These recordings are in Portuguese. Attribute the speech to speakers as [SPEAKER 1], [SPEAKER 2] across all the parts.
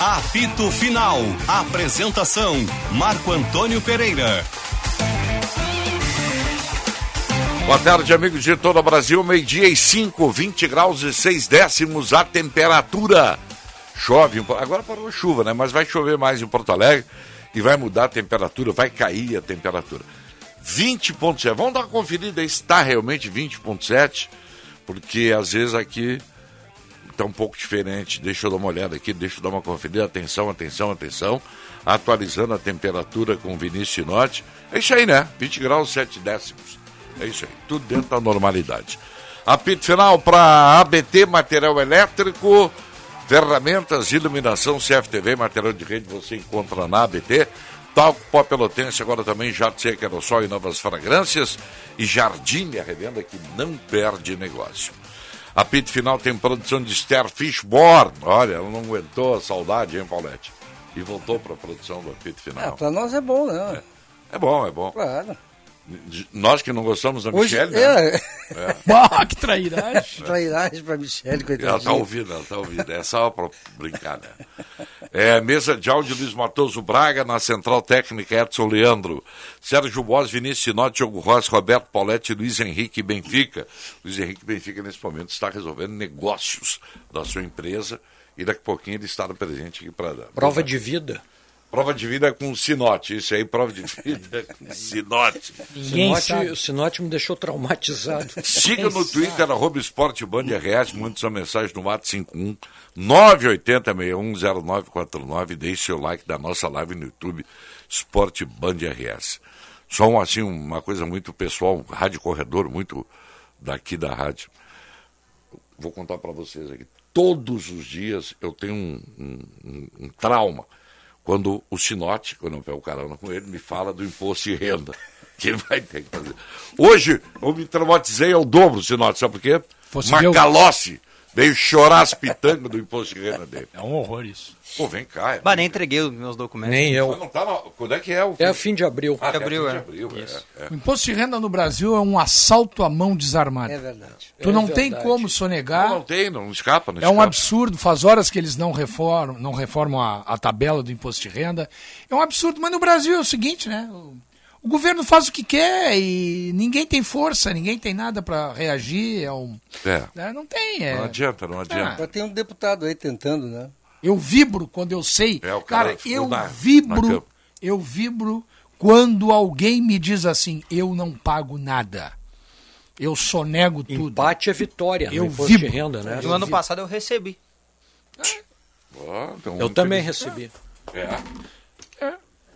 [SPEAKER 1] Apito Final. Apresentação: Marco Antônio Pereira.
[SPEAKER 2] Boa tarde, amigos de todo o Brasil. Meio-dia e 5, 20 graus e 6 décimos a temperatura. Chove, em Por- agora parou a chuva, né? Mas vai chover mais em Porto Alegre e vai mudar a temperatura, vai cair a temperatura. 20,7. Vamos dar uma conferida aí se está realmente 20,7, porque às vezes aqui está um pouco diferente. Deixa eu dar uma olhada aqui, deixa eu dar uma conferida. Atenção, atenção, atenção. Atualizando a temperatura com Vinícius Sinote. É isso aí, né? 20 graus, 7 décimos. É isso aí. Tudo dentro da normalidade. Apito final para ABT, material elétrico, ferramentas, iluminação, CFTV, material de rede, você encontra na ABT. Talco Pó Pelotense, agora também Jato Seca, Aerossol e Novas Fragrâncias. E Jardim, a revenda que não perde negócio. Apito final tem produção de Esther Fishborn. Olha, ela não aguentou a saudade, hein, Paulette? E voltou para a produção do apito
[SPEAKER 3] Ah,
[SPEAKER 2] final.
[SPEAKER 3] pra nós é bom, né?
[SPEAKER 2] É bom, é bom.
[SPEAKER 3] Claro.
[SPEAKER 2] De- Nós que não gostamos da
[SPEAKER 3] Hoje-
[SPEAKER 2] Michelle, né?
[SPEAKER 3] é.
[SPEAKER 4] Bah, que trairagem.
[SPEAKER 3] Trairagem pra Michele, coitadinha.
[SPEAKER 2] Ela tá ouvindo, ela tá ouvindo. É só para brincar, né? É, mesa de áudio Luiz Matoso Braga, na Central Técnica Edson Leandro, Sérgio Boas, Vinícius Sinote, Diogo Ross, Roberto Pauletti, Luiz Henrique Benfica. Luiz Henrique Benfica, nesse momento, está resolvendo negócios da sua empresa e daqui a pouquinho ele estará presente aqui para dar.
[SPEAKER 5] Prova de vida.
[SPEAKER 2] Prova de vida com sinote, isso aí, prova de vida com sinote.
[SPEAKER 4] Ninguém
[SPEAKER 5] Sinote-
[SPEAKER 4] sabe.
[SPEAKER 5] O Sinote me deixou traumatizado.
[SPEAKER 2] Siga no Twitter, arroba Esporte Band RS, mande sua mensagem no WhatsApp 51 980 610949 deixe seu like da nossa live no YouTube, Esporte Band RS. Só um, assim, uma coisa muito pessoal, um rádio corredor, muito daqui da rádio. Vou contar para vocês aqui. Todos os dias eu tenho um, um- um- um trauma. Quando o Sinote, quando eu pego o carona com ele, me fala do imposto de renda. Que ele vai ter que fazer. Hoje eu me traumatizei ao dobro, Sinote, sabe por quê?
[SPEAKER 4] Fosse eu.
[SPEAKER 2] Macalossi veio chorar as pitangas do imposto de renda dele.
[SPEAKER 4] É um horror isso.
[SPEAKER 2] Pô, vem cá. é.
[SPEAKER 6] Bah, nem entreguei os meus documentos.
[SPEAKER 5] Nem
[SPEAKER 2] Mas
[SPEAKER 5] eu.
[SPEAKER 2] não tá na... Quando é que é o
[SPEAKER 5] É fim de abril.
[SPEAKER 2] Ah, até
[SPEAKER 6] abril,
[SPEAKER 2] fim de
[SPEAKER 6] é.
[SPEAKER 2] abril, é, é.
[SPEAKER 4] O imposto de renda no Brasil é um assalto à mão desarmada.
[SPEAKER 3] É verdade.
[SPEAKER 4] tu
[SPEAKER 5] é
[SPEAKER 4] não tem
[SPEAKER 5] verdade.
[SPEAKER 4] como
[SPEAKER 2] Não,
[SPEAKER 4] sonegar.
[SPEAKER 2] não tem, não escapa. Não
[SPEAKER 4] É um
[SPEAKER 2] escapa.
[SPEAKER 4] absurdo, faz horas que eles não reformam, não reformam a, a tabela do imposto de renda. É um absurdo, mas no Brasil é o seguinte, né? O, o governo faz o que quer e ninguém tem força, ninguém tem nada para reagir. É um,
[SPEAKER 2] É.
[SPEAKER 4] né? Não tem. É,
[SPEAKER 2] Não adianta, não adianta.
[SPEAKER 3] Já tem um deputado aí tentando, né?
[SPEAKER 4] Eu vibro quando eu sei.
[SPEAKER 2] É, o cara
[SPEAKER 4] cara,
[SPEAKER 2] ficou
[SPEAKER 4] eu
[SPEAKER 2] na- na
[SPEAKER 4] vibro.
[SPEAKER 2] cama.
[SPEAKER 4] eu vibro quando alguém me diz assim: eu não pago nada. Eu só nego tudo.
[SPEAKER 5] Empate é vitória
[SPEAKER 4] Eu
[SPEAKER 5] no imposto de
[SPEAKER 4] vibro.
[SPEAKER 5] renda, né?
[SPEAKER 6] No ano passado eu recebi.
[SPEAKER 2] Ah, então,
[SPEAKER 5] Eu também recebi.
[SPEAKER 2] É.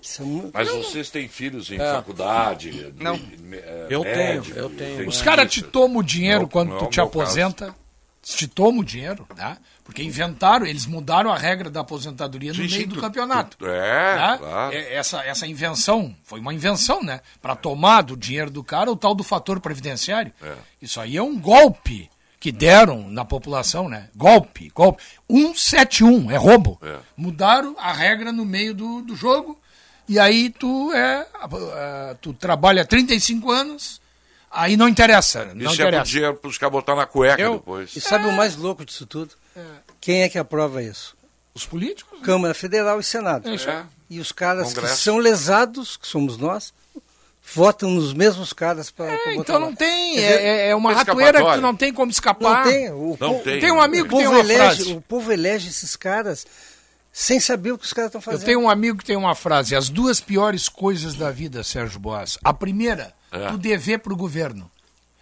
[SPEAKER 3] Isso é um-
[SPEAKER 2] Mas vocês têm filhos em faculdade?
[SPEAKER 6] Não.
[SPEAKER 2] me- me- é,
[SPEAKER 5] É. Eu tenho,
[SPEAKER 2] médico,
[SPEAKER 5] eu tenho.
[SPEAKER 2] tem
[SPEAKER 4] Os caras te
[SPEAKER 2] isso.
[SPEAKER 4] tomam o dinheiro
[SPEAKER 2] Não,
[SPEAKER 4] quando
[SPEAKER 2] não é
[SPEAKER 4] tu
[SPEAKER 2] o
[SPEAKER 4] te
[SPEAKER 2] meu
[SPEAKER 4] aposenta. Te tomam o dinheiro, tá? Porque inventaram, eles mudaram a regra da aposentadoria no
[SPEAKER 2] Sim,
[SPEAKER 4] meio
[SPEAKER 2] sim,
[SPEAKER 4] do
[SPEAKER 2] tu-
[SPEAKER 4] campeonato.
[SPEAKER 2] tu- é,
[SPEAKER 4] tá?
[SPEAKER 2] claro.
[SPEAKER 4] É, essa, essa invenção, foi uma invenção, né? Pra tomar do dinheiro do cara o tal do fator previdenciário. Isso aí é um golpe que deram na população, né? Golpe, golpe. 171, é roubo.
[SPEAKER 2] É.
[SPEAKER 4] Mudaram a regra no meio do, do jogo e aí tu é, ah, tu trabalha 35 anos, aí não interessa, não
[SPEAKER 2] Isso é pro
[SPEAKER 4] interessa.
[SPEAKER 2] dinheiro pros caras botar na cueca
[SPEAKER 4] Eu-
[SPEAKER 2] depois.
[SPEAKER 3] E
[SPEAKER 4] É.
[SPEAKER 3] sabe o mais louco disso tudo? Quem é que aprova isso?
[SPEAKER 4] Os políticos?
[SPEAKER 3] Câmara Federal e Senado.
[SPEAKER 4] É isso aí.
[SPEAKER 3] E os caras
[SPEAKER 2] Congresso.
[SPEAKER 3] que são lesados, que somos nós, votam nos mesmos caras para.
[SPEAKER 4] É, então não tem, é, é uma
[SPEAKER 2] escapatória.
[SPEAKER 4] ratoeira que tu não tem como
[SPEAKER 3] Não
[SPEAKER 4] escapar.
[SPEAKER 3] tem. O,
[SPEAKER 2] Não
[SPEAKER 3] po-
[SPEAKER 2] tem.
[SPEAKER 4] Tem um amigo
[SPEAKER 3] o
[SPEAKER 4] que tem
[SPEAKER 3] povo
[SPEAKER 4] uma
[SPEAKER 3] elege,
[SPEAKER 4] frase.
[SPEAKER 3] o povo elege esses caras sem saber o que os caras estão
[SPEAKER 4] Eu
[SPEAKER 3] fazendo.
[SPEAKER 4] tenho um amigo que tem uma frase: as duas piores coisas da vida, Sérgio Boas. A primeira,
[SPEAKER 2] É.
[SPEAKER 4] tu dever pro governo.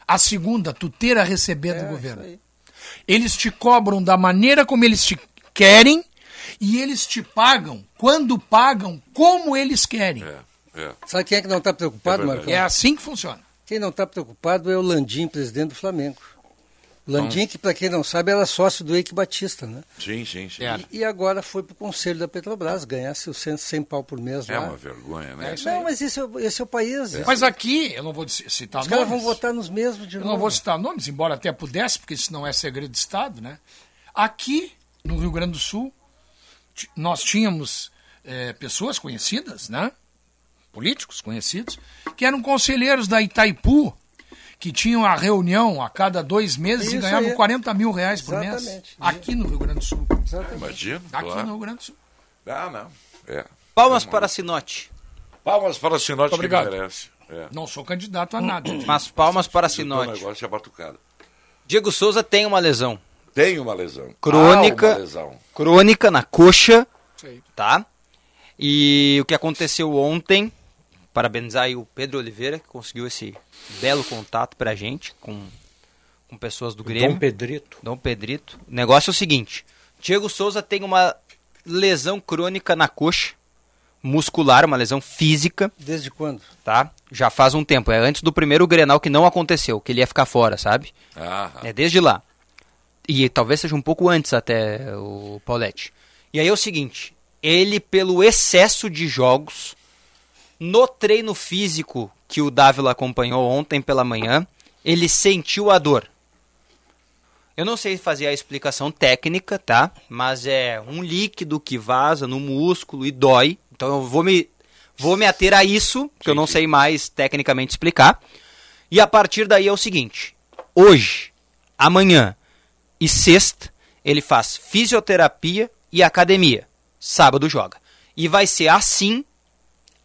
[SPEAKER 4] A segunda, tu ter a receber
[SPEAKER 3] É,
[SPEAKER 4] do governo. Eles te cobram da maneira como eles te querem e eles te pagam quando pagam como eles querem. É,
[SPEAKER 2] É, é.
[SPEAKER 3] Sabe quem é que não está preocupado,
[SPEAKER 2] É verdade.
[SPEAKER 3] Marcão?
[SPEAKER 4] assim que funciona.
[SPEAKER 3] Quem não está preocupado é o Landim, presidente do Flamengo. O Landim, que para quem não sabe, era sócio do Eike Batista, né?
[SPEAKER 2] Sim, sim, sim.
[SPEAKER 4] É.
[SPEAKER 3] E agora foi para o conselho da Petrobras ganhar seus 100, 100 pau por mês
[SPEAKER 2] É
[SPEAKER 3] lá.
[SPEAKER 2] uma vergonha, né?
[SPEAKER 3] Não, mas esse é, o- esse é o país.
[SPEAKER 4] Mas aqui, eu não vou citar
[SPEAKER 3] Os caras vão
[SPEAKER 4] nomes.
[SPEAKER 3] votar nos mesmos de
[SPEAKER 4] Eu
[SPEAKER 3] novo.
[SPEAKER 4] não vou citar nomes, embora até pudesse, porque isso não é segredo de Estado, né? Aqui, no Rio Grande do Sul, ti- nós tínhamos eh, pessoas conhecidas, né? Políticos conhecidos, que eram conselheiros da Itaipu, que tinham a reunião a cada dois meses e
[SPEAKER 3] Isso
[SPEAKER 4] ganhavam
[SPEAKER 3] aí.
[SPEAKER 4] 40 mil reais por mês.
[SPEAKER 3] Exatamente.
[SPEAKER 4] Aqui no Rio Grande do Sul.
[SPEAKER 2] Imagina,
[SPEAKER 4] É. Aqui no
[SPEAKER 2] claro.
[SPEAKER 4] Rio Grande do Sul.
[SPEAKER 2] Ah, não. É.
[SPEAKER 6] Palmas para Sinote.
[SPEAKER 2] Palmas para o Sinote que
[SPEAKER 4] Obrigado.
[SPEAKER 2] merece. É.
[SPEAKER 4] Não sou candidato a nada.
[SPEAKER 6] Mas palmas para
[SPEAKER 2] Então, O
[SPEAKER 6] Sinote.
[SPEAKER 2] negócio é batucado.
[SPEAKER 6] Diego Souza tem uma lesão.
[SPEAKER 2] Tem uma lesão.
[SPEAKER 6] Crônica.
[SPEAKER 2] Há uma lesão.
[SPEAKER 6] Crônica na coxa,
[SPEAKER 4] Sei.
[SPEAKER 6] tá? E o que aconteceu ontem, parabenizar aí o Pedro Oliveira, que conseguiu esse belo contato pra gente com, com pessoas do Grêmio.
[SPEAKER 5] Dom Pedrito.
[SPEAKER 6] Dom Pedrito. O negócio é o seguinte: Diego Souza tem uma lesão crônica na coxa muscular, uma lesão física,
[SPEAKER 3] Desde quando?
[SPEAKER 6] tá? Já faz um tempo. É antes do primeiro Grenal que não aconteceu, que ele ia ficar fora, sabe?
[SPEAKER 2] Ah,
[SPEAKER 6] É desde lá. E talvez seja um pouco antes até o Paulette. E aí é o seguinte: ele, pelo excesso de jogos, no treino físico que o Dávila acompanhou ontem pela manhã, ele sentiu a dor. Eu não sei fazer a explicação técnica, tá? Mas é um líquido que vaza no músculo e dói. Então eu vou me, vou me ater a isso, que eu não sei mais tecnicamente explicar. E a partir daí é o seguinte: hoje, amanhã e sexta, ele faz fisioterapia e academia. Sábado joga. E vai ser assim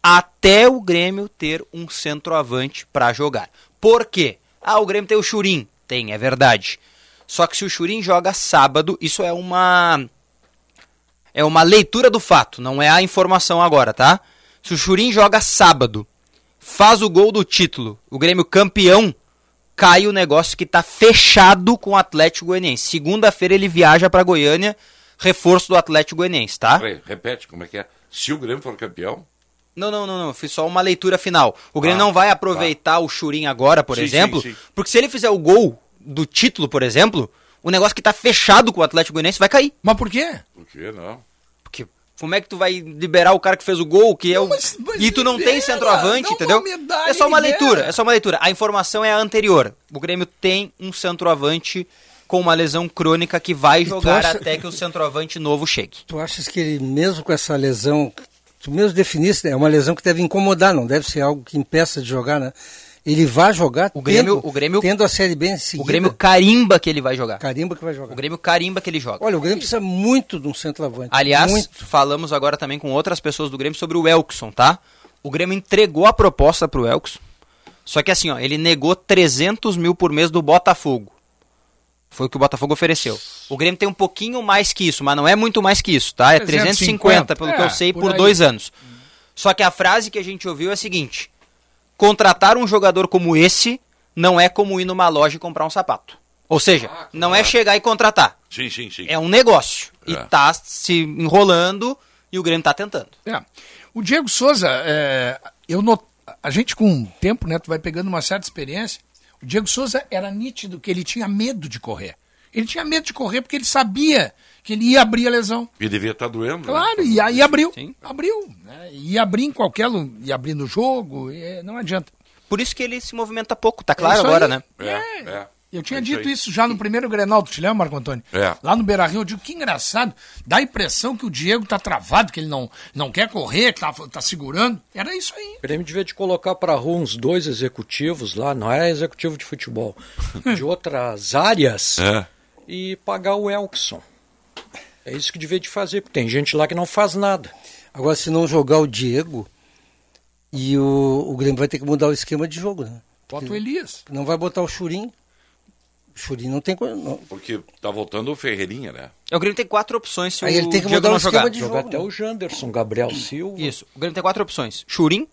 [SPEAKER 6] até o Grêmio ter um centroavante pra jogar. Por quê? Ah, o Grêmio tem o Churim. Tem, é verdade. Só que se o Churim joga sábado, isso é uma é uma leitura do fato, não é a informação agora, tá? Se o Churim joga sábado, faz o gol do título, o Grêmio campeão, cai o negócio que tá fechado com o Atlético Goianiense. Segunda-feira ele viaja pra Goiânia, reforço do Atlético Goianiense, tá?
[SPEAKER 2] peraí, repete como é que é. Se o Grêmio for campeão,
[SPEAKER 6] Não, não, não, não. eu Fiz só uma leitura final. O Grêmio não vai aproveitar o Churim agora, por
[SPEAKER 2] Ah, tá. Sim,
[SPEAKER 6] exemplo.
[SPEAKER 2] sim, sim.
[SPEAKER 6] Porque se ele fizer o gol do título, por exemplo, o negócio que tá fechado com o Atlético Goianiense vai cair.
[SPEAKER 4] Mas por quê?
[SPEAKER 2] por que não?
[SPEAKER 6] Porque como é que tu vai liberar o cara que fez o gol, que é o...
[SPEAKER 4] mas- mas
[SPEAKER 6] e tu não
[SPEAKER 4] libera,
[SPEAKER 6] tem centroavante,
[SPEAKER 4] dá uma
[SPEAKER 6] entendeu?
[SPEAKER 4] medalha,
[SPEAKER 6] É só uma
[SPEAKER 4] libera.
[SPEAKER 6] leitura, é só uma leitura. A informação é a anterior. O Grêmio tem um centroavante com uma lesão crônica que vai
[SPEAKER 3] tu
[SPEAKER 6] jogar
[SPEAKER 3] acha-
[SPEAKER 6] até que o centroavante novo chegue.
[SPEAKER 3] Tu achas que ele, mesmo com essa lesão, tu mesmo definiste, né, é uma lesão que deve incomodar, não deve ser algo que impeça de jogar, né? Ele vai jogar
[SPEAKER 6] O Grêmio-
[SPEAKER 3] tendo,
[SPEAKER 6] o Grêmio-
[SPEAKER 3] tendo a Série B em seguida.
[SPEAKER 6] O Grêmio carimba que ele vai jogar.
[SPEAKER 3] Carimba que vai jogar.
[SPEAKER 6] O Grêmio carimba que ele joga.
[SPEAKER 3] Olha, o Grêmio precisa muito de um centroavante.
[SPEAKER 6] Aliás,
[SPEAKER 3] muito.
[SPEAKER 6] falamos agora também com outras pessoas do Grêmio sobre o Elkson, tá? O Grêmio entregou a proposta pro Elkson. Só que assim, ó, ele negou 300 mil por mês do Botafogo. Foi o que o Botafogo ofereceu. O Grêmio tem um pouquinho mais que isso, mas não é muito mais que isso, tá? É 350,
[SPEAKER 4] 350,
[SPEAKER 6] pelo que eu
[SPEAKER 4] é,
[SPEAKER 6] sei,
[SPEAKER 4] por
[SPEAKER 6] por,
[SPEAKER 4] aí.
[SPEAKER 6] dois anos. Só que a frase que a gente ouviu é a seguinte: contratar um jogador como esse não é como ir numa loja e comprar um sapato. Ou seja, não é chegar e contratar.
[SPEAKER 2] Sim, sim, sim.
[SPEAKER 6] É um negócio. E
[SPEAKER 2] É.
[SPEAKER 6] tá se enrolando e o Grêmio tá tentando.
[SPEAKER 4] É. O Diego Souza, é, eu not... a gente com o tempo, né, tu vai pegando uma certa experiência. O Diego Souza era nítido que ele tinha medo de correr. Ele tinha medo de correr porque ele sabia que ele ia abrir a lesão.
[SPEAKER 2] E devia estar doendo.
[SPEAKER 4] Claro,
[SPEAKER 2] né?
[SPEAKER 4] e aí abriu.
[SPEAKER 6] Hum, então, Sim.
[SPEAKER 4] Abriu. Né? E abrir em qualquer lugar, e abrir no jogo, e eh, não adianta.
[SPEAKER 6] Por isso que ele se movimenta pouco, tá
[SPEAKER 4] É
[SPEAKER 6] claro
[SPEAKER 4] isso
[SPEAKER 6] agora,
[SPEAKER 4] aí.
[SPEAKER 6] né?
[SPEAKER 2] É, é.
[SPEAKER 4] Eu tinha
[SPEAKER 2] É isso
[SPEAKER 4] dito
[SPEAKER 2] aí.
[SPEAKER 4] isso já no primeiro Grenal, tu te lembra, Marco Antônio?
[SPEAKER 2] É.
[SPEAKER 4] Lá no Beira Rio, eu digo que engraçado, dá a impressão que o Diego tá travado, que ele não, não quer correr, que tá, tá segurando. Era isso aí.
[SPEAKER 5] O Grêmio devia te colocar para rua uns dois executivos lá, não é executivo de futebol, de outras áreas,
[SPEAKER 2] É.
[SPEAKER 5] e pagar o Elkson. É isso que devia te fazer, porque tem gente lá que não faz nada.
[SPEAKER 3] Agora, se não jogar o Diego, e o, o Grêmio vai ter que mudar o esquema de jogo, né?
[SPEAKER 4] Bota o Elias.
[SPEAKER 3] Não vai botar o Churim. O Churim não tem coisa. Não.
[SPEAKER 2] Porque tá voltando o Ferreirinha, né?
[SPEAKER 6] É O Grêmio tem quatro opções se
[SPEAKER 3] Aí
[SPEAKER 6] o
[SPEAKER 3] ele tem que
[SPEAKER 6] Diego
[SPEAKER 3] mudar
[SPEAKER 6] não
[SPEAKER 3] o esquema
[SPEAKER 6] jogar.
[SPEAKER 3] de
[SPEAKER 5] Jogar
[SPEAKER 3] jogo,
[SPEAKER 5] até
[SPEAKER 3] né?
[SPEAKER 5] o Janderson, Gabriel Silva.
[SPEAKER 6] Isso. O Grêmio tem quatro opções. Churim,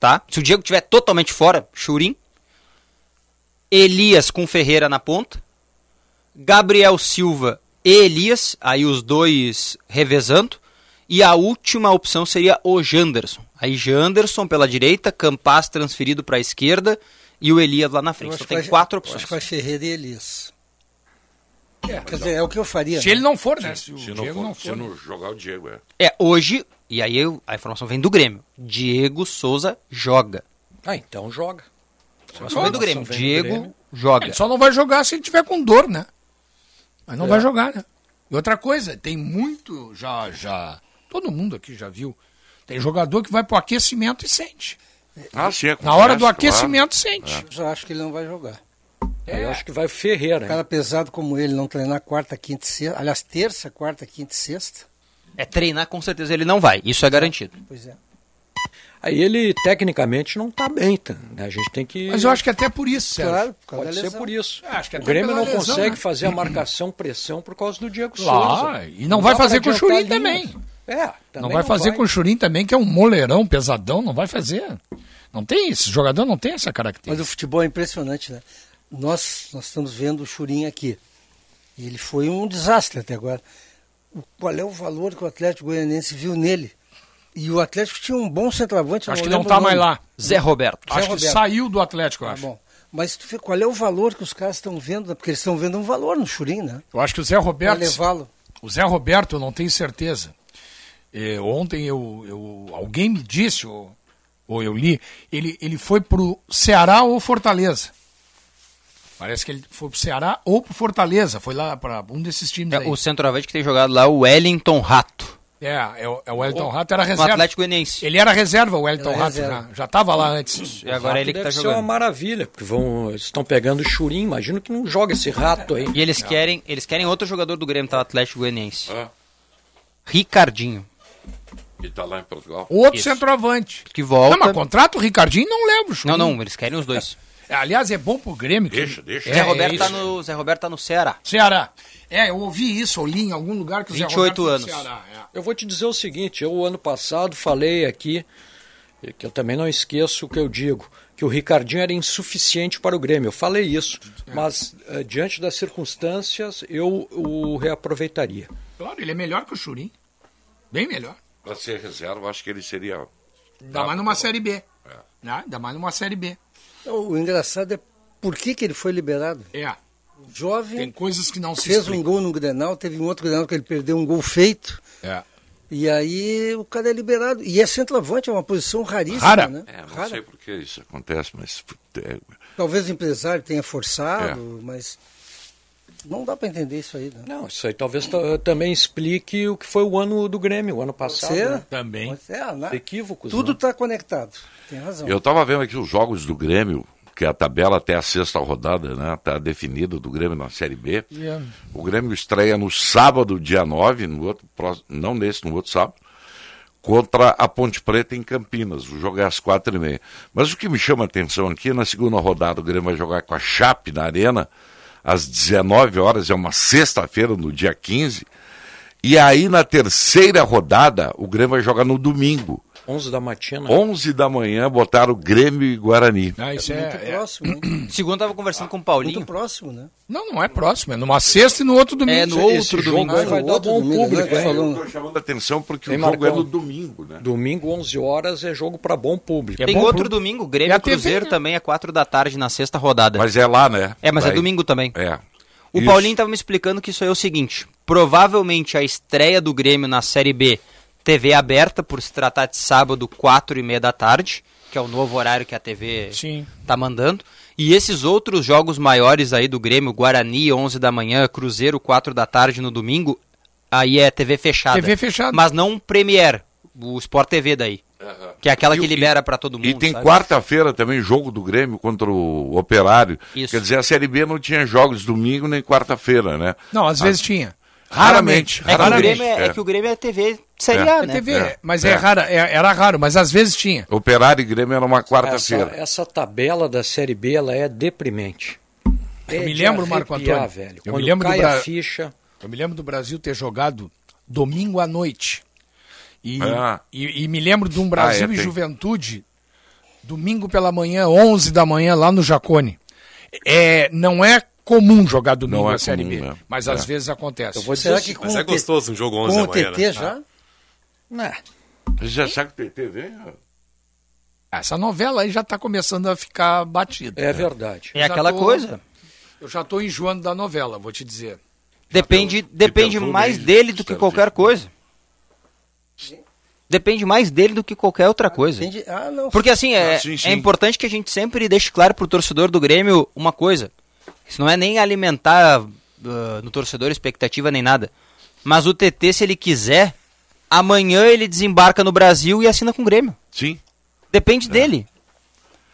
[SPEAKER 6] tá? Se o Diego tiver totalmente fora, Churim. Elias com Ferreira na ponta. Gabriel Silva e Elias, aí os dois revezando. E a última opção seria o Janderson. Aí Janderson pela direita, Campas transferido para a esquerda e o Elias lá na
[SPEAKER 3] Eu
[SPEAKER 6] frente.
[SPEAKER 3] acho
[SPEAKER 6] Então
[SPEAKER 3] que
[SPEAKER 6] tem
[SPEAKER 3] vai-
[SPEAKER 6] quatro
[SPEAKER 3] eu
[SPEAKER 6] opções.
[SPEAKER 3] Acho que vai Ferreira e Elias. Quer dizer, é o que eu faria.
[SPEAKER 4] Se ele não for, né? Se o
[SPEAKER 2] Se não,
[SPEAKER 4] Diego
[SPEAKER 2] for,
[SPEAKER 4] não
[SPEAKER 2] se
[SPEAKER 4] for.
[SPEAKER 2] não jogar o Diego, é.
[SPEAKER 6] É, hoje, e aí eu- a informação vem do Grêmio. Diego Souza joga.
[SPEAKER 5] Ah, então joga.
[SPEAKER 6] Informação vem do Grêmio.
[SPEAKER 5] vem do
[SPEAKER 6] Diego
[SPEAKER 5] Grêmio.
[SPEAKER 6] joga.
[SPEAKER 4] Ele É só não vai jogar se ele tiver com dor, né? Mas não vai
[SPEAKER 3] É.
[SPEAKER 4] jogar, né? E outra coisa, tem muito, já, já, todo mundo aqui já viu, tem jogador que vai pro aquecimento e sente.
[SPEAKER 2] Ah, sim, é
[SPEAKER 4] Na hora do
[SPEAKER 2] claro.
[SPEAKER 4] aquecimento, sente.
[SPEAKER 3] É. Eu já acho que ele não vai jogar.
[SPEAKER 4] É.
[SPEAKER 5] Eu acho que vai o Ferreira.
[SPEAKER 3] Um
[SPEAKER 5] hein?
[SPEAKER 3] cara pesado como ele não treinar quarta, quinta e sexta. Aliás, terça, quarta, quinta e sexta.
[SPEAKER 6] É treinar, com certeza ele não vai. Isso é garantido.
[SPEAKER 3] Pois é.
[SPEAKER 5] Aí ele tecnicamente não tá bem, tá? né? A gente tem que.
[SPEAKER 4] Mas eu acho que é até por isso, Sérgio.
[SPEAKER 3] Claro, por causa
[SPEAKER 5] Pode
[SPEAKER 3] da
[SPEAKER 5] ser
[SPEAKER 3] lesão.
[SPEAKER 5] por isso.
[SPEAKER 4] Eu Ah, acho que
[SPEAKER 5] o
[SPEAKER 4] até
[SPEAKER 5] Grêmio
[SPEAKER 4] pela
[SPEAKER 5] não
[SPEAKER 4] lesão,
[SPEAKER 5] consegue
[SPEAKER 4] né?
[SPEAKER 5] fazer a marcação pressão por causa do Diego
[SPEAKER 4] Lá,
[SPEAKER 5] Souza.
[SPEAKER 4] e não vai
[SPEAKER 5] dá pra
[SPEAKER 4] fazer com o
[SPEAKER 5] adiantar
[SPEAKER 4] Churin
[SPEAKER 5] a linha.
[SPEAKER 4] também.
[SPEAKER 5] É, também
[SPEAKER 4] não vai fazer com o Churim também, que é um moleirão pesadão, não vai fazer. Não tem isso, jogador não tem essa
[SPEAKER 3] Mas
[SPEAKER 4] característica.
[SPEAKER 3] o futebol é impressionante, né? Nós, nós estamos vendo o Churinho aqui. E ele foi um desastre até agora. O- Qual é o valor que o Atlético Goianense viu nele? E o Atlético tinha um bom centroavante. eu
[SPEAKER 4] Acho que não
[SPEAKER 3] lembro o
[SPEAKER 4] tá mais
[SPEAKER 3] nome.
[SPEAKER 4] lá.
[SPEAKER 6] Zé Roberto.
[SPEAKER 4] Acho que
[SPEAKER 3] Roberto.
[SPEAKER 4] saiu do Atlético, eu
[SPEAKER 3] Tá
[SPEAKER 4] acho.
[SPEAKER 3] bom. Mas tu vê qual é o valor que os caras estão vendo, né? porque eles estão vendo um valor no Churinho, né?
[SPEAKER 4] Eu acho que o Zé
[SPEAKER 3] Pra
[SPEAKER 4] Roberto.
[SPEAKER 3] levá-lo.
[SPEAKER 4] O Zé Roberto, eu não tenho certeza. É, ontem eu, eu- alguém me disse, ou, ou eu li, ele, ele foi pro Ceará ou Fortaleza. Parece que ele foi pro Ceará ou pro Fortaleza. Foi lá para um desses times.
[SPEAKER 6] É,
[SPEAKER 4] aí.
[SPEAKER 6] o centroavante que tem jogado lá é o Wellington Rato.
[SPEAKER 4] É, é, o- é o Elton Rato era
[SPEAKER 6] No
[SPEAKER 4] reserva.
[SPEAKER 6] um Atlético Goianiense.
[SPEAKER 4] Ele era reserva, o Elton
[SPEAKER 3] Era
[SPEAKER 4] Rato.
[SPEAKER 3] reserva.
[SPEAKER 4] né? Já estava lá antes.
[SPEAKER 6] E agora é ele que
[SPEAKER 5] Deve
[SPEAKER 6] tá
[SPEAKER 5] ser
[SPEAKER 6] jogando.
[SPEAKER 5] uma maravilha, porque vão, eles estão pegando o Churim, imagino que não joga esse rato aí.
[SPEAKER 6] E
[SPEAKER 4] É.
[SPEAKER 6] eles querem, eles querem outro jogador do Grêmio, tá? O Atlético Goianiense. Ricardinho.
[SPEAKER 2] Ah, E tá lá em Portugal.
[SPEAKER 4] Outro
[SPEAKER 6] Isso.
[SPEAKER 4] centroavante.
[SPEAKER 6] Que volta.
[SPEAKER 4] Não, mas contrata o Ricardinho e não leva o chute.
[SPEAKER 6] Não, não, eles querem os dois.
[SPEAKER 4] Aliás, é bom pro Grêmio. que-
[SPEAKER 2] Deixa, deixa.
[SPEAKER 4] É,
[SPEAKER 6] Zé, Roberto
[SPEAKER 4] é
[SPEAKER 6] tá
[SPEAKER 4] isso.
[SPEAKER 6] no, Zé Roberto tá no Ceará.
[SPEAKER 4] Ceará. É, eu ouvi isso, eu li em algum lugar que o Zé
[SPEAKER 6] 28
[SPEAKER 4] Roberto foi pro
[SPEAKER 6] anos.
[SPEAKER 4] Ceará. é.
[SPEAKER 5] Eu vou te dizer o seguinte, eu ano passado falei aqui, e que eu também não esqueço o que eu digo, que o Ricardinho era insuficiente para o Grêmio. Eu falei isso,
[SPEAKER 4] É.
[SPEAKER 5] mas eh, diante das circunstâncias eu o reaproveitaria.
[SPEAKER 4] Claro, ele é melhor que o Churim. Bem melhor.
[SPEAKER 2] Pra ser reserva, acho que ele seria.
[SPEAKER 4] Ainda mais numa Série B.
[SPEAKER 3] É.
[SPEAKER 4] Né? Ainda mais numa Série B.
[SPEAKER 3] O engraçado é por que, que ele foi liberado.
[SPEAKER 4] É.
[SPEAKER 3] Jovem,
[SPEAKER 4] Tem coisas que não se
[SPEAKER 3] fez um
[SPEAKER 4] explicam.
[SPEAKER 3] gol no Grenal, teve um outro Grenal que ele perdeu um gol feito.
[SPEAKER 4] É.
[SPEAKER 3] E aí o cara é liberado. E é centroavante, é uma posição raríssima,
[SPEAKER 4] Rara.
[SPEAKER 3] né?
[SPEAKER 2] É, não
[SPEAKER 3] Rara.
[SPEAKER 2] sei por que isso acontece, mas. é,
[SPEAKER 3] Talvez o empresário tenha forçado,
[SPEAKER 2] É.
[SPEAKER 3] mas não dá para entender isso aí, né?
[SPEAKER 5] Não, isso aí talvez ta- também explique o que foi o ano do Grêmio, o ano passado.
[SPEAKER 3] Você-
[SPEAKER 5] né?
[SPEAKER 4] Também.
[SPEAKER 3] Mas é, né?
[SPEAKER 5] Equívocos,
[SPEAKER 3] Tudo
[SPEAKER 5] né?
[SPEAKER 3] está conectado. Tem razão.
[SPEAKER 2] Eu tava vendo aqui os jogos do Grêmio, que a tabela até a sexta rodada, né? Tá definida do Grêmio na Série B. O Grêmio estreia no sábado, dia 9, no outro, pró- não nesse, no outro sábado, contra a Ponte Preta em Campinas. O jogo é às quatro e meia. Mas o que me chama a atenção aqui, na segunda rodada, o Grêmio vai jogar com a Chape na Arena, às 19 horas, é uma sexta-feira, no dia 15. E aí, na terceira rodada, o Grêmio vai jogar no domingo.
[SPEAKER 5] 11 da matina.
[SPEAKER 2] 11 da manhã botaram Grêmio e Guarani.
[SPEAKER 4] Não, isso
[SPEAKER 3] Muito
[SPEAKER 4] é, é-
[SPEAKER 3] próximo, né?
[SPEAKER 6] Segundo, eu tava conversando com o
[SPEAKER 3] Muito
[SPEAKER 6] Paulinho.
[SPEAKER 3] próximo, né?
[SPEAKER 4] Não, não é próximo. É numa sexta e no outro domingo.
[SPEAKER 6] É, no
[SPEAKER 5] Esse
[SPEAKER 6] outro
[SPEAKER 5] jogo
[SPEAKER 6] domingo.
[SPEAKER 5] aí vai
[SPEAKER 3] Ah,
[SPEAKER 5] dar
[SPEAKER 3] outro
[SPEAKER 5] bom
[SPEAKER 3] domingo,
[SPEAKER 5] público,
[SPEAKER 3] né?
[SPEAKER 5] hein?
[SPEAKER 3] Falando-
[SPEAKER 2] Estou chamando a atenção porque
[SPEAKER 5] Tem
[SPEAKER 2] o jogo
[SPEAKER 5] Marcão.
[SPEAKER 2] é no domingo, né?
[SPEAKER 5] Domingo, 11 horas, é jogo para bom público.
[SPEAKER 4] É
[SPEAKER 6] Tem
[SPEAKER 4] bom
[SPEAKER 6] outro
[SPEAKER 4] pro-
[SPEAKER 6] domingo,
[SPEAKER 4] É
[SPEAKER 6] Grêmio
[SPEAKER 4] a
[SPEAKER 6] e Cruzeiro
[SPEAKER 4] TV, né?
[SPEAKER 6] também, é 4 da tarde na sexta rodada.
[SPEAKER 2] Mas é lá, né?
[SPEAKER 6] é, mas é
[SPEAKER 2] Daí-
[SPEAKER 6] domingo também.
[SPEAKER 2] É.
[SPEAKER 6] O
[SPEAKER 2] Isso.
[SPEAKER 6] Paulinho estava me explicando que isso aí é o seguinte: provavelmente a estreia do Grêmio na Série B, TV aberta, por se tratar de sábado, 4 e meia da tarde, que é o novo horário que a TV
[SPEAKER 4] Sim.
[SPEAKER 6] tá mandando. E esses outros jogos maiores aí do Grêmio, Guarani, 11 da manhã, Cruzeiro, 4 da tarde no domingo, aí é TV fechada.
[SPEAKER 4] TV fechada.
[SPEAKER 6] Mas não Premier, o Sport TV daí. Que é aquela que libera pra todo mundo.
[SPEAKER 2] E tem
[SPEAKER 6] sabe?
[SPEAKER 2] quarta-feira também jogo do Grêmio contra o Operário.
[SPEAKER 6] Isso.
[SPEAKER 2] Quer dizer, a Série B não tinha jogos domingo nem quarta-feira, né?
[SPEAKER 4] Não, às
[SPEAKER 2] Ah,
[SPEAKER 4] vezes tinha.
[SPEAKER 2] Raramente.
[SPEAKER 6] É que, o
[SPEAKER 2] Raramente,
[SPEAKER 6] Grêmio é,
[SPEAKER 2] é.
[SPEAKER 6] é que o Grêmio é TV Série
[SPEAKER 2] É.
[SPEAKER 6] A,
[SPEAKER 4] É
[SPEAKER 6] né?
[SPEAKER 4] TV,
[SPEAKER 2] É,
[SPEAKER 4] mas
[SPEAKER 2] é.
[SPEAKER 4] é rara, é- era raro, mas às vezes tinha.
[SPEAKER 2] Operário e Grêmio era uma
[SPEAKER 5] Essa,
[SPEAKER 2] quarta-feira.
[SPEAKER 5] essa tabela da Série B ela é deprimente.
[SPEAKER 4] Eu
[SPEAKER 5] É
[SPEAKER 4] me
[SPEAKER 5] de
[SPEAKER 4] lembro, Marco
[SPEAKER 5] arrepiar,
[SPEAKER 4] Antônio.
[SPEAKER 5] Velho.
[SPEAKER 4] Eu
[SPEAKER 5] Quando
[SPEAKER 4] me lembro do
[SPEAKER 5] cai a
[SPEAKER 4] Bra-
[SPEAKER 5] ficha.
[SPEAKER 4] Eu me lembro do Brasil ter jogado domingo à noite. E,
[SPEAKER 2] Ah.
[SPEAKER 4] e, e me lembro de um Brasil
[SPEAKER 2] Ah, é,
[SPEAKER 4] e
[SPEAKER 2] tem.
[SPEAKER 4] Juventude, domingo pela manhã, 11 da manhã, lá no Jacone. É, não é comum jogar domingo
[SPEAKER 2] Não é
[SPEAKER 4] a Série B,
[SPEAKER 2] comum, né?
[SPEAKER 4] mas às vezes acontece.
[SPEAKER 5] Eu vou dizer
[SPEAKER 3] Será
[SPEAKER 5] assim,
[SPEAKER 3] que com
[SPEAKER 7] Mas é
[SPEAKER 3] o T-
[SPEAKER 7] gostoso um jogo 11
[SPEAKER 3] com
[SPEAKER 7] da
[SPEAKER 3] o
[SPEAKER 7] manhã,
[SPEAKER 3] TT
[SPEAKER 7] né?
[SPEAKER 3] já?
[SPEAKER 5] né,
[SPEAKER 2] Você já sabe que o TT vem? ó.
[SPEAKER 4] Essa novela aí já está começando a ficar batida.
[SPEAKER 5] é verdade.
[SPEAKER 6] É aquela
[SPEAKER 4] Já tô-
[SPEAKER 6] coisa.
[SPEAKER 4] Eu já estou enjoando da novela, vou te dizer.
[SPEAKER 6] Depende,
[SPEAKER 2] perfume,
[SPEAKER 6] depende
[SPEAKER 2] de
[SPEAKER 6] mais
[SPEAKER 2] perfume,
[SPEAKER 6] dele do que
[SPEAKER 2] Sérgio.
[SPEAKER 6] qualquer coisa. Depende mais dele do que qualquer outra coisa.
[SPEAKER 3] Entende? Ah, não.
[SPEAKER 6] Porque assim, é,
[SPEAKER 2] Ah, sim, sim.
[SPEAKER 6] é importante que a gente sempre deixe claro pro torcedor do Grêmio uma coisa. Isso não é nem alimentar ah, no torcedor expectativa nem nada. Mas o TT, se ele quiser, amanhã ele desembarca no Brasil e assina com o Grêmio.
[SPEAKER 2] Sim.
[SPEAKER 6] Depende dele.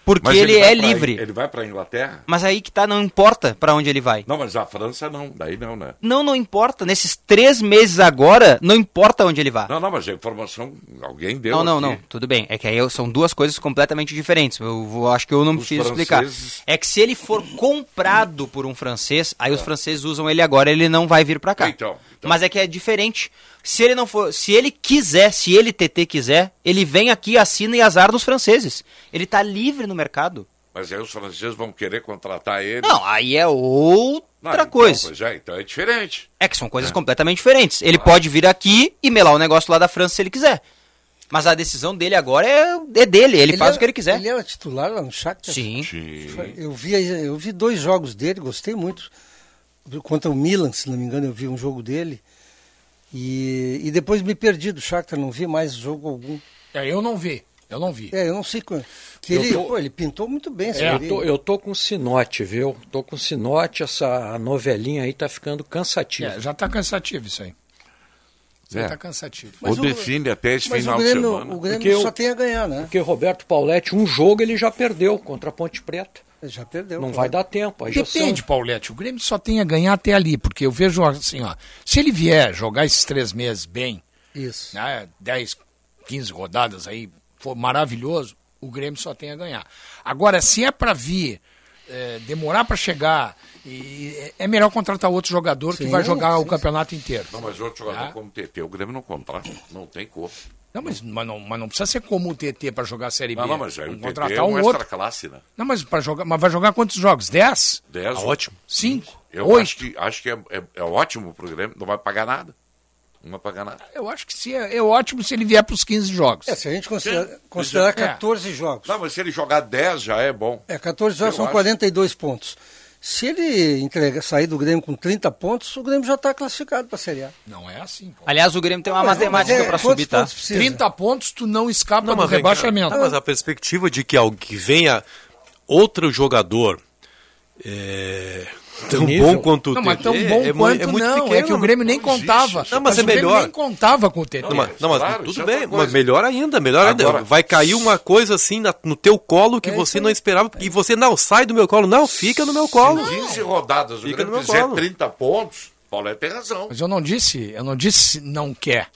[SPEAKER 6] Porque
[SPEAKER 2] É. Mas
[SPEAKER 6] ele,
[SPEAKER 2] vai
[SPEAKER 6] é
[SPEAKER 2] pra-
[SPEAKER 6] livre.
[SPEAKER 2] Ele vai para Inglaterra?
[SPEAKER 6] Mas aí que tá, não importa pra onde ele vai.
[SPEAKER 2] Não, mas a França não, daí não, né?
[SPEAKER 6] Não, não importa. Nesses três meses agora, não importa onde ele vá.
[SPEAKER 2] Não, não, mas a informação alguém deu.
[SPEAKER 6] Não, não, não.
[SPEAKER 2] aqui.
[SPEAKER 6] Tudo bem. É que aí eu- são duas coisas completamente diferentes. Eu vou- acho que eu não
[SPEAKER 2] Os
[SPEAKER 6] preciso
[SPEAKER 2] franceses-
[SPEAKER 6] explicar. É que se ele for comprado por um francês, aí os franceses usam ele agora, ele não vai vir pra cá.
[SPEAKER 2] É. Então, então.
[SPEAKER 6] Mas é que é diferente. Se ele não for, se ele quiser, se ele TT quiser, ele vem aqui, assina e azar dos franceses. Ele tá livre no mercado.
[SPEAKER 2] Mas aí os franceses vão querer contratar ele.
[SPEAKER 6] Não, aí é
[SPEAKER 2] Não,
[SPEAKER 6] outra
[SPEAKER 2] então,
[SPEAKER 6] coisa.
[SPEAKER 2] Pois é, então é diferente.
[SPEAKER 6] É que são coisas completamente diferentes. Ele pode vir aqui e melar o negócio lá da França se ele quiser. Mas a decisão dele agora é, é dele, ele, faz
[SPEAKER 3] era-
[SPEAKER 6] o que ele quiser.
[SPEAKER 3] Ele é era titular lá no Shakhtar.
[SPEAKER 6] Sim.
[SPEAKER 2] Sim.
[SPEAKER 3] Eu vi, eu vi dois jogos dele, gostei muito. Contra o Milan, se não me engano, eu vi um jogo dele. E, e depois me perdi do Shakhtar, não vi mais jogo algum.
[SPEAKER 4] É, eu não vi. Eu não vi.
[SPEAKER 3] É, eu não sei quando. Que
[SPEAKER 5] Eu
[SPEAKER 3] ele,
[SPEAKER 5] tô- É,
[SPEAKER 3] pô, ele pintou muito bem.
[SPEAKER 4] É.
[SPEAKER 3] esse
[SPEAKER 5] Eu
[SPEAKER 3] guri.
[SPEAKER 5] tô, eu tô com sinote, viu? Tô com sinote, essa novelinha aí tá ficando cansativa.
[SPEAKER 4] É, já tá cansativo isso aí. Já
[SPEAKER 2] É.
[SPEAKER 4] tá cansativo.
[SPEAKER 2] Ou
[SPEAKER 3] o-
[SPEAKER 2] define até esse
[SPEAKER 3] Mas
[SPEAKER 2] final
[SPEAKER 3] o Grêmio,
[SPEAKER 2] de semana.
[SPEAKER 3] o Grêmio
[SPEAKER 5] Porque eu-
[SPEAKER 3] só tem a ganhar, né?
[SPEAKER 5] Porque Roberto Pauletti, um jogo ele já perdeu contra a Ponte Preta.
[SPEAKER 3] Já perdeu. né?
[SPEAKER 5] Não
[SPEAKER 3] claro.
[SPEAKER 5] vai dar tempo. Aí já são-
[SPEAKER 4] Depende, Paulette. O Grêmio só tem a ganhar até ali, porque eu vejo assim, ó. Se ele vier jogar esses três meses bem,
[SPEAKER 3] Isso.
[SPEAKER 4] né, 10, 15 rodadas aí, foi maravilhoso, o Grêmio só tem a ganhar. Agora, se é para vir, é, demorar para chegar, e- é melhor contratar outro jogador que
[SPEAKER 3] Sim,
[SPEAKER 4] vai jogar
[SPEAKER 3] sim,
[SPEAKER 4] o campeonato inteiro.
[SPEAKER 2] Não, mas outro jogador
[SPEAKER 4] Ah.
[SPEAKER 2] como TT, o Grêmio não contrata, não tem como.
[SPEAKER 4] Não, mas, mas não, mas não precisa ser É como o TT para jogar a Série B.
[SPEAKER 2] Não, não, mas aí o
[SPEAKER 4] Vamos
[SPEAKER 2] TT é
[SPEAKER 4] contratar
[SPEAKER 2] um
[SPEAKER 4] um outro.
[SPEAKER 2] extra classe, né?
[SPEAKER 4] Não, mas, pra jogar, mas vai jogar quantos jogos? 10?
[SPEAKER 2] Dez.
[SPEAKER 4] Tá ótimo. 5?
[SPEAKER 2] Eu
[SPEAKER 4] 8?
[SPEAKER 2] acho que, acho que é, é- é ótimo pro Grêmio, não vai pagar nada. Não vai pagar nada.
[SPEAKER 4] Eu acho que sim, é, é ótimo se ele vier para os 15 jogos.
[SPEAKER 3] É, se a gente considera-
[SPEAKER 2] Sim.
[SPEAKER 3] considerar
[SPEAKER 4] É.
[SPEAKER 3] 14 jogos.
[SPEAKER 2] Não, mas se ele jogar 10 já é bom.
[SPEAKER 3] É, 14 jogos
[SPEAKER 2] Eu
[SPEAKER 3] são
[SPEAKER 2] acho.
[SPEAKER 3] 42 pontos. Se ele entrega, sair do Grêmio com 30 pontos, o Grêmio já está classificado para a Série A.
[SPEAKER 4] Não é assim, pô.
[SPEAKER 6] Aliás, o Grêmio tem uma matemática
[SPEAKER 3] Mas é,
[SPEAKER 6] pra
[SPEAKER 3] quantos
[SPEAKER 6] subir, tá?
[SPEAKER 3] pontos precisa?
[SPEAKER 4] 30 pontos, tu não escapa do
[SPEAKER 7] Tá, mas vem cá.
[SPEAKER 4] rebaixamento.
[SPEAKER 7] Não, mas é a perspectiva de que alguém que venha outro jogador é, tão
[SPEAKER 4] um
[SPEAKER 5] Nível.
[SPEAKER 7] bom quanto o
[SPEAKER 4] Não, mas tão
[SPEAKER 7] TT,
[SPEAKER 4] bom
[SPEAKER 7] é mu-
[SPEAKER 4] quanto
[SPEAKER 7] é muito
[SPEAKER 4] não. é
[SPEAKER 7] pequeno,
[SPEAKER 4] que o Grêmio
[SPEAKER 2] não
[SPEAKER 4] nem
[SPEAKER 2] existe isso.
[SPEAKER 4] contava.
[SPEAKER 7] Não, mas é
[SPEAKER 4] O
[SPEAKER 7] melhor.
[SPEAKER 4] Grêmio nem contava com o TT.
[SPEAKER 7] Não, mas, não, mas
[SPEAKER 2] Claro, isso é
[SPEAKER 7] tudo
[SPEAKER 2] outra
[SPEAKER 7] bem,
[SPEAKER 2] coisa.
[SPEAKER 7] mas melhor ainda, melhor ainda.
[SPEAKER 2] Agora-
[SPEAKER 7] Vai cair uma coisa assim na- no teu colo
[SPEAKER 4] É
[SPEAKER 7] que você não esperava. E você não sai do meu colo, não, fica no meu colo.
[SPEAKER 2] 15 rodadas, o
[SPEAKER 7] Fica no
[SPEAKER 2] Grêmio
[SPEAKER 7] meu
[SPEAKER 2] fizer
[SPEAKER 7] colo.
[SPEAKER 2] 30 pontos, Paulo tem razão.
[SPEAKER 4] Mas eu não disse, eu não disse não quer.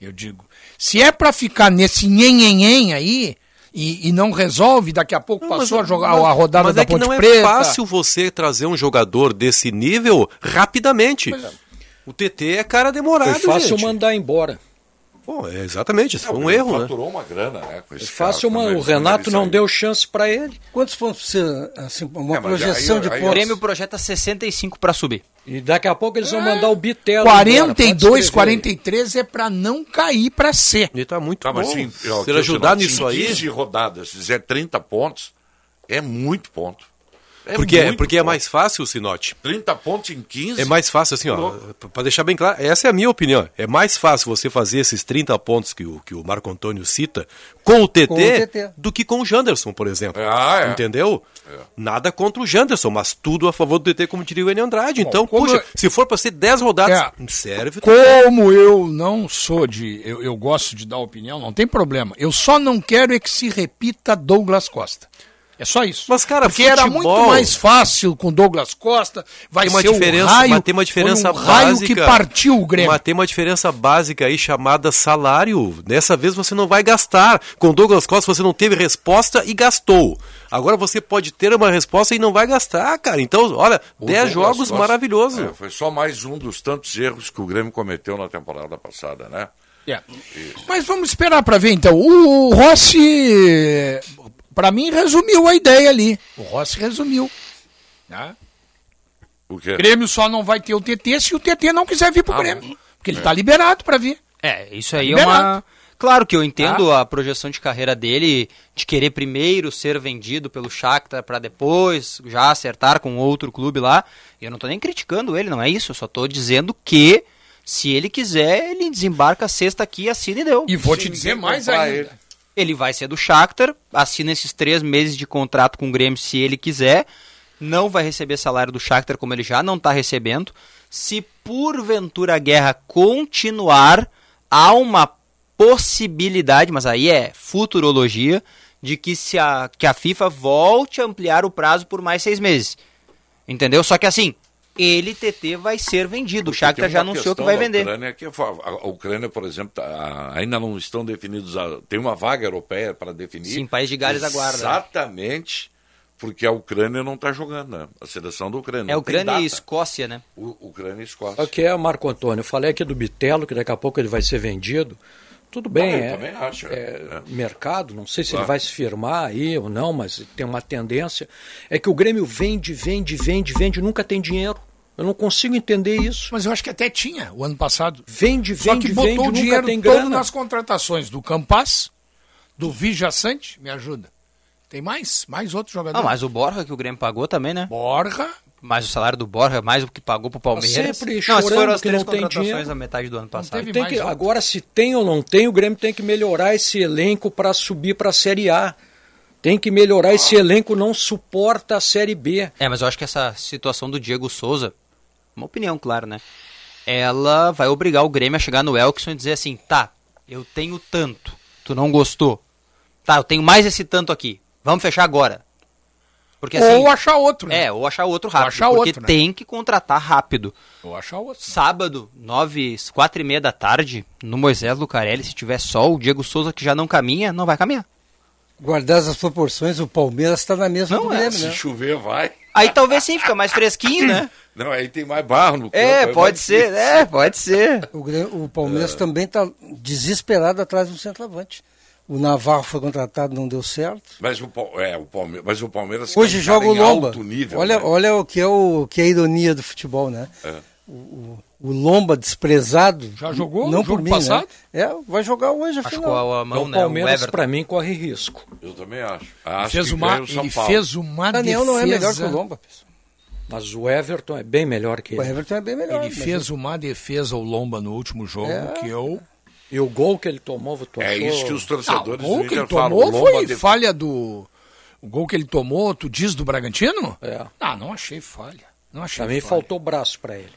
[SPEAKER 4] Eu digo, se é pra ficar nesse nhenhenhen aí e, e não resolve, daqui a pouco
[SPEAKER 7] Não, mas-
[SPEAKER 4] passou a jogar
[SPEAKER 7] mas-
[SPEAKER 4] a rodada
[SPEAKER 7] mas
[SPEAKER 4] da
[SPEAKER 7] é que
[SPEAKER 4] Ponte
[SPEAKER 7] não
[SPEAKER 4] Preta.
[SPEAKER 7] é fácil você trazer um jogador desse nível rapidamente.
[SPEAKER 4] é.
[SPEAKER 7] O TT é cara demorado,
[SPEAKER 5] Foi fácil
[SPEAKER 7] gente.
[SPEAKER 5] mandar embora.
[SPEAKER 7] Pô, é exatamente, isso
[SPEAKER 2] Não,
[SPEAKER 7] foi
[SPEAKER 2] o
[SPEAKER 7] um
[SPEAKER 2] Grêmio
[SPEAKER 7] erro, né?
[SPEAKER 2] faturou uma grana, né? com esse
[SPEAKER 5] É fácil,
[SPEAKER 2] cara,
[SPEAKER 5] mano.
[SPEAKER 2] quando
[SPEAKER 5] O
[SPEAKER 2] ele- quando
[SPEAKER 5] Renato
[SPEAKER 2] ele
[SPEAKER 5] não
[SPEAKER 2] saiu.
[SPEAKER 5] deu chance pra ele.
[SPEAKER 3] Quantos pontos precisa, assim, uma
[SPEAKER 2] É, mas
[SPEAKER 3] projeção
[SPEAKER 2] aí-
[SPEAKER 3] de
[SPEAKER 2] aí-
[SPEAKER 6] O
[SPEAKER 3] pontos?
[SPEAKER 6] Grêmio projeta 65 pra subir.
[SPEAKER 5] E daqui a pouco eles vão mandar o Bitelo. embora. Pode
[SPEAKER 4] 42,
[SPEAKER 5] escrever.
[SPEAKER 4] 43 é pra não cair pra C.
[SPEAKER 7] Ele tá muito
[SPEAKER 2] Tá, mas
[SPEAKER 7] bom.
[SPEAKER 2] sim, ó,
[SPEAKER 7] Ser
[SPEAKER 2] que
[SPEAKER 7] ajudado
[SPEAKER 2] se
[SPEAKER 7] nisso
[SPEAKER 2] em
[SPEAKER 7] aí.
[SPEAKER 2] 15 rodadas, fizer 30 pontos, é muito ponto. É
[SPEAKER 7] Porque, é,
[SPEAKER 2] muito
[SPEAKER 7] porque é
[SPEAKER 2] ponto.
[SPEAKER 7] mais fácil o Sinote.
[SPEAKER 2] 30 pontos em 15.
[SPEAKER 7] É mais fácil, assim, ó. Pra deixar bem claro, essa é a minha opinião. É mais fácil você fazer esses 30 pontos que o, que o Marco Antônio cita com o, TT
[SPEAKER 3] Com o TT.
[SPEAKER 7] do que com o Janderson, por exemplo.
[SPEAKER 2] Ah, é.
[SPEAKER 7] Entendeu? Nada contra o Janderson, mas tudo a favor do TT, como diria o Enio Andrade. então,
[SPEAKER 4] como
[SPEAKER 7] puxa,
[SPEAKER 4] eu-
[SPEAKER 7] se for pra ser 10 rodadas,
[SPEAKER 4] É.
[SPEAKER 7] serve.
[SPEAKER 4] Como eu não sou de. Eu, eu gosto de dar opinião, não tem problema. Eu só não quero é que se repita Douglas Costa. É só isso.
[SPEAKER 7] Mas, cara,
[SPEAKER 4] Porque
[SPEAKER 7] futebol-
[SPEAKER 4] era muito mais fácil com Douglas Costa. Vai
[SPEAKER 7] Tem uma
[SPEAKER 4] ser um
[SPEAKER 7] diferença,
[SPEAKER 4] raio,
[SPEAKER 7] mas tem uma diferença
[SPEAKER 4] foi um raio
[SPEAKER 7] básica.
[SPEAKER 4] que partiu o Grêmio.
[SPEAKER 7] Mas tem uma diferença básica aí chamada salário. Dessa vez você não vai gastar. Com Douglas Costa você não teve resposta e gastou. Agora você pode ter uma resposta e não vai gastar, cara. Então, olha,
[SPEAKER 2] O
[SPEAKER 7] 10
[SPEAKER 2] Douglas
[SPEAKER 7] jogos
[SPEAKER 2] Costa-
[SPEAKER 7] maravilhoso.
[SPEAKER 2] É, foi só mais um dos tantos erros que o Grêmio cometeu na temporada passada, né?
[SPEAKER 4] É. Mas vamos esperar para ver então. O Rossi, para mim, resumiu a ideia ali. O Rossi resumiu. né?
[SPEAKER 2] O quê?
[SPEAKER 4] O Grêmio só não vai ter o TT se o TT não quiser vir pro
[SPEAKER 2] Ah,
[SPEAKER 4] Grêmio. Porque ele tá liberado para vir.
[SPEAKER 6] É, isso aí é
[SPEAKER 4] liberado.
[SPEAKER 6] uma. Claro que eu entendo a projeção de carreira dele de querer primeiro ser vendido pelo Shakhtar pra depois já acertar com outro clube lá. E eu não tô nem criticando ele, não é isso. Eu só tô dizendo que se ele quiser, ele desembarca sexta aqui, assina e deu.
[SPEAKER 4] E vou te
[SPEAKER 2] ninguém
[SPEAKER 4] dizer mais
[SPEAKER 2] comprar
[SPEAKER 4] ainda.
[SPEAKER 2] ele.
[SPEAKER 6] Ele vai ser do Shakhtar, assina esses três meses de contrato com o Grêmio se ele quiser, não vai receber salário do Shakhtar como ele já não está recebendo. Se porventura a guerra continuar, há uma possibilidade, mas aí é futurologia, de que, se a, que a FIFA volte a ampliar o prazo por mais seis meses. Entendeu? Só que assim, ele, TT, vai ser vendido. O Shakhtar
[SPEAKER 2] Tem
[SPEAKER 6] já
[SPEAKER 2] uma
[SPEAKER 6] anunciou que
[SPEAKER 2] questão
[SPEAKER 6] vai
[SPEAKER 2] da
[SPEAKER 6] vender.
[SPEAKER 2] Ucrânia que fa- a a Ucrânia, por exemplo, tá- ainda não estão definidos. a- tem uma vaga europeia para definir.
[SPEAKER 6] Sim, País de Gales aguarda. né?
[SPEAKER 2] Exatamente, porque a Ucrânia não está jogando, né? A seleção da Ucrânia.
[SPEAKER 6] É
[SPEAKER 2] não tem
[SPEAKER 6] Ucrânia e
[SPEAKER 2] data.
[SPEAKER 6] Escócia, né?
[SPEAKER 2] U- Ucrânia e Escócia.
[SPEAKER 5] Aqui é Marco Antônio. Eu falei aqui do Bitelo, que daqui a pouco ele vai ser vendido. Tudo bem,
[SPEAKER 2] Ah, eu
[SPEAKER 5] é,
[SPEAKER 2] também acho,
[SPEAKER 5] é
[SPEAKER 2] é.
[SPEAKER 5] mercado, não sei se
[SPEAKER 2] Claro.
[SPEAKER 5] ele vai se firmar aí ou não, mas tem uma tendência. É que o Grêmio vende, vende, vende, vende, nunca tem dinheiro. Eu não consigo entender isso.
[SPEAKER 4] Mas eu acho que até tinha o ano passado.
[SPEAKER 5] Vende,
[SPEAKER 4] Só que
[SPEAKER 5] vende,
[SPEAKER 4] botou
[SPEAKER 5] vende,
[SPEAKER 4] o
[SPEAKER 5] nunca
[SPEAKER 4] dinheiro
[SPEAKER 5] tem
[SPEAKER 4] todo
[SPEAKER 5] grana.
[SPEAKER 4] nas contratações do Campas, do Vijaçante, me ajuda. Tem mais? Mais outro
[SPEAKER 2] Ah,
[SPEAKER 4] jogador.
[SPEAKER 2] né?
[SPEAKER 6] Não, Ah, mas o Borja que o Grêmio pagou também, né?
[SPEAKER 4] Borja.
[SPEAKER 6] Mais o salário do Borja, é mais o que pagou pro Palmeiras.
[SPEAKER 5] Sempre
[SPEAKER 6] não, essas foram
[SPEAKER 5] chorando
[SPEAKER 6] as
[SPEAKER 5] que
[SPEAKER 6] três
[SPEAKER 5] não tem
[SPEAKER 6] contratações
[SPEAKER 5] dinheiro.
[SPEAKER 6] na metade do ano passado.
[SPEAKER 4] teve
[SPEAKER 5] Tem
[SPEAKER 4] mais
[SPEAKER 5] que-
[SPEAKER 4] outro.
[SPEAKER 5] agora, se tem ou não tem, o Grêmio tem que melhorar esse elenco para subir para a Série A. Tem que melhorar esse elenco, não suporta a Série B.
[SPEAKER 6] É, mas eu acho que essa situação do Diego Souza, uma opinião, claro, né? Ela vai obrigar o Grêmio a chegar no Elkson e dizer assim: tá, eu tenho tanto, tu não gostou. Tá, eu tenho mais esse tanto aqui, vamos fechar agora. Porque assim.
[SPEAKER 4] ou achar outro. né?
[SPEAKER 6] É, ou achar outro rápido.
[SPEAKER 4] achar
[SPEAKER 6] porque
[SPEAKER 4] outro, né?
[SPEAKER 6] tem que contratar rápido.
[SPEAKER 4] Ou achar outro. né?
[SPEAKER 6] Sábado, nove, quatro e meia da tarde, no Moisés Lucarelli, se tiver sol, o Diego Souza que já não caminha, não vai caminhar.
[SPEAKER 3] Guardadas as proporções, o Palmeiras está na mesma
[SPEAKER 6] Não,
[SPEAKER 3] do
[SPEAKER 6] é,
[SPEAKER 3] Grêmio,
[SPEAKER 2] Se
[SPEAKER 3] né?
[SPEAKER 2] chover, vai.
[SPEAKER 6] Aí talvez sim, fica mais fresquinho, né?
[SPEAKER 2] Não, aí tem mais barro no campo.
[SPEAKER 6] É,
[SPEAKER 2] aí
[SPEAKER 6] pode
[SPEAKER 2] vai-
[SPEAKER 6] ser, é, pode ser.
[SPEAKER 3] O, Grêmio- o Palmeiras
[SPEAKER 2] É.
[SPEAKER 3] também está desesperado atrás do centroavante. O Navarro foi contratado, não deu certo.
[SPEAKER 2] Mas o, Pal- é, o Palmeiras, mas o Palmeiras
[SPEAKER 3] Hoje
[SPEAKER 2] é um
[SPEAKER 3] joga o
[SPEAKER 2] cara em
[SPEAKER 3] Lomba.
[SPEAKER 2] alto nível.
[SPEAKER 3] olha,
[SPEAKER 2] né?
[SPEAKER 3] olha o que é o que é a ironia do futebol, né?
[SPEAKER 2] É.
[SPEAKER 3] O, o- o Lomba desprezado.
[SPEAKER 4] Já jogou
[SPEAKER 3] Não
[SPEAKER 4] no jogo
[SPEAKER 3] por mim,
[SPEAKER 4] passado? É
[SPEAKER 3] né? É, vai jogar hoje
[SPEAKER 6] Acho que
[SPEAKER 3] afinal.
[SPEAKER 6] o a
[SPEAKER 5] Então,
[SPEAKER 6] mão,
[SPEAKER 5] o
[SPEAKER 6] né? O
[SPEAKER 5] Palmeiras,
[SPEAKER 6] Everton.
[SPEAKER 5] para mim, corre risco.
[SPEAKER 2] Eu também acho. acho
[SPEAKER 4] fez
[SPEAKER 2] que
[SPEAKER 4] uma,
[SPEAKER 2] ganha o São
[SPEAKER 4] ele
[SPEAKER 2] Paulo.
[SPEAKER 4] fez uma
[SPEAKER 3] O Daniel
[SPEAKER 4] defesa.
[SPEAKER 3] não é melhor que o Lomba. pessoal.
[SPEAKER 5] um- Mas o Everton é bem melhor que
[SPEAKER 3] O
[SPEAKER 5] ele.
[SPEAKER 3] Everton é bem melhor.
[SPEAKER 4] Ele
[SPEAKER 3] mas-
[SPEAKER 4] fez uma defesa ao Lomba no último jogo que eu.
[SPEAKER 5] E o gol que ele tomou, tu
[SPEAKER 2] É
[SPEAKER 5] achou-
[SPEAKER 2] isso que os
[SPEAKER 4] Ah,
[SPEAKER 2] torcedores
[SPEAKER 4] o
[SPEAKER 2] do
[SPEAKER 4] gol que
[SPEAKER 2] Inter
[SPEAKER 4] ele
[SPEAKER 2] falam.
[SPEAKER 4] tomou
[SPEAKER 2] Lomba
[SPEAKER 4] foi
[SPEAKER 2] de-
[SPEAKER 4] falha do. O gol que ele tomou, tu diz do Bragantino?
[SPEAKER 5] É.
[SPEAKER 4] Ah, não achei falha. Não achei
[SPEAKER 5] Pra mim,
[SPEAKER 4] falha.
[SPEAKER 5] faltou braço para ele.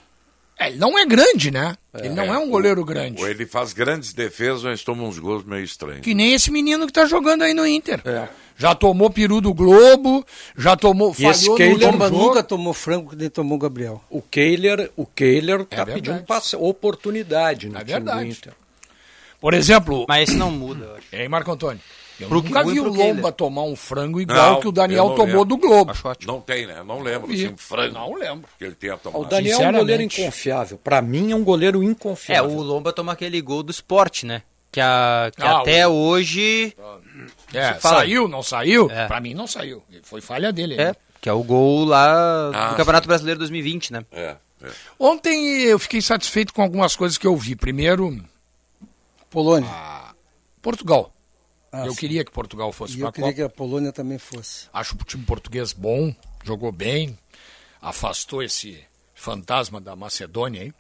[SPEAKER 4] É, ele não é grande, né? Ele não é um goleiro grande.
[SPEAKER 2] Ou ele faz grandes defesas, mas toma uns gols meio estranhos.
[SPEAKER 4] Que nem esse menino que tá jogando aí no
[SPEAKER 5] É.
[SPEAKER 4] Inter. Já tomou peru do Globo, já tomou.
[SPEAKER 5] E esse
[SPEAKER 4] falhou
[SPEAKER 5] que
[SPEAKER 4] no
[SPEAKER 3] O
[SPEAKER 5] ele-
[SPEAKER 4] último
[SPEAKER 3] Lomba
[SPEAKER 4] jogo.
[SPEAKER 3] nunca tomou frango que nem tomou o Gabriel.
[SPEAKER 5] O Kehler, o Kehler
[SPEAKER 4] É
[SPEAKER 5] tá
[SPEAKER 4] verdade.
[SPEAKER 5] pedindo passa, oportunidade no
[SPEAKER 4] É
[SPEAKER 5] time do
[SPEAKER 4] verdade.
[SPEAKER 5] Inter.
[SPEAKER 4] Por exemplo,
[SPEAKER 6] Mas isso não muda, eu acho.
[SPEAKER 4] Ei, Marco Antônio. Eu
[SPEAKER 6] Pro
[SPEAKER 4] nunca
[SPEAKER 6] Kiwi e
[SPEAKER 4] vi o
[SPEAKER 6] pro
[SPEAKER 4] Lomba
[SPEAKER 2] é?
[SPEAKER 6] Kehler.
[SPEAKER 4] tomar um frango igual que o Daniel tomou do Globo.
[SPEAKER 6] Acho ótimo.
[SPEAKER 2] Não tem, né? Não lembro.
[SPEAKER 4] Vi.
[SPEAKER 2] Assim, frango
[SPEAKER 4] Não lembro.
[SPEAKER 2] Que ele tenha
[SPEAKER 5] O
[SPEAKER 2] tomado.
[SPEAKER 5] Daniel é um goleiro
[SPEAKER 4] Sinceramente.
[SPEAKER 5] inconfiável. Pra mim, é um goleiro
[SPEAKER 6] É,
[SPEAKER 5] inconfiável.
[SPEAKER 6] o Lomba toma aquele gol do esporte, né? Que, a, que
[SPEAKER 4] Ah,
[SPEAKER 6] até hoje.
[SPEAKER 4] É,
[SPEAKER 6] Você fala.
[SPEAKER 4] saiu, não saiu?
[SPEAKER 6] É.
[SPEAKER 4] Pra mim não saiu. Foi falha dele.
[SPEAKER 6] É,
[SPEAKER 4] né?
[SPEAKER 6] que é o gol lá
[SPEAKER 2] Ah,
[SPEAKER 6] do Campeonato Brasileiro 2020, né?
[SPEAKER 2] É, é.
[SPEAKER 4] Ontem eu fiquei satisfeito com algumas coisas que eu vi. Primeiro,
[SPEAKER 3] Polônia.
[SPEAKER 4] Portugal.
[SPEAKER 3] Ah,
[SPEAKER 4] eu
[SPEAKER 3] sim.
[SPEAKER 4] queria que Portugal fosse
[SPEAKER 3] E
[SPEAKER 4] pra
[SPEAKER 3] eu queria
[SPEAKER 4] Copa.
[SPEAKER 3] que a Polônia também fosse.
[SPEAKER 4] Acho o time português bom, jogou bem, afastou esse fantasma da Macedônia aí.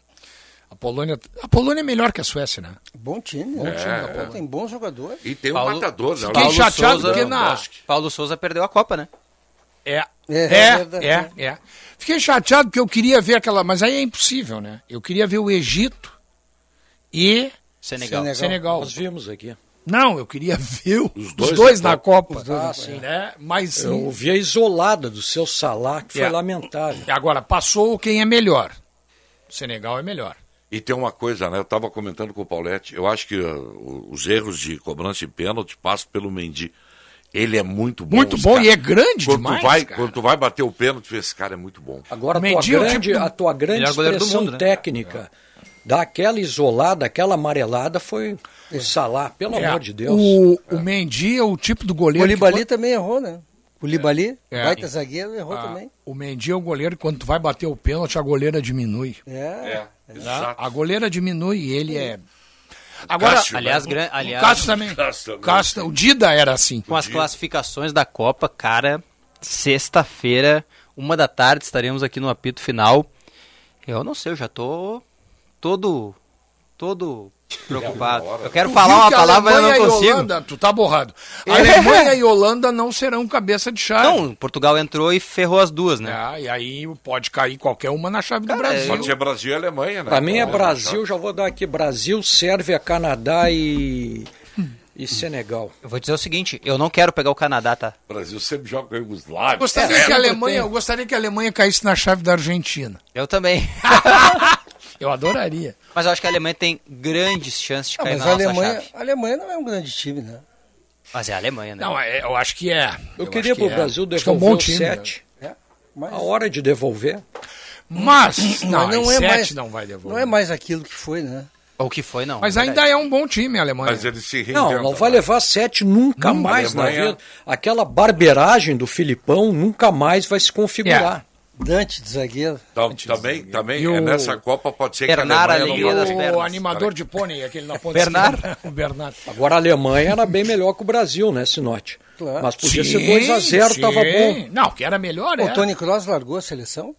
[SPEAKER 4] A Polônia, a Polônia é melhor que a Suécia, né?
[SPEAKER 3] Bom time, né?
[SPEAKER 4] Bom time da Polônia.
[SPEAKER 3] Tem bons jogadores.
[SPEAKER 2] E tem um
[SPEAKER 6] Paulo-
[SPEAKER 2] matador, né?
[SPEAKER 4] Fiquei
[SPEAKER 2] Paulo
[SPEAKER 4] chateado
[SPEAKER 2] Souza,
[SPEAKER 4] porque na-
[SPEAKER 2] Lewandowski.
[SPEAKER 6] Paulo Souza perdeu a Copa, né?
[SPEAKER 4] É,
[SPEAKER 3] É,
[SPEAKER 4] é,
[SPEAKER 3] é
[SPEAKER 4] é,
[SPEAKER 3] verdade,
[SPEAKER 4] é, Fiquei chateado porque eu queria ver aquela, mas aí é impossível, né? Eu queria ver o Egito e
[SPEAKER 6] Senegal.
[SPEAKER 3] Senegal.
[SPEAKER 4] Senegal.
[SPEAKER 5] Nós vimos aqui.
[SPEAKER 4] Não, eu queria ver o- os dois,
[SPEAKER 2] dois
[SPEAKER 4] na
[SPEAKER 2] na
[SPEAKER 4] Copa.
[SPEAKER 3] dois na
[SPEAKER 4] Ah, sim. Né? Mas
[SPEAKER 5] Eu vi a isolada do seu Salah, que foi
[SPEAKER 4] É.
[SPEAKER 5] lamentável.
[SPEAKER 4] agora passou quem é melhor. O Senegal é melhor.
[SPEAKER 2] E tem uma coisa, né? Eu estava comentando com o Paulette. Eu acho que uh, os erros de cobrança e pênalti passam pelo Mendy. Ele é muito bom.
[SPEAKER 4] Muito
[SPEAKER 2] Os
[SPEAKER 4] bom
[SPEAKER 2] cara-
[SPEAKER 4] e é grande
[SPEAKER 2] quando
[SPEAKER 4] demais,
[SPEAKER 2] Tu vai,
[SPEAKER 4] cara.
[SPEAKER 2] Quando tu vai bater o pênalti, esse cara é muito bom.
[SPEAKER 5] Agora, a tua
[SPEAKER 4] Mendy é o tipo
[SPEAKER 5] grande,
[SPEAKER 4] do-
[SPEAKER 5] a tua grande
[SPEAKER 6] melhor goleiro do
[SPEAKER 5] expressão
[SPEAKER 6] mundo, né?
[SPEAKER 5] técnica, daquela isolada, aquela amarelada, foi o Salah, pelo
[SPEAKER 4] É,
[SPEAKER 5] amor de Deus.
[SPEAKER 4] O, o Mendy é o tipo do
[SPEAKER 3] O
[SPEAKER 4] goleiro. que
[SPEAKER 3] Libali também errou, né? O Libali,
[SPEAKER 4] É.
[SPEAKER 3] baita zagueiro, errou
[SPEAKER 4] quando-
[SPEAKER 3] também.
[SPEAKER 4] Ah, o Mendy é o goleiro que quando tu vai bater o pênalti, a goleira diminui.
[SPEAKER 3] É.
[SPEAKER 4] Tá?
[SPEAKER 2] Exato.
[SPEAKER 4] A goleira diminui e ele é. Agora,
[SPEAKER 5] né?
[SPEAKER 2] Cássio,
[SPEAKER 6] Aliás, gran-
[SPEAKER 4] né? o
[SPEAKER 6] aliás
[SPEAKER 4] Cássio também.
[SPEAKER 2] Cássio também.
[SPEAKER 4] Cássio ta- o Dida era assim.
[SPEAKER 6] com as classificações da Copa, cara, sexta-feira, uma da tarde, estaremos aqui no apito final. Eu não sei, eu já tô todo. todo preocupado. Eu quero falar
[SPEAKER 4] Viu
[SPEAKER 6] uma
[SPEAKER 4] que a
[SPEAKER 6] palavra e eu não
[SPEAKER 4] Alemanha e
[SPEAKER 6] consigo. É.
[SPEAKER 4] Holanda, tu tá borrado. A Alemanha e Holanda não serão cabeça de chave.
[SPEAKER 6] Não, Portugal entrou e ferrou as duas, né?
[SPEAKER 4] É, e aí pode cair qualquer uma na chave do Brasil.
[SPEAKER 2] Pode ser Brasil e Alemanha, né?
[SPEAKER 5] Pra mim é
[SPEAKER 2] Então,
[SPEAKER 5] Brasil, já vou dar aqui, Brasil, Sérvia, Canadá e, e Senegal.
[SPEAKER 6] Eu vou dizer o seguinte, eu não quero pegar o Canadá, tá?
[SPEAKER 2] O Brasil sempre joga com a Yugoslávia.
[SPEAKER 4] Gostaria,
[SPEAKER 2] É,
[SPEAKER 4] que a
[SPEAKER 2] né?
[SPEAKER 4] Alemanha, eu gostaria que a Alemanha caísse na chave da Argentina.
[SPEAKER 6] Eu também.
[SPEAKER 4] Eu adoraria.
[SPEAKER 6] Mas eu acho que a Alemanha tem grandes chances de
[SPEAKER 3] Ah,
[SPEAKER 6] cair
[SPEAKER 3] mas
[SPEAKER 6] na
[SPEAKER 3] a
[SPEAKER 6] nossa
[SPEAKER 3] Alemanha,
[SPEAKER 6] chave.
[SPEAKER 3] a Alemanha não é um grande time, né?
[SPEAKER 6] Mas é a Alemanha, né?
[SPEAKER 4] Não, é- eu acho que é.
[SPEAKER 5] Eu,
[SPEAKER 4] acho
[SPEAKER 5] queria
[SPEAKER 4] que
[SPEAKER 5] pro
[SPEAKER 4] é.
[SPEAKER 5] Brasil
[SPEAKER 4] Acho que é um
[SPEAKER 5] devolver
[SPEAKER 4] bom
[SPEAKER 5] o
[SPEAKER 4] time. né?
[SPEAKER 5] 7.
[SPEAKER 3] É. Mas,
[SPEAKER 5] A hora de devolver. é
[SPEAKER 4] Mas, não,
[SPEAKER 3] mas
[SPEAKER 4] em sete não vai
[SPEAKER 3] Não
[SPEAKER 4] devolver.
[SPEAKER 3] é mais aquilo que foi, né?
[SPEAKER 6] Ou que foi, não.
[SPEAKER 4] Mas
[SPEAKER 6] é
[SPEAKER 4] ainda é um bom time a Alemanha.
[SPEAKER 2] Mas ele se reinventa.
[SPEAKER 4] um
[SPEAKER 5] Não, não vai levar sete nunca mais na
[SPEAKER 2] Alemanha-
[SPEAKER 5] vida. Aquela barbeiragem do Filipão nunca mais vai se configurar.
[SPEAKER 3] Dante de zagueiro.
[SPEAKER 2] Tam- também, também
[SPEAKER 4] E o-
[SPEAKER 2] é nessa Copa pode ser
[SPEAKER 6] Bernard
[SPEAKER 2] que a Alemanha é um
[SPEAKER 6] Alegria é das
[SPEAKER 2] não
[SPEAKER 6] Pernas.
[SPEAKER 4] o animador de pônei, aquele na ponta
[SPEAKER 6] Bernard.
[SPEAKER 4] esquerda, o Bernardo.
[SPEAKER 5] Agora a Alemanha era bem melhor que o Brasil, né, Sinote?
[SPEAKER 3] Claro.
[SPEAKER 5] Mas podia ser 2x0,
[SPEAKER 4] sim.
[SPEAKER 5] tava bom.
[SPEAKER 4] Não, que era melhor, é.
[SPEAKER 3] O Tony Kroos largou a seleção,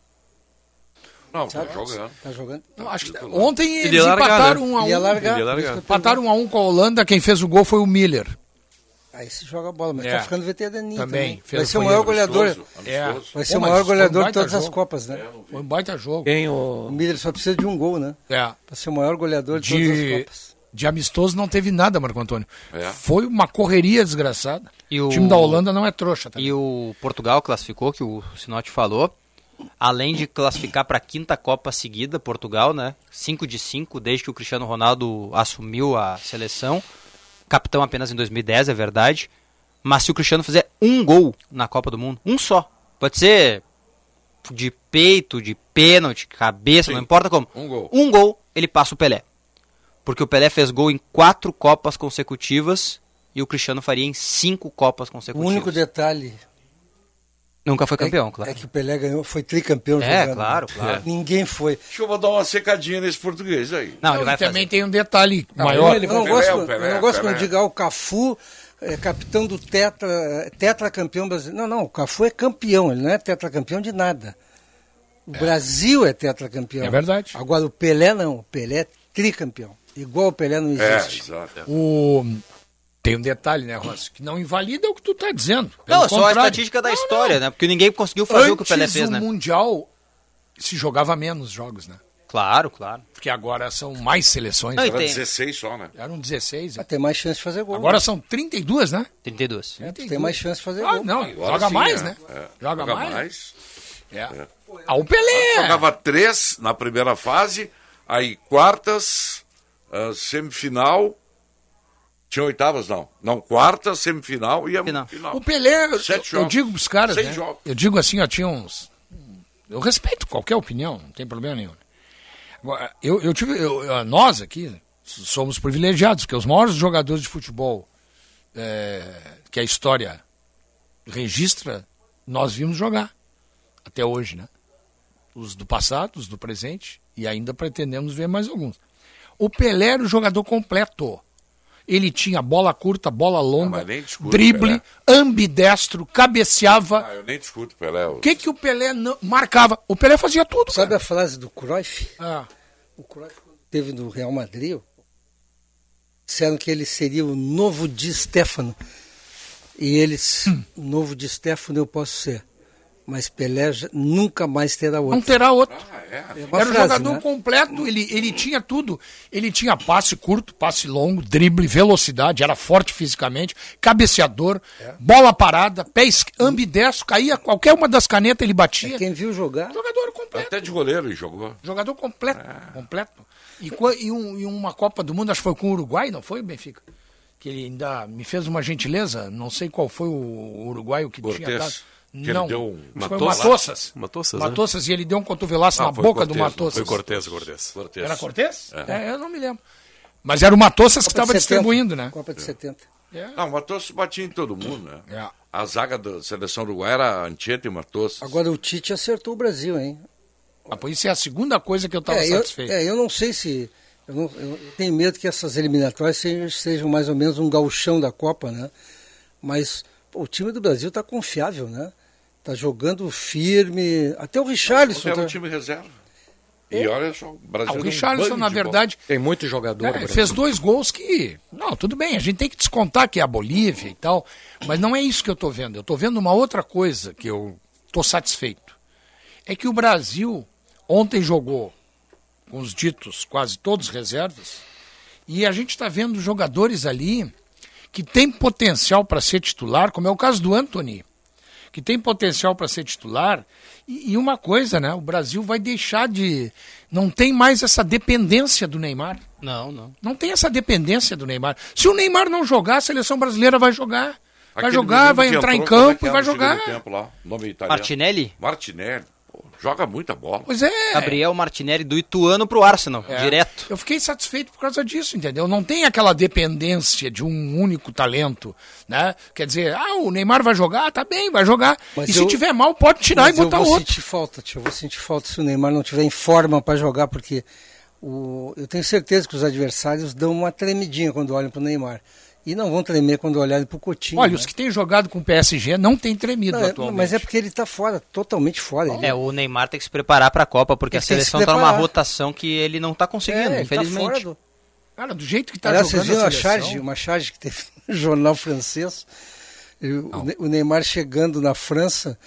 [SPEAKER 2] Não, tá jogando.
[SPEAKER 3] tá jogando.
[SPEAKER 4] Não, acho que ontem
[SPEAKER 7] Ele
[SPEAKER 4] eles
[SPEAKER 7] ia largar,
[SPEAKER 4] empataram
[SPEAKER 7] né?
[SPEAKER 4] um a um.
[SPEAKER 3] Ia largar.
[SPEAKER 7] Ia
[SPEAKER 3] por isso
[SPEAKER 7] largar.
[SPEAKER 3] que eu pergunto.
[SPEAKER 4] Empataram um a um com a Holanda, quem fez o gol foi o Miller.
[SPEAKER 3] Aí se joga a bola, mas
[SPEAKER 4] É.
[SPEAKER 3] tá ficando veteraninho
[SPEAKER 4] Também,
[SPEAKER 3] também.
[SPEAKER 4] fez-
[SPEAKER 3] Vai ser o
[SPEAKER 4] foi
[SPEAKER 3] maior
[SPEAKER 2] Amistoso,
[SPEAKER 3] goleador.
[SPEAKER 2] amistoso.
[SPEAKER 3] Vai ser
[SPEAKER 4] Pô,
[SPEAKER 3] o
[SPEAKER 4] mas
[SPEAKER 3] maior
[SPEAKER 4] foi um
[SPEAKER 3] goleador de
[SPEAKER 4] baita
[SPEAKER 3] todas as
[SPEAKER 4] jogo.
[SPEAKER 3] Copas, né?
[SPEAKER 4] Foi um baita jogo.
[SPEAKER 5] Quem
[SPEAKER 3] O
[SPEAKER 5] o...
[SPEAKER 3] Miller só precisa de um gol, né?
[SPEAKER 4] É.
[SPEAKER 3] Pra ser o maior goleador de, todas as
[SPEAKER 4] De,
[SPEAKER 3] Copas.
[SPEAKER 4] de amistoso não teve nada, Marco Antônio.
[SPEAKER 2] É.
[SPEAKER 4] Foi uma correria desgraçada.
[SPEAKER 6] E
[SPEAKER 4] o
[SPEAKER 6] o-
[SPEAKER 4] time da Holanda não é trouxa. Tá?
[SPEAKER 6] E o Portugal classificou, que o Sinote falou. Além de classificar para a quinta Copa seguida, Portugal, né? 5 de 5, desde que o Cristiano Ronaldo assumiu a seleção. Capitão apenas em 2010, é verdade. Mas se o Cristiano fizer um gol na Copa do Mundo, um só. Pode ser de peito, de pênalti, cabeça, não importa como.
[SPEAKER 2] um gol.
[SPEAKER 6] Um gol, ele passa o Pelé. Porque o Pelé fez gol em quatro Copas consecutivas e o Cristiano faria em cinco Copas
[SPEAKER 3] O
[SPEAKER 6] consecutivas.
[SPEAKER 3] único detalhe
[SPEAKER 6] Nunca foi campeão,
[SPEAKER 3] é,
[SPEAKER 6] claro.
[SPEAKER 3] é que o Pelé ganhou, foi tricampeão
[SPEAKER 6] É,
[SPEAKER 3] jogando.
[SPEAKER 6] claro,
[SPEAKER 3] né?
[SPEAKER 6] claro.
[SPEAKER 3] Ninguém foi.
[SPEAKER 2] Deixa eu vou dar uma secadinha nesse português aí.
[SPEAKER 6] Não,
[SPEAKER 4] Não,
[SPEAKER 6] ele
[SPEAKER 4] e
[SPEAKER 6] vai
[SPEAKER 4] também
[SPEAKER 6] fazer.
[SPEAKER 4] tem um detalhe
[SPEAKER 5] Não,
[SPEAKER 4] maior.
[SPEAKER 5] ele
[SPEAKER 3] Eu não
[SPEAKER 2] Pelé,
[SPEAKER 3] gosto,
[SPEAKER 2] o
[SPEAKER 3] quando-
[SPEAKER 2] Pelé,
[SPEAKER 3] eu não gosto
[SPEAKER 2] Pelé.
[SPEAKER 3] quando diga ah, o Cafu é capitão do tetra, tetracampeão brasileiro. Não, não, o Cafu é campeão, ele não é tetracampeão de nada. O Brasil é tetracampeão.
[SPEAKER 4] É verdade.
[SPEAKER 3] Agora o Pelé não, o Pelé é tricampeão. Igual o Pelé não
[SPEAKER 2] É,
[SPEAKER 3] existe.
[SPEAKER 2] exato. é.
[SPEAKER 4] O... Tem um detalhe, né, Rossi? Que não invalida o que tu tá dizendo. Pelo
[SPEAKER 6] Não, é só a
[SPEAKER 4] contrário.
[SPEAKER 6] estatística da
[SPEAKER 4] Não, não.
[SPEAKER 6] história, né? Porque ninguém conseguiu fazer o que o Pelé
[SPEAKER 4] Antes,
[SPEAKER 6] fez, né?
[SPEAKER 4] Mundial se jogava menos jogos, né?
[SPEAKER 6] Claro, claro.
[SPEAKER 4] Porque agora são mais seleções.
[SPEAKER 6] Não,
[SPEAKER 4] né?
[SPEAKER 6] e
[SPEAKER 2] Era
[SPEAKER 6] tem-
[SPEAKER 2] 16 só, né?
[SPEAKER 4] Eram 16.
[SPEAKER 3] Ah, Tem mais chance de fazer gol.
[SPEAKER 4] Agora são 32, né?
[SPEAKER 6] 32.
[SPEAKER 4] 32.
[SPEAKER 3] tem mais chance de fazer
[SPEAKER 4] ah,
[SPEAKER 3] gol.
[SPEAKER 4] Não,
[SPEAKER 2] Agora
[SPEAKER 4] joga
[SPEAKER 2] sim,
[SPEAKER 4] mais,
[SPEAKER 2] é.
[SPEAKER 4] né?
[SPEAKER 2] É.
[SPEAKER 4] Joga, mais. É. Ah, o
[SPEAKER 2] É.
[SPEAKER 4] Pelé!
[SPEAKER 2] Jogava três na primeira fase, aí quartas, ah, semifinal. Tinha oitavas, não. Não, quartas, semifinal e a
[SPEAKER 6] Final.
[SPEAKER 2] final.
[SPEAKER 4] O Pelé, eu-
[SPEAKER 2] Sete
[SPEAKER 4] eu,
[SPEAKER 2] jogos.
[SPEAKER 4] digo pros caras,
[SPEAKER 2] Seis
[SPEAKER 4] né?
[SPEAKER 2] jogos.
[SPEAKER 4] Eu digo assim, ó, tinha uns... Eu respeito qualquer opinião, não tem problema nenhum. Agora, Eu, eu tive, eu- eu- nós aqui somos privilegiados, porque os maiores jogadores de futebol é, que a história registra, nós vimos jogar até hoje, né? Os do passado, os do presente, e ainda pretendemos ver mais alguns. O Pelé era o jogador completo. Ele tinha bola curta, bola longa,
[SPEAKER 2] mas nem discuto,
[SPEAKER 4] drible,
[SPEAKER 2] Pelé.
[SPEAKER 4] ambidestro, cabeceava.
[SPEAKER 2] Ah, eu nem discuto, Pelé.
[SPEAKER 4] O que, que o Pelé não- marcava? O Pelé fazia tudo.
[SPEAKER 3] Sabe
[SPEAKER 4] cara.
[SPEAKER 3] a frase do Cruyff?
[SPEAKER 4] Ah,
[SPEAKER 3] O Cruyff quando teve no Real Madrid. Disseram que ele seria o novo Di Stefano. E eles,
[SPEAKER 4] Hum.
[SPEAKER 3] o novo Di Stefano eu posso ser. Mas Pelé já- nunca mais terá
[SPEAKER 4] não
[SPEAKER 3] outro.
[SPEAKER 4] terá outro.
[SPEAKER 2] Ah, é.
[SPEAKER 3] É uma
[SPEAKER 4] era
[SPEAKER 3] frase,
[SPEAKER 4] um jogador
[SPEAKER 3] né?
[SPEAKER 4] completo, ele, ele tinha tudo. Ele tinha passe curto, passe longo, drible, velocidade, era forte fisicamente, cabeceador,
[SPEAKER 3] É.
[SPEAKER 4] bola parada, pé es- ambidestro, caía qualquer uma das canetas, ele batia.
[SPEAKER 3] É Quem viu jogar,
[SPEAKER 4] Jogador completo.
[SPEAKER 2] Até de goleiro ele jogou.
[SPEAKER 4] Jogador completo.
[SPEAKER 2] É.
[SPEAKER 4] Completo. E, qua- e um- e uma Copa do Mundo, acho que foi com o Uruguai, não foi, Benfica? Que ele ainda me fez uma gentileza, não sei qual foi o uruguaio que tinha
[SPEAKER 2] Cortez,
[SPEAKER 4] dado.
[SPEAKER 2] que ele
[SPEAKER 4] não,
[SPEAKER 2] deu um-
[SPEAKER 4] foi o
[SPEAKER 7] Matossas?
[SPEAKER 4] Matossas.
[SPEAKER 7] Matossas, né?
[SPEAKER 4] Matossas, e ele deu um cotovelaço na
[SPEAKER 2] Ah, foi
[SPEAKER 4] boca
[SPEAKER 2] Cortez,
[SPEAKER 4] do
[SPEAKER 2] não
[SPEAKER 4] Matossas.
[SPEAKER 7] Foi
[SPEAKER 2] É.
[SPEAKER 7] Cortez, Cortez.
[SPEAKER 2] Cortez.
[SPEAKER 4] Era Cortez? É. eu não me lembro. Mas era o Matossas que
[SPEAKER 3] Copa de
[SPEAKER 4] estava
[SPEAKER 3] 70.
[SPEAKER 4] distribuindo, né?
[SPEAKER 3] Copa de 70.
[SPEAKER 2] Não, Matos batia em todo mundo, né?
[SPEAKER 4] É.
[SPEAKER 2] A zaga da seleção uruguaia era Anchieta e Matos.
[SPEAKER 3] Agora o Tite acertou o Brasil, hein?
[SPEAKER 4] Ah, pois isso é a segunda coisa que eu estava
[SPEAKER 3] é, eu,
[SPEAKER 4] satisfeito.
[SPEAKER 3] é, eu não sei se. Eu, não- eu tenho medo que essas eliminatórias sejam, sejam mais ou menos um gauchão da Copa, né? Mas pô, o time do Brasil está confiável, né? Está jogando firme. Até o Richarlison.
[SPEAKER 2] era
[SPEAKER 3] tá-
[SPEAKER 2] um time reserva. E olha só, o Brasil.
[SPEAKER 4] Ah, o
[SPEAKER 2] era um
[SPEAKER 4] Richarlison,
[SPEAKER 2] bando
[SPEAKER 4] na
[SPEAKER 2] de bola.
[SPEAKER 4] verdade,
[SPEAKER 5] Tem muito jogador.
[SPEAKER 4] É,
[SPEAKER 5] Brasil.
[SPEAKER 4] fez dois gols que. Não, tudo bem, a gente tem que descontar que é a Bolívia e tal. Mas não é isso que eu tô vendo. Eu tô vendo uma outra coisa que eu tô satisfeito. É que o Brasil ontem jogou com os ditos quase todos reservas. E a gente está vendo jogadores tá ali que tem potencial para ser titular, como é o caso do Anthony, que tem potencial para ser titular. E, e uma coisa, né? O Brasil vai deixar de. Não tem mais essa dependência do Neymar.
[SPEAKER 6] Não, não.
[SPEAKER 4] Não tem essa dependência do Neymar. Se o Neymar não jogar, a seleção brasileira vai jogar. Vai
[SPEAKER 2] Aquele
[SPEAKER 4] jogar,
[SPEAKER 2] menino
[SPEAKER 4] vai
[SPEAKER 2] que
[SPEAKER 4] entrar em
[SPEAKER 2] entrou, como é
[SPEAKER 4] campo
[SPEAKER 2] que
[SPEAKER 4] e
[SPEAKER 2] era
[SPEAKER 4] vai
[SPEAKER 2] no segundo
[SPEAKER 4] jogar.
[SPEAKER 2] Tempo lá, O nome italiano.
[SPEAKER 6] Martinelli?
[SPEAKER 2] Martinelli. pô, joga muita bola.
[SPEAKER 4] Pois é.
[SPEAKER 6] Gabriel Martinelli do Ituano pro Arsenal,
[SPEAKER 4] É.
[SPEAKER 6] direto.
[SPEAKER 4] Eu fiquei satisfeito por causa disso, entendeu? Não tem aquela dependência de um único talento, né? Quer dizer, ah, o Neymar vai jogar, tá bem, vai jogar.
[SPEAKER 3] Mas
[SPEAKER 4] e se
[SPEAKER 3] eu-
[SPEAKER 4] tiver mal, pode tirar
[SPEAKER 3] Mas
[SPEAKER 4] e botar
[SPEAKER 3] eu vou
[SPEAKER 4] outro.
[SPEAKER 3] sentir falta, tio. Eu vou sentir falta se o Neymar não tiver em forma para jogar, porque o, eu tenho certeza que os adversários dão uma tremidinha quando olham para o Neymar. E não vão tremer quando olharem para o Coutinho.
[SPEAKER 4] Olha,
[SPEAKER 3] né?
[SPEAKER 4] os que têm jogado com o PSG não têm tremido
[SPEAKER 3] Não, é-
[SPEAKER 4] atualmente.
[SPEAKER 3] mas é porque ele está fora, totalmente fora. Ele-
[SPEAKER 6] É, o Neymar tem que se preparar pra Copa, porque
[SPEAKER 3] Ele
[SPEAKER 6] a
[SPEAKER 3] tem que se
[SPEAKER 6] seleção tá numa
[SPEAKER 3] preparar.
[SPEAKER 6] rotação que ele não tá conseguindo,
[SPEAKER 3] É, ele tá fora
[SPEAKER 6] infelizmente.
[SPEAKER 3] do-
[SPEAKER 4] Cara, do jeito que tá
[SPEAKER 3] Aliás, vocês
[SPEAKER 4] jogando
[SPEAKER 3] viram
[SPEAKER 4] a
[SPEAKER 3] a
[SPEAKER 4] seleção...
[SPEAKER 3] charge, uma charge que teve no jornal francês? E o- o Ne- o Neymar chegando na França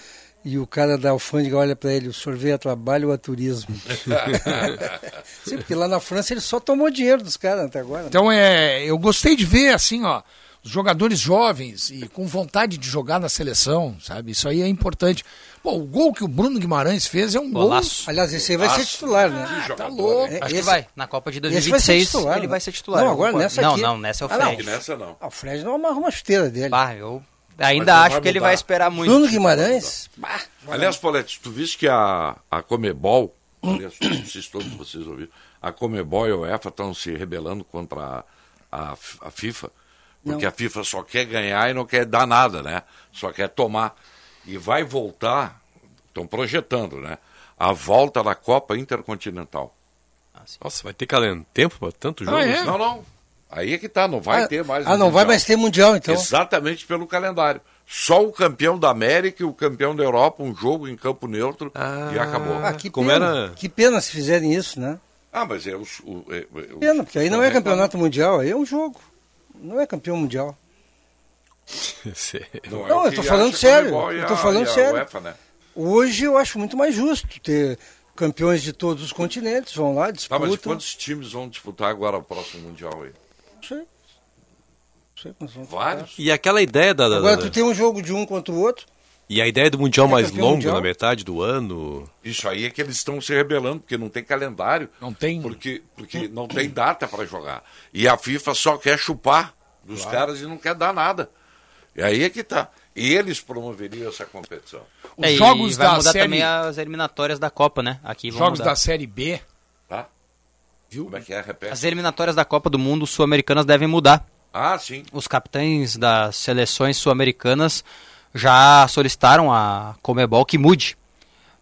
[SPEAKER 3] e o cara da alfândega olha para ele, o senhor veio a trabalho ou a turismo? Sim, porque lá na França ele só tomou dinheiro dos caras até agora. né?
[SPEAKER 4] Então é, eu gostei de ver assim, ó, os jogadores jovens e com vontade de jogar na seleção, sabe? Isso aí é importante. Pô, o gol que o Bruno Guimarães fez é um
[SPEAKER 6] Golaço.
[SPEAKER 3] Aliás, esse aí vai ser titular, né?
[SPEAKER 4] gol. Ah, tá louco.
[SPEAKER 3] É,
[SPEAKER 6] Acho que
[SPEAKER 3] esse-
[SPEAKER 6] vai. Na Copa de
[SPEAKER 3] esse vai ser
[SPEAKER 6] 2026
[SPEAKER 3] titular,
[SPEAKER 6] ele
[SPEAKER 3] né?
[SPEAKER 6] vai ser titular.
[SPEAKER 3] Não,
[SPEAKER 6] eu
[SPEAKER 3] agora
[SPEAKER 6] concordo.
[SPEAKER 3] nessa
[SPEAKER 6] não,
[SPEAKER 3] aqui-
[SPEAKER 6] não, nessa é o
[SPEAKER 3] Ah, não.
[SPEAKER 2] E
[SPEAKER 6] Fred.
[SPEAKER 2] nessa não.
[SPEAKER 3] Ah, o Fred não amarra uma chuteira dele.
[SPEAKER 6] Bah, eu
[SPEAKER 2] Mas não
[SPEAKER 6] ainda acho
[SPEAKER 2] vai
[SPEAKER 6] que ele
[SPEAKER 2] mudar.
[SPEAKER 6] vai esperar muito.
[SPEAKER 3] Bruno Guimarães? Bah,
[SPEAKER 2] Aliás, Paulette, tu viste que a, a Comebol, aliás, vocês todos vocês ouviram, a Comebol e a UEFA estão se rebelando contra a, a, F- a FIFA, porque a FIFA só quer ganhar e não quer dar nada, né? Só quer tomar. E vai voltar, estão projetando, né? A volta da Copa Intercontinental.
[SPEAKER 7] Ah, Nossa, vai ter calen- tempo para tanto jogo? assim?
[SPEAKER 4] Ah, é?
[SPEAKER 2] Não, não. Aí é que tá, não vai
[SPEAKER 3] ah,
[SPEAKER 2] ter mais.
[SPEAKER 3] Ah,
[SPEAKER 2] um
[SPEAKER 3] não vai
[SPEAKER 2] mundial.
[SPEAKER 3] mais ter Mundial, então.
[SPEAKER 2] Exatamente pelo calendário. Só o campeão da América e o campeão da Europa, um jogo em campo neutro e acabou.
[SPEAKER 3] Ah, que
[SPEAKER 7] Como
[SPEAKER 3] pena.
[SPEAKER 7] era-
[SPEAKER 3] Que pena se fizerem isso, né?
[SPEAKER 2] Ah, mas é os- o. é- é os-
[SPEAKER 3] Pena, porque aí não é
[SPEAKER 2] reclamam.
[SPEAKER 3] campeonato mundial, aí é um jogo. Não é campeão mundial.
[SPEAKER 7] Sério.
[SPEAKER 2] Não, é
[SPEAKER 3] Não,
[SPEAKER 2] o
[SPEAKER 3] eu
[SPEAKER 2] que
[SPEAKER 3] tô falando
[SPEAKER 2] acha a
[SPEAKER 3] sério,
[SPEAKER 2] Comebol e
[SPEAKER 3] eu tô
[SPEAKER 2] a-
[SPEAKER 3] falando
[SPEAKER 2] e a
[SPEAKER 3] sério.
[SPEAKER 2] UEFA, né?
[SPEAKER 3] Hoje eu acho muito mais justo ter campeões de todos os continentes, vão lá,
[SPEAKER 2] Tá, mas
[SPEAKER 3] disputam.
[SPEAKER 2] quantos times vão disputar agora o próximo Mundial aí?
[SPEAKER 3] Não sei. Não sei quantos vão ficar.
[SPEAKER 2] Vários?
[SPEAKER 7] E aquela ideia da, da-
[SPEAKER 3] Agora
[SPEAKER 7] da-
[SPEAKER 3] tu tem um jogo de um contra o outro.
[SPEAKER 7] E a ideia do Mundial
[SPEAKER 3] É
[SPEAKER 7] Um mais
[SPEAKER 4] um
[SPEAKER 3] campeão
[SPEAKER 7] longo,
[SPEAKER 3] mundial?
[SPEAKER 7] na metade do ano.
[SPEAKER 2] Isso aí é que eles estão se rebelando, porque não tem calendário.
[SPEAKER 4] Não tem.
[SPEAKER 2] Porque, porque não tem data para jogar. E a FIFA só quer chupar dos caras e não quer dar nada. E aí é que tá. E eles promoveriam essa competição.
[SPEAKER 4] Os
[SPEAKER 6] É, e
[SPEAKER 4] jogos
[SPEAKER 6] vai
[SPEAKER 4] da
[SPEAKER 6] mudar
[SPEAKER 4] série,
[SPEAKER 6] também as eliminatórias da Copa, né? Aqui
[SPEAKER 4] os
[SPEAKER 6] vão
[SPEAKER 4] jogos
[SPEAKER 6] mudar.
[SPEAKER 4] da série B.
[SPEAKER 2] Tá? Viu? Como é que é? Repete.
[SPEAKER 6] As eliminatórias da Copa do Mundo sul-americanas devem mudar.
[SPEAKER 2] Ah, sim.
[SPEAKER 6] Os capitães das seleções sul-americanas já solicitaram a Comebol que mude,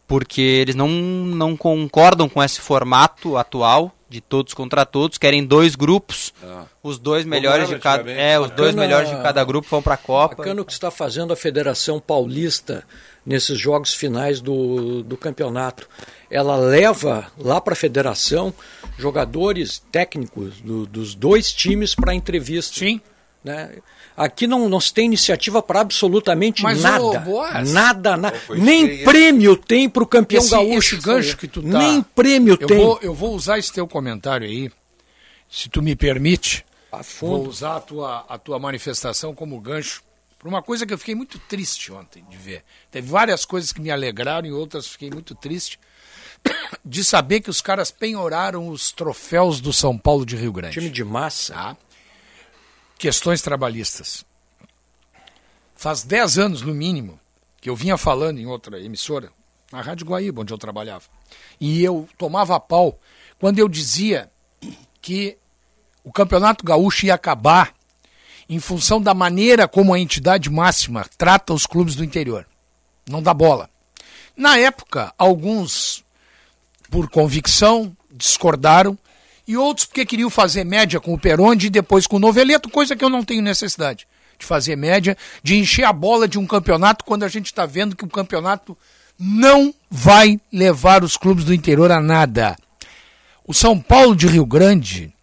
[SPEAKER 6] porque eles não, não concordam com esse formato atual de todos contra todos, querem dois grupos.
[SPEAKER 2] Ah.
[SPEAKER 6] Os dois melhores
[SPEAKER 2] era
[SPEAKER 6] de cada
[SPEAKER 2] antigamente,
[SPEAKER 6] é, os dois
[SPEAKER 5] Bacana-
[SPEAKER 6] melhores de cada grupo vão para a Copa.
[SPEAKER 5] Bacana o que está fazendo a Federação Paulista nesses jogos finais do, do campeonato. Ela leva lá para a federação jogadores técnicos do- dos dois times para entrevista.
[SPEAKER 4] Sim.
[SPEAKER 5] né? Aqui não, não se tem iniciativa para absolutamente
[SPEAKER 4] Mas, ô,
[SPEAKER 5] nada.
[SPEAKER 4] Boas,
[SPEAKER 5] nada, nada.
[SPEAKER 2] foi
[SPEAKER 5] Nem
[SPEAKER 2] feia.
[SPEAKER 5] prêmio tem para o campeão
[SPEAKER 4] esse,
[SPEAKER 5] gaúcho.
[SPEAKER 4] esse gancho que tu tá...
[SPEAKER 5] Nem prêmio
[SPEAKER 4] eu
[SPEAKER 5] tem.
[SPEAKER 4] Vou, eu vou usar esse teu comentário aí, se tu me permite.
[SPEAKER 5] A
[SPEAKER 4] Vou
[SPEAKER 5] fundo.
[SPEAKER 4] usar a tua, a tua manifestação como gancho para uma coisa que eu fiquei muito triste ontem de ver. Teve várias coisas que me alegraram e outras fiquei muito triste de saber que os caras penhoraram os troféus do São Paulo de Rio Grande.
[SPEAKER 5] Time de massa.
[SPEAKER 4] Tá? Questões trabalhistas. Faz 10 anos, no mínimo, que eu vinha falando em outra emissora, na Rádio Guaíba, onde eu trabalhava, e eu tomava pau quando eu dizia que o Campeonato Gaúcho ia acabar em função da maneira como a entidade máxima trata os clubes do interior. Não dá bola. Na época, alguns por convicção, discordaram, e outros porque queriam fazer média com o Peronde e depois com o Noveleto, coisa que eu não tenho necessidade de fazer média, de encher a bola de um campeonato quando a gente está vendo que o campeonato não vai levar os clubes do interior a nada. O São Paulo de Rio Grande,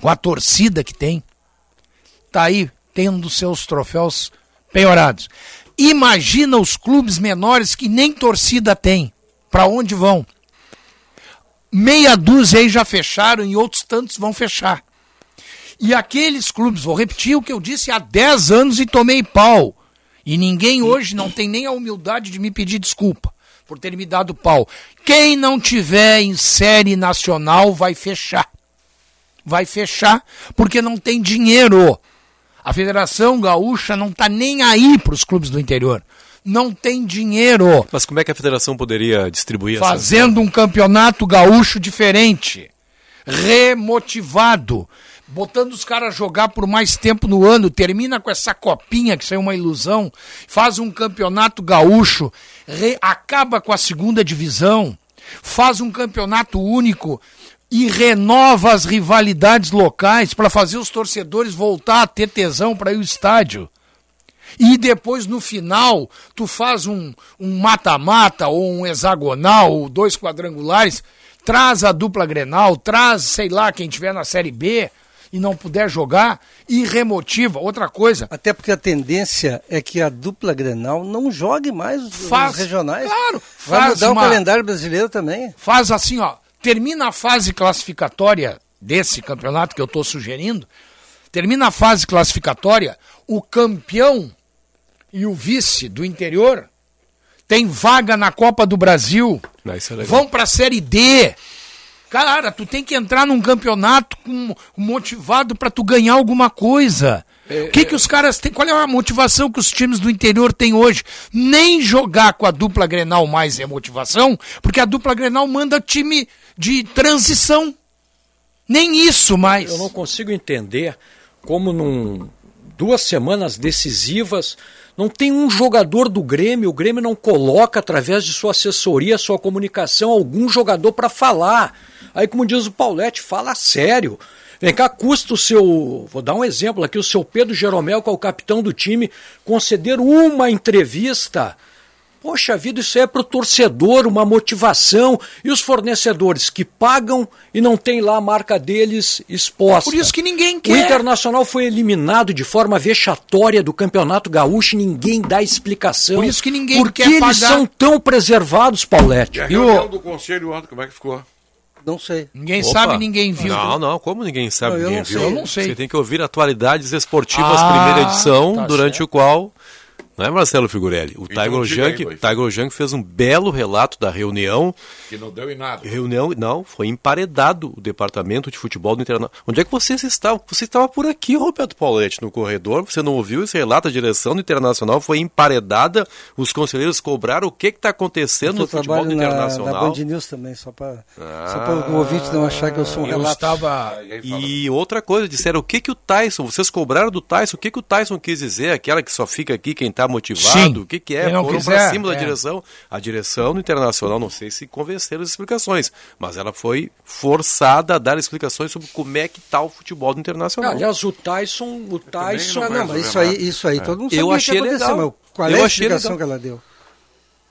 [SPEAKER 4] com a torcida que tem, tá aí tendo seus troféus penhorados. Imagina os clubes menores que nem torcida tem. Para onde vão? meia dúzia aí já fecharam e outros tantos vão fechar. E aqueles clubes, vou repetir o que eu disse há 10 anos e tomei pau. E ninguém hoje não tem nem a humildade de me pedir desculpa por ter me dado pau. Quem não tiver em série nacional vai fechar. Vai fechar porque não tem dinheiro. A Federação Gaúcha não está nem aí para os clubes do interior. Não tem dinheiro
[SPEAKER 7] Mas como é que a federação poderia distribuir essa-
[SPEAKER 4] fazendo um campeonato gaúcho diferente, remotivado, botando os caras a jogar por mais tempo no ano, termina com essa copinha que isso é uma ilusão, faz um campeonato gaúcho, re- acaba com a segunda divisão, faz um campeonato único e renova as rivalidades locais para fazer os torcedores voltar a ter tesão para ir ao estádio. E depois, no final, tu faz um um mata-mata ou um hexagonal ou dois quadrangulares, traz a dupla Grenal, traz, sei lá, quem tiver na Série B e não puder jogar e remotiva. Outra coisa,
[SPEAKER 3] Até porque a tendência é que a dupla Grenal não jogue mais os, os
[SPEAKER 4] Faz-
[SPEAKER 3] regionais.
[SPEAKER 4] claro,
[SPEAKER 3] Vai
[SPEAKER 4] faz
[SPEAKER 3] mudar
[SPEAKER 4] uma-
[SPEAKER 3] o calendário brasileiro também.
[SPEAKER 4] faz assim, ó, termina a fase classificatória desse campeonato que eu tô sugerindo, termina a fase classificatória, o campeão e o vice do interior tem vaga na Copa do Brasil.
[SPEAKER 7] Não, isso é legal.
[SPEAKER 4] Vão pra Série D. Cara, tu tem que entrar num campeonato com- motivado pra tu ganhar alguma coisa.
[SPEAKER 5] É,
[SPEAKER 4] o que que os caras têm? Qual é a motivação que os times do interior têm hoje? Nem jogar com a dupla Grenal mais é motivação, porque a dupla Grenal manda time de transição. Nem isso mais.
[SPEAKER 5] Eu não consigo entender como num duas semanas decisivas não tem um jogador do Grêmio, o Grêmio não coloca através de sua assessoria, sua comunicação algum jogador para falar. Aí como diz o Paulette, fala sério. Vem cá, custa o seu, vou dar um exemplo aqui, o seu Pedro Jeromel, que é o capitão do time, conceder uma entrevista Poxa vida, isso é para o torcedor uma motivação. E os fornecedores que pagam e não tem lá a marca deles exposta.
[SPEAKER 4] É Por isso que ninguém
[SPEAKER 5] O
[SPEAKER 4] quer.
[SPEAKER 5] Internacional foi eliminado de forma vexatória do Campeonato Gaúcho e ninguém dá explicação.
[SPEAKER 4] Por isso que ninguém
[SPEAKER 5] Por que
[SPEAKER 4] quer
[SPEAKER 5] eles
[SPEAKER 4] pagar.
[SPEAKER 5] são tão preservados, Paulette?
[SPEAKER 2] E a reunião do conselho ontem, como é que ficou?
[SPEAKER 3] Não sei.
[SPEAKER 4] Ninguém
[SPEAKER 7] Opa.
[SPEAKER 4] sabe, ninguém viu.
[SPEAKER 7] Não, não, como ninguém sabe,
[SPEAKER 3] né? Não, eu
[SPEAKER 7] ninguém
[SPEAKER 3] não
[SPEAKER 7] viu.
[SPEAKER 3] sei. Eu
[SPEAKER 4] não sei.
[SPEAKER 7] Você tem que ouvir atualidades esportivas,
[SPEAKER 4] Ah,
[SPEAKER 7] primeira edição,
[SPEAKER 4] tá
[SPEAKER 7] durante
[SPEAKER 4] certo.
[SPEAKER 7] o qual. Não é Marcelo Figurelli? O Tiger
[SPEAKER 2] diga um aí,
[SPEAKER 7] Junk,
[SPEAKER 2] Luiz.
[SPEAKER 7] Tiger Junk fez um belo relato da reunião.
[SPEAKER 2] Que não deu em nada.
[SPEAKER 7] Reunião, não, foi emparedado o departamento de futebol do Internacional. Onde é que vocês estavam? Você estava por aqui, Roberto Pauletti, no corredor. Você não ouviu esse relato? A direção do Internacional foi emparedada. Os conselheiros cobraram o que está acontecendo
[SPEAKER 3] Eu
[SPEAKER 7] no futebol
[SPEAKER 3] trabalho
[SPEAKER 7] do
[SPEAKER 3] na, na
[SPEAKER 7] Internacional. Ah.
[SPEAKER 3] Band News também, só para o ouvinte não achar que eu sou um
[SPEAKER 4] Eu
[SPEAKER 3] relato.
[SPEAKER 4] estava.
[SPEAKER 5] né?
[SPEAKER 7] E outra coisa, disseram o que que o Tyson, vocês cobraram do Tyson, o que que o Tyson quis dizer? Aquela que só fica aqui quem tá motivado,
[SPEAKER 4] Sim.
[SPEAKER 7] o que que é?
[SPEAKER 4] Quem não
[SPEAKER 7] Foram
[SPEAKER 4] quiser,
[SPEAKER 7] pra cima
[SPEAKER 4] é.
[SPEAKER 7] da direção. A direção do Internacional, não sei se convenceram as explicações, mas ela foi forçada a dar explicações sobre como é que tá o futebol do Internacional.
[SPEAKER 5] Aliás, o Tyson, o é Tyson.
[SPEAKER 3] Ah, não, mas isso aí, isso aí todo mundo
[SPEAKER 7] Eu
[SPEAKER 3] sabe o que
[SPEAKER 7] achei
[SPEAKER 3] aconteceu,
[SPEAKER 7] legal.
[SPEAKER 3] mas qual
[SPEAKER 7] Eu
[SPEAKER 3] é a
[SPEAKER 7] achei
[SPEAKER 3] explicação
[SPEAKER 7] legal.
[SPEAKER 3] que ela deu?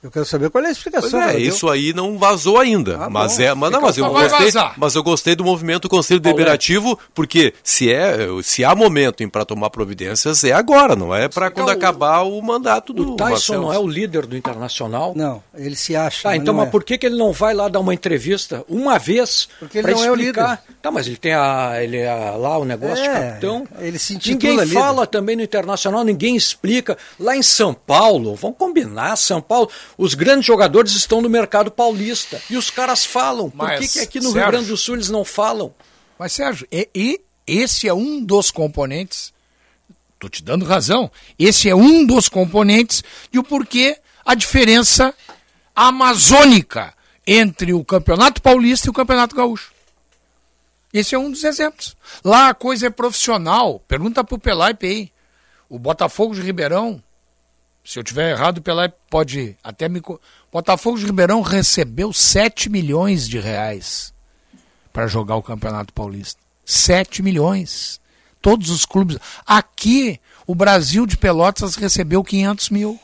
[SPEAKER 3] Eu quero saber qual é a explicação
[SPEAKER 7] Pois
[SPEAKER 3] que
[SPEAKER 7] é,
[SPEAKER 4] né?
[SPEAKER 3] ela
[SPEAKER 7] isso aí não vazou ainda.
[SPEAKER 3] Ah,
[SPEAKER 7] mas
[SPEAKER 3] bom.
[SPEAKER 7] é, mas, não,
[SPEAKER 3] Fica-
[SPEAKER 7] mas, eu
[SPEAKER 4] Tá Só vai
[SPEAKER 7] gostei,
[SPEAKER 4] vazar. é?
[SPEAKER 7] mas eu gostei do movimento do Conselho Deliberativo, porque se, é, se há momento para tomar providências, é agora, não é para quando
[SPEAKER 5] o-
[SPEAKER 7] acabar o mandato do
[SPEAKER 5] O Tyson
[SPEAKER 7] Marcelo.
[SPEAKER 5] não é o líder do Internacional.
[SPEAKER 3] deu. Não, ele se acha.
[SPEAKER 5] Tá, então,
[SPEAKER 3] não
[SPEAKER 5] mas
[SPEAKER 3] é.
[SPEAKER 5] por que, que ele não vai lá dar uma entrevista uma vez
[SPEAKER 3] Porque ele
[SPEAKER 5] pra
[SPEAKER 3] não é o
[SPEAKER 5] explicar? tá, mas ele tem a, ele é a- lá o negócio
[SPEAKER 3] É,
[SPEAKER 5] de capitão.
[SPEAKER 3] ele se intitula
[SPEAKER 5] ninguém
[SPEAKER 3] líder.
[SPEAKER 5] fala também no internacional, ninguém explica. Lá em São Paulo, vamos combinar, São Paulo, os grandes jogadores estão no mercado paulista e os caras falam.
[SPEAKER 4] Mas,
[SPEAKER 5] por que, que aqui no
[SPEAKER 4] Sérgio-
[SPEAKER 5] Rio Grande do Sul eles não falam?
[SPEAKER 4] Mas, Sérgio, e, e esse é um dos componentes. Estou te dando razão. Esse é um dos componentes de o porquê a diferença amazônica entre o Campeonato Paulista e o Campeonato Gaúcho. Esse é um dos exemplos. Lá a coisa é profissional. Pergunta para o Pelaipe aí. O Botafogo de Ribeirão, se eu tiver errado, o Pelaipe pode até me. co- Botafogo de Ribeirão recebeu 7 milhões de reais para jogar o Campeonato Paulista. 7 milhões. Todos os clubes. Aqui, o Brasil de Pelotas recebeu 500 mil.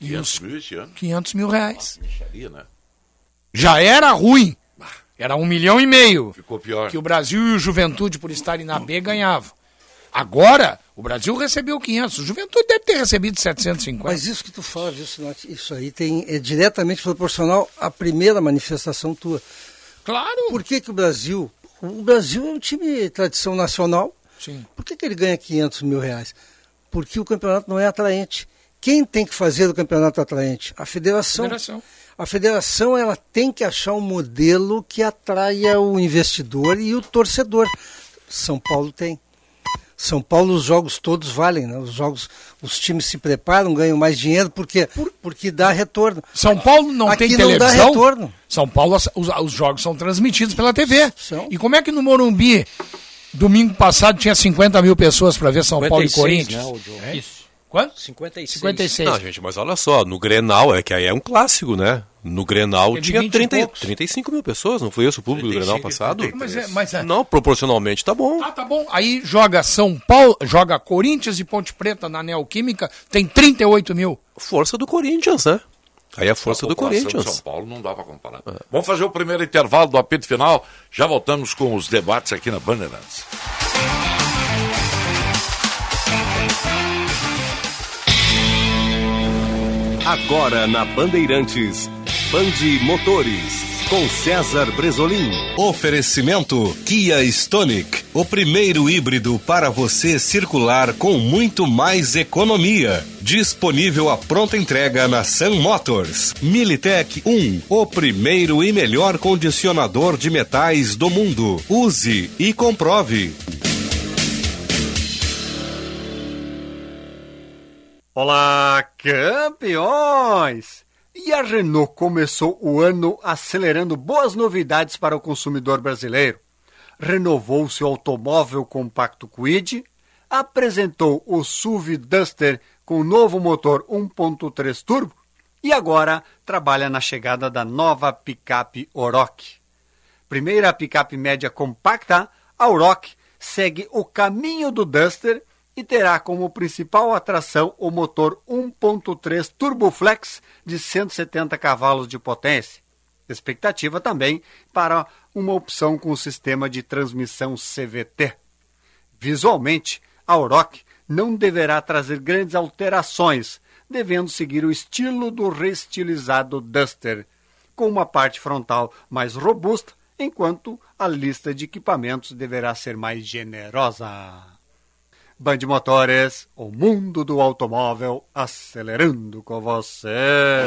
[SPEAKER 4] E os
[SPEAKER 2] 500 mil esse ano?
[SPEAKER 4] 500 mil reais.
[SPEAKER 2] Micharia, é? né?
[SPEAKER 4] Já era ruim. Era um milhão e meio
[SPEAKER 2] Ficou pior.
[SPEAKER 4] que o Brasil e o Juventude, por estarem na B, ganhavam. Agora, o Brasil recebeu 500. O Juventude deve ter recebido 750.
[SPEAKER 3] Mas isso que tu fala, viu, Sinote? Isso aí tem, é diretamente proporcional à primeira manifestação tua.
[SPEAKER 4] claro.
[SPEAKER 3] Por que, que o Brasil O Brasil é um time de tradição nacional.
[SPEAKER 4] Sim.
[SPEAKER 3] Por que, que ele ganha 500 mil reais? Porque o campeonato não é atraente. Quem tem que fazer o campeonato atraente? A federação.
[SPEAKER 4] Federação.
[SPEAKER 3] A federação ela tem que achar um modelo que atraia o investidor e o torcedor. São Paulo tem. São Paulo os jogos todos valem, né? Os jogos, os times se preparam, ganham mais dinheiro porque porque dá retorno.
[SPEAKER 4] São Paulo não
[SPEAKER 3] Aqui
[SPEAKER 4] tem
[SPEAKER 3] não dá
[SPEAKER 4] televisão.
[SPEAKER 3] retorno.
[SPEAKER 4] São Paulo, as- os, os jogos são transmitidos pela TV.
[SPEAKER 3] São.
[SPEAKER 4] E como é que no Morumbi, domingo passado, tinha 50 mil pessoas para ver São Paulo e
[SPEAKER 5] 56,
[SPEAKER 4] Corinthians?
[SPEAKER 5] né, o jogo.
[SPEAKER 4] É?
[SPEAKER 6] Isso.
[SPEAKER 4] Quanto?
[SPEAKER 5] 56.
[SPEAKER 4] 56.
[SPEAKER 7] Não, gente, mas olha só, no Grenal, é que aí é um clássico, né? No Grenal
[SPEAKER 4] Teve
[SPEAKER 7] tinha
[SPEAKER 4] 20 É e
[SPEAKER 7] 30, e-
[SPEAKER 4] poucos.
[SPEAKER 7] 35 mil pessoas, não foi isso o público do Grenal passado?
[SPEAKER 4] Mas é- mas é-
[SPEAKER 7] Não, proporcionalmente tá bom.
[SPEAKER 4] Ah, tá bom. Aí joga São Paulo, joga Corinthians e Ponte Preta na Neoquímica, tem 38 mil.
[SPEAKER 7] Força do Corinthians, né? Aí é a força do
[SPEAKER 2] população de
[SPEAKER 7] Corinthians.
[SPEAKER 2] São Paulo não dá para comparar. Vamos fazer o primeiro intervalo do apito final. Já voltamos com os debates aqui na Bandeirantes.
[SPEAKER 1] Agora na Bandeirantes, Bande Motores, com César Bresolim. Oferecimento Kia Stonic, o primeiro híbrido para você circular com muito mais economia. Disponível a pronta entrega na Sun Motors. Militech 1, o primeiro e melhor condicionador de metais do mundo. Use e comprove.
[SPEAKER 8] Olá, campeões! E a Renault começou o ano acelerando boas novidades para o consumidor brasileiro. Renovou seu automóvel compacto Kwid, apresentou o SUV Duster com novo motor 1.3 turbo e agora trabalha na chegada da nova picape Oroch. Primeira picape média compacta, a Auroch segue o caminho do Duster e terá como principal atração o motor 1.3 Turboflex de 170 cavalos de potência. Expectativa também para uma opção com o sistema de transmissão CVT. Visualmente, a Auroch não deverá trazer grandes alterações, devendo seguir o estilo do reestilizado Duster, com uma parte frontal mais robusta, enquanto a lista de equipamentos deverá ser mais generosa. Band Motores, o mundo do automóvel acelerando com você.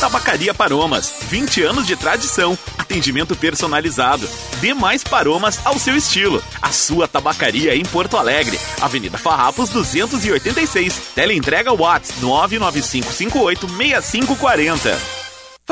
[SPEAKER 9] Tabacaria Paromas, 20 anos de tradição, atendimento personalizado. Dê mais paromas ao seu estilo. A sua tabacaria em Porto Alegre, Avenida Farrapos 286. Teleentrega Whats 995586540.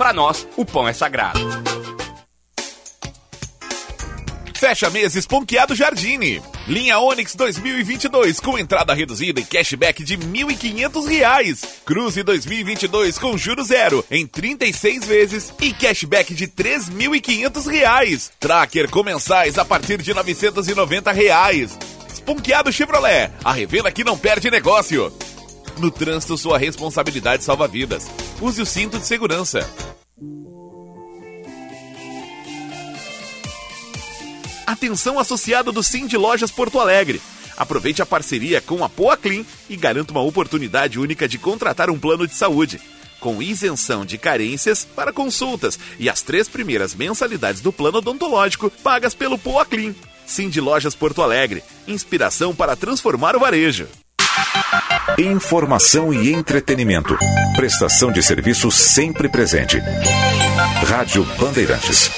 [SPEAKER 10] Pra nós, o pão é sagrado.
[SPEAKER 9] Fecha meses Ponqueado Jardine. Linha Onix 2022 com entrada reduzida e cashback de R$ 1.500. Cruze 2022 com juro zero em 36 vezes e cashback de R$ 3.500. Tracker comensais a partir de R$ 990. Reais. Ponqueado Chevrolet, a revenda que não perde negócio. No trânsito, sua responsabilidade salva vidas. Use o cinto de segurança. Atenção associado do Sim de Lojas Porto Alegre. Aproveite a parceria com a Poa Clean e garanta uma oportunidade única de contratar um plano de saúde. Com isenção de carências para consultas e as três primeiras mensalidades do plano odontológico pagas pelo Poa Clean. Sim de Lojas Porto Alegre. Inspiração para transformar o varejo.
[SPEAKER 11] Informação e entretenimento. Prestação de serviço sempre presente. Rádio Bandeirantes.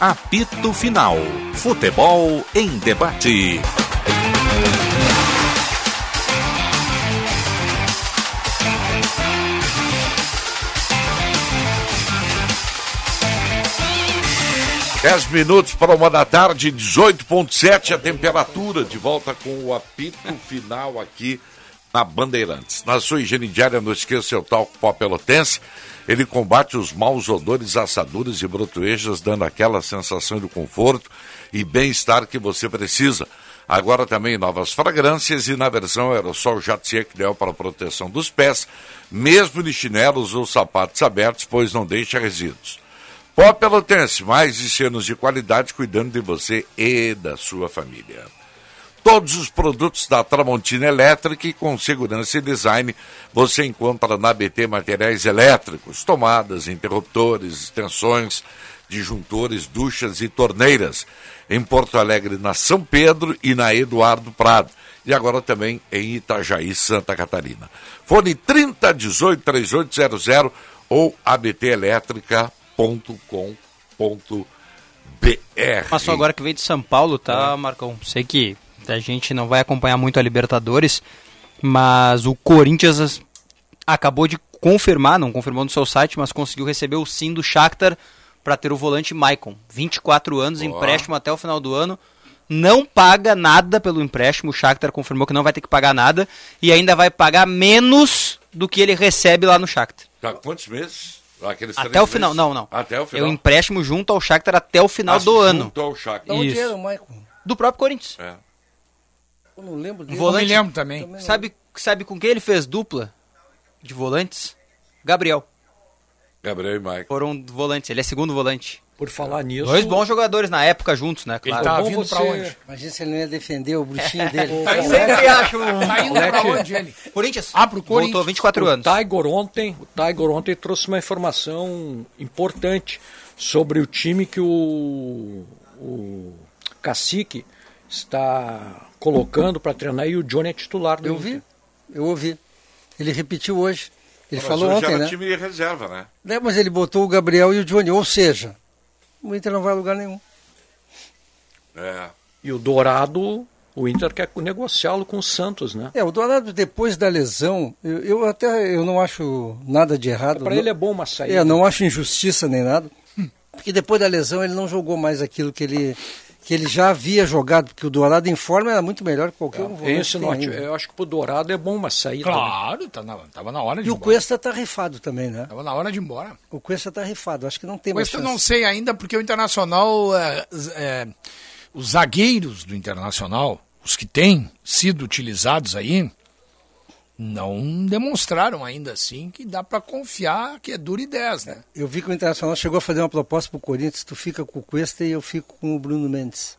[SPEAKER 11] Apito Final. Futebol em debate.
[SPEAKER 2] Dez minutos para uma da tarde, 18,7 a temperatura. De volta com o apito final aqui na Bandeirantes. Na sua higiene diária, não esqueça seu talco pó pelotense. Ele combate os maus odores, assaduras e brotoejas, dando aquela sensação de conforto e bem-estar que você precisa. Agora também novas fragrâncias e na versão aerossol jato seco ideal para proteção dos pés, mesmo de chinelos ou sapatos abertos, pois não deixa resíduos. Pó Pelotense, mais de 100 anos de qualidade cuidando de você e da sua família. Todos os produtos da Tramontina Elétrica e com segurança e design você encontra na BT Materiais Elétricos, tomadas, interruptores, extensões, disjuntores, duchas e torneiras. Em Porto Alegre, na São Pedro e na Eduardo Prado. E agora também em Itajaí, Santa Catarina. Fone 3018-3800 ou abtelétrica.com.br.
[SPEAKER 6] Passou agora que veio de São Paulo,
[SPEAKER 2] É.
[SPEAKER 6] tá, Marcão? Sei que a gente não vai acompanhar muito a Libertadores, mas o Corinthians as- acabou de confirmar, não confirmou no seu site, mas conseguiu receber o sim do Shakhtar para ter o volante Maicon. 24 anos, empréstimo até o final do ano. Não paga nada pelo empréstimo, o Shakhtar confirmou que não vai ter que pagar nada e ainda vai pagar menos do que ele recebe lá no Shakhtar.
[SPEAKER 2] Tá, quantos meses? Aqueles
[SPEAKER 6] Até
[SPEAKER 2] três
[SPEAKER 6] o final,
[SPEAKER 2] meses?
[SPEAKER 6] não, não.
[SPEAKER 2] Até o
[SPEAKER 6] É o
[SPEAKER 2] final.
[SPEAKER 6] empréstimo junto ao Shakhtar até o final
[SPEAKER 2] Ah,
[SPEAKER 6] do
[SPEAKER 2] junto
[SPEAKER 6] ano.
[SPEAKER 2] ao
[SPEAKER 3] Da
[SPEAKER 2] Shakhtar.
[SPEAKER 3] onde
[SPEAKER 6] Isso.
[SPEAKER 3] era o Maicon?
[SPEAKER 6] Do próprio Corinthians.
[SPEAKER 2] É.
[SPEAKER 3] Eu não lembro dele.
[SPEAKER 6] Volante.
[SPEAKER 4] também.
[SPEAKER 6] Sabe, sabe com quem ele fez dupla de volantes? Gabriel.
[SPEAKER 2] Gabriel e Maicon.
[SPEAKER 6] Foram volantes, ele é segundo volante.
[SPEAKER 5] Por falar nisso.
[SPEAKER 6] Dois bons jogadores na época juntos, né? Claro.
[SPEAKER 3] tá
[SPEAKER 5] tava
[SPEAKER 6] Bom,
[SPEAKER 5] vindo pra onde?
[SPEAKER 3] Imagina se ele não ia defender o bruxinho dele.
[SPEAKER 6] Eu sempre acho. um-
[SPEAKER 4] Tá indo pra onde ele?
[SPEAKER 6] Corinthians.
[SPEAKER 4] Ah, pro Corinthians.
[SPEAKER 6] Voltou 24
[SPEAKER 5] o
[SPEAKER 6] anos.
[SPEAKER 5] Tiger ontem, o Tiger ontem trouxe uma informação importante sobre o time que o, o Cacique está colocando para treinar e o Johnny é titular do
[SPEAKER 3] Eu
[SPEAKER 5] Inter.
[SPEAKER 3] vi, eu ouvi. Ele repetiu hoje. Ele
[SPEAKER 2] Mas
[SPEAKER 3] falou
[SPEAKER 2] hoje
[SPEAKER 3] ontem,
[SPEAKER 2] era
[SPEAKER 3] né?
[SPEAKER 2] time reserva, né?
[SPEAKER 3] né? Mas ele botou o Gabriel e o Johnny. Ou seja, o Inter não vai a lugar nenhum.
[SPEAKER 2] É.
[SPEAKER 5] E o Dourado, o Inter quer negociá-lo com o Santos, né?
[SPEAKER 3] É, o Dourado, depois da lesão, eu, eu até eu não acho nada de errado.
[SPEAKER 5] Para
[SPEAKER 3] Não-
[SPEAKER 5] ele é bom uma saída.
[SPEAKER 3] É, não acho injustiça nem nada. Porque depois da lesão ele não jogou mais aquilo que ele, que ele já havia jogado, porque o Dourado em forma era muito melhor que
[SPEAKER 4] É,
[SPEAKER 3] qualquer um volante
[SPEAKER 5] Esse
[SPEAKER 3] que tem
[SPEAKER 5] norte,
[SPEAKER 3] ainda.
[SPEAKER 5] eu acho que pro Dourado é bom uma saída. né?
[SPEAKER 4] Claro, tá na, tava na hora
[SPEAKER 3] E
[SPEAKER 4] de ir
[SPEAKER 3] o
[SPEAKER 4] embora.
[SPEAKER 3] Cuesta tá rifado também, né?
[SPEAKER 4] Tava na hora de ir embora.
[SPEAKER 3] O Cuesta tá rifado, acho que não tem mais
[SPEAKER 4] Mas eu
[SPEAKER 3] chance.
[SPEAKER 4] não sei ainda, porque o Internacional, eh, z- eh, os zagueiros do Internacional, os que têm sido utilizados aí, não demonstraram ainda assim que dá pra confiar que é duro e 10, né?
[SPEAKER 3] Eu vi que o Internacional chegou a fazer uma proposta pro Corinthians, tu fica com o Cuesta e eu fico com o Bruno Mendes.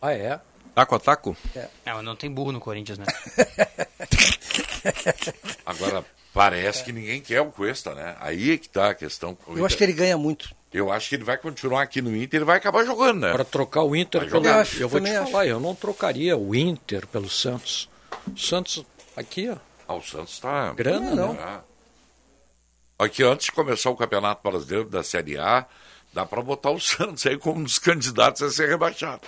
[SPEAKER 5] Ah, é.
[SPEAKER 7] Taco a taco?
[SPEAKER 6] É, Não, não tem burro no Corinthians, né?
[SPEAKER 2] Agora, parece que ninguém quer o Cuesta, né? Aí é que tá a questão. O
[SPEAKER 3] Eu acho que
[SPEAKER 2] Inter-
[SPEAKER 3] ele ganha muito.
[SPEAKER 2] eu acho que ele vai continuar aqui no Inter e vai acabar jogando, né?
[SPEAKER 5] Para trocar o Inter
[SPEAKER 2] Vai
[SPEAKER 5] pelo.
[SPEAKER 2] jogar. Eu
[SPEAKER 5] Eu,
[SPEAKER 3] acho,
[SPEAKER 5] vou te
[SPEAKER 3] também acho.
[SPEAKER 5] falar, eu não trocaria o Inter pelo Santos. O Santos, aqui, ó,
[SPEAKER 2] Ah, o Santos tá...
[SPEAKER 5] grana,
[SPEAKER 3] Não,
[SPEAKER 5] né?
[SPEAKER 2] Ah. Aqui, antes de começar o Campeonato Brasileiro da Série A, dá pra botar o Santos aí como um dos candidatos a ser rebaixado.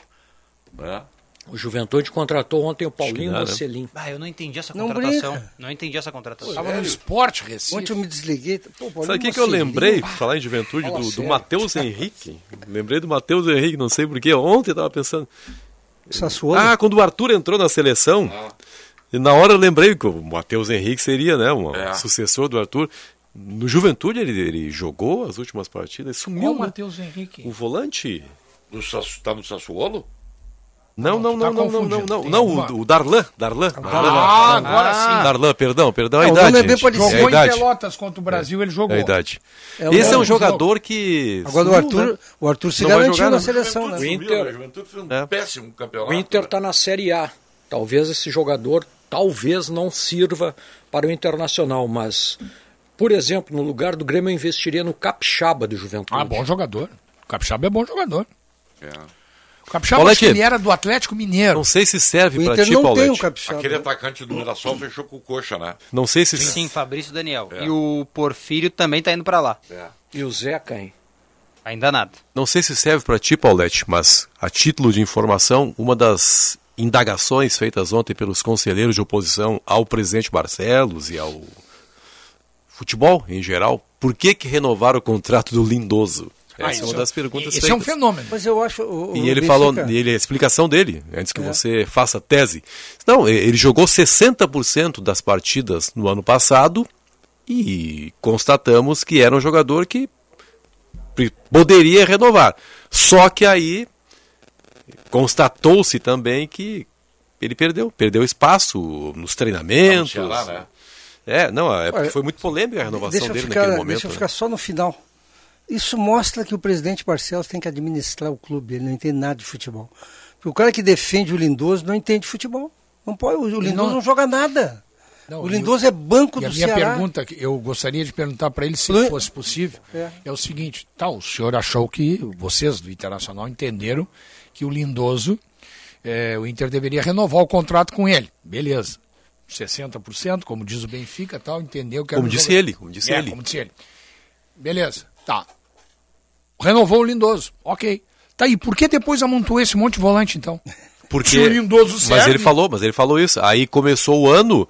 [SPEAKER 2] Né?
[SPEAKER 5] O Juventude contratou ontem o Paulinho
[SPEAKER 7] dá, né?
[SPEAKER 5] Marcelim.
[SPEAKER 6] Ah, eu não entendi essa
[SPEAKER 3] Não
[SPEAKER 6] contratação.
[SPEAKER 3] brinca.
[SPEAKER 6] Não entendi essa contratação.
[SPEAKER 4] Tava no esporte, Recife.
[SPEAKER 3] Ontem eu me desliguei. Pô, Paulinho
[SPEAKER 7] Sabe o que, que eu
[SPEAKER 4] assim,
[SPEAKER 3] Marcelinho?
[SPEAKER 7] lembrei, pra
[SPEAKER 4] Ah,
[SPEAKER 7] falar em juventude, do, do Matheus Henrique? Lembrei do Matheus Henrique, não sei porquê. Ontem eu tava pensando.
[SPEAKER 3] Sassuolo.
[SPEAKER 7] Ah, quando o Arthur entrou na seleção,
[SPEAKER 2] Ah.
[SPEAKER 7] e na hora eu lembrei que o Matheus Henrique seria, né, um
[SPEAKER 2] É.
[SPEAKER 7] sucessor do Arthur. No Juventude ele, ele jogou as últimas partidas, sumiu.
[SPEAKER 4] Qual o
[SPEAKER 7] né?
[SPEAKER 4] Matheus Henrique.
[SPEAKER 7] O volante?
[SPEAKER 2] No Sassu- tá no Sassuolo?
[SPEAKER 7] Não,
[SPEAKER 4] tá
[SPEAKER 7] não, não, não, não, não,
[SPEAKER 4] confundindo.
[SPEAKER 7] não,
[SPEAKER 4] Tem
[SPEAKER 7] não,
[SPEAKER 4] uma-
[SPEAKER 7] o, o Darlan, Darlan.
[SPEAKER 4] Ah, agora sim.
[SPEAKER 7] Darlan, perdão, perdão, a
[SPEAKER 3] Não, o
[SPEAKER 7] idade.
[SPEAKER 3] nome é bem
[SPEAKER 7] gente.
[SPEAKER 3] parecido.
[SPEAKER 7] É a
[SPEAKER 4] Jogou em
[SPEAKER 7] idade.
[SPEAKER 4] Pelotas contra o Brasil, ele jogou.
[SPEAKER 7] É a idade.
[SPEAKER 3] É o
[SPEAKER 7] Esse é
[SPEAKER 3] nome
[SPEAKER 7] um
[SPEAKER 3] do jogo.
[SPEAKER 7] jogador que.
[SPEAKER 3] Agora o
[SPEAKER 7] sumiu, né?
[SPEAKER 3] Arthur, o Arthur se
[SPEAKER 7] Não vai
[SPEAKER 3] garantiu
[SPEAKER 7] jogar,
[SPEAKER 3] na
[SPEAKER 7] né?
[SPEAKER 3] seleção,
[SPEAKER 2] Juventude
[SPEAKER 3] né?
[SPEAKER 2] sumiu,
[SPEAKER 5] Inter-
[SPEAKER 2] né? A Juventude fez um
[SPEAKER 7] É.
[SPEAKER 2] péssimo campeonato.
[SPEAKER 5] O Inter
[SPEAKER 2] né?
[SPEAKER 5] está na Série A. Talvez esse jogador talvez não sirva para o Internacional, mas, por exemplo, no lugar do Grêmio eu investiria no Capixaba do Juventude.
[SPEAKER 4] Ah, bom jogador. O Capixaba é bom jogador.
[SPEAKER 2] É.
[SPEAKER 4] O Capixaba,
[SPEAKER 7] Olha
[SPEAKER 4] acho que
[SPEAKER 7] aqui.
[SPEAKER 4] ele era do Atlético Mineiro.
[SPEAKER 7] Não sei se serve
[SPEAKER 3] O
[SPEAKER 7] pra
[SPEAKER 3] Inter
[SPEAKER 7] ti,
[SPEAKER 3] não tem
[SPEAKER 7] Paulette.
[SPEAKER 3] um capixaba.
[SPEAKER 2] Aquele é atacante do Mirassol fechou com o coxa, né?
[SPEAKER 7] Não sei se. É.
[SPEAKER 6] Sim, Fabrício Daniel. E o Porfírio também tá indo pra lá.
[SPEAKER 5] E o Zeca, hein?
[SPEAKER 6] Ainda nada.
[SPEAKER 7] Não sei se serve para ti, Paulette, mas a título de informação, uma das indagações feitas ontem pelos conselheiros de oposição ao presidente Barcelos e ao futebol em geral, por que que renovaram o contrato do Lindoso?
[SPEAKER 4] Ah,
[SPEAKER 7] Essa é
[SPEAKER 4] isso
[SPEAKER 7] uma
[SPEAKER 4] é-
[SPEAKER 7] das perguntas
[SPEAKER 4] Esse é um
[SPEAKER 7] feitas.
[SPEAKER 4] fenômeno.
[SPEAKER 3] Mas eu acho. o- o
[SPEAKER 7] E ele
[SPEAKER 3] Benfica-
[SPEAKER 7] falou, e ele, a explicação dele, antes que
[SPEAKER 3] É.
[SPEAKER 7] você faça tese. Não, e- ele jogou 60% das partidas no ano passado e constatamos que era um jogador que pre- poderia renovar. Só que aí constatou-se também que ele perdeu, perdeu espaço nos treinamentos.
[SPEAKER 2] Tá no Ceará, né?
[SPEAKER 7] É, não, é porque
[SPEAKER 3] Olha,
[SPEAKER 7] foi muito polêmica a renovação
[SPEAKER 3] Deixa eu
[SPEAKER 7] dele
[SPEAKER 3] ficar-
[SPEAKER 7] naquele momento.
[SPEAKER 3] Deixa eu
[SPEAKER 7] né?
[SPEAKER 3] ficar só no final. Isso mostra que o presidente Barcelos tem que administrar o clube, ele não entende nada de futebol. Porque o cara que defende o Lindoso não entende futebol. Não pode, o Lindoso não,
[SPEAKER 4] não-
[SPEAKER 3] joga nada.
[SPEAKER 4] Não,
[SPEAKER 3] o
[SPEAKER 4] e
[SPEAKER 3] Lindoso é banco
[SPEAKER 4] E a
[SPEAKER 3] do
[SPEAKER 4] minha
[SPEAKER 3] Ceará.
[SPEAKER 4] pergunta, que eu gostaria de perguntar para ele, se
[SPEAKER 3] Lu-
[SPEAKER 4] fosse possível,
[SPEAKER 3] É.
[SPEAKER 4] é. o seguinte: tá, o senhor achou que vocês do Internacional entenderam que o Lindoso, eh, o Inter deveria renovar o contrato com ele. Beleza. 60%, como diz o Benfica, tal, entendeu que era
[SPEAKER 7] Como
[SPEAKER 4] um
[SPEAKER 7] disse
[SPEAKER 4] jogador-
[SPEAKER 7] ele, como disse
[SPEAKER 4] É,
[SPEAKER 7] ele.
[SPEAKER 4] como disse ele. Beleza, tá. Renovou o Lindoso, ok. Tá aí, por que depois amontou esse monte de volante, então?
[SPEAKER 7] Porque,
[SPEAKER 4] Se o Lindoso
[SPEAKER 7] mas
[SPEAKER 4] serve-
[SPEAKER 7] ele falou, mas ele falou isso. Aí começou o ano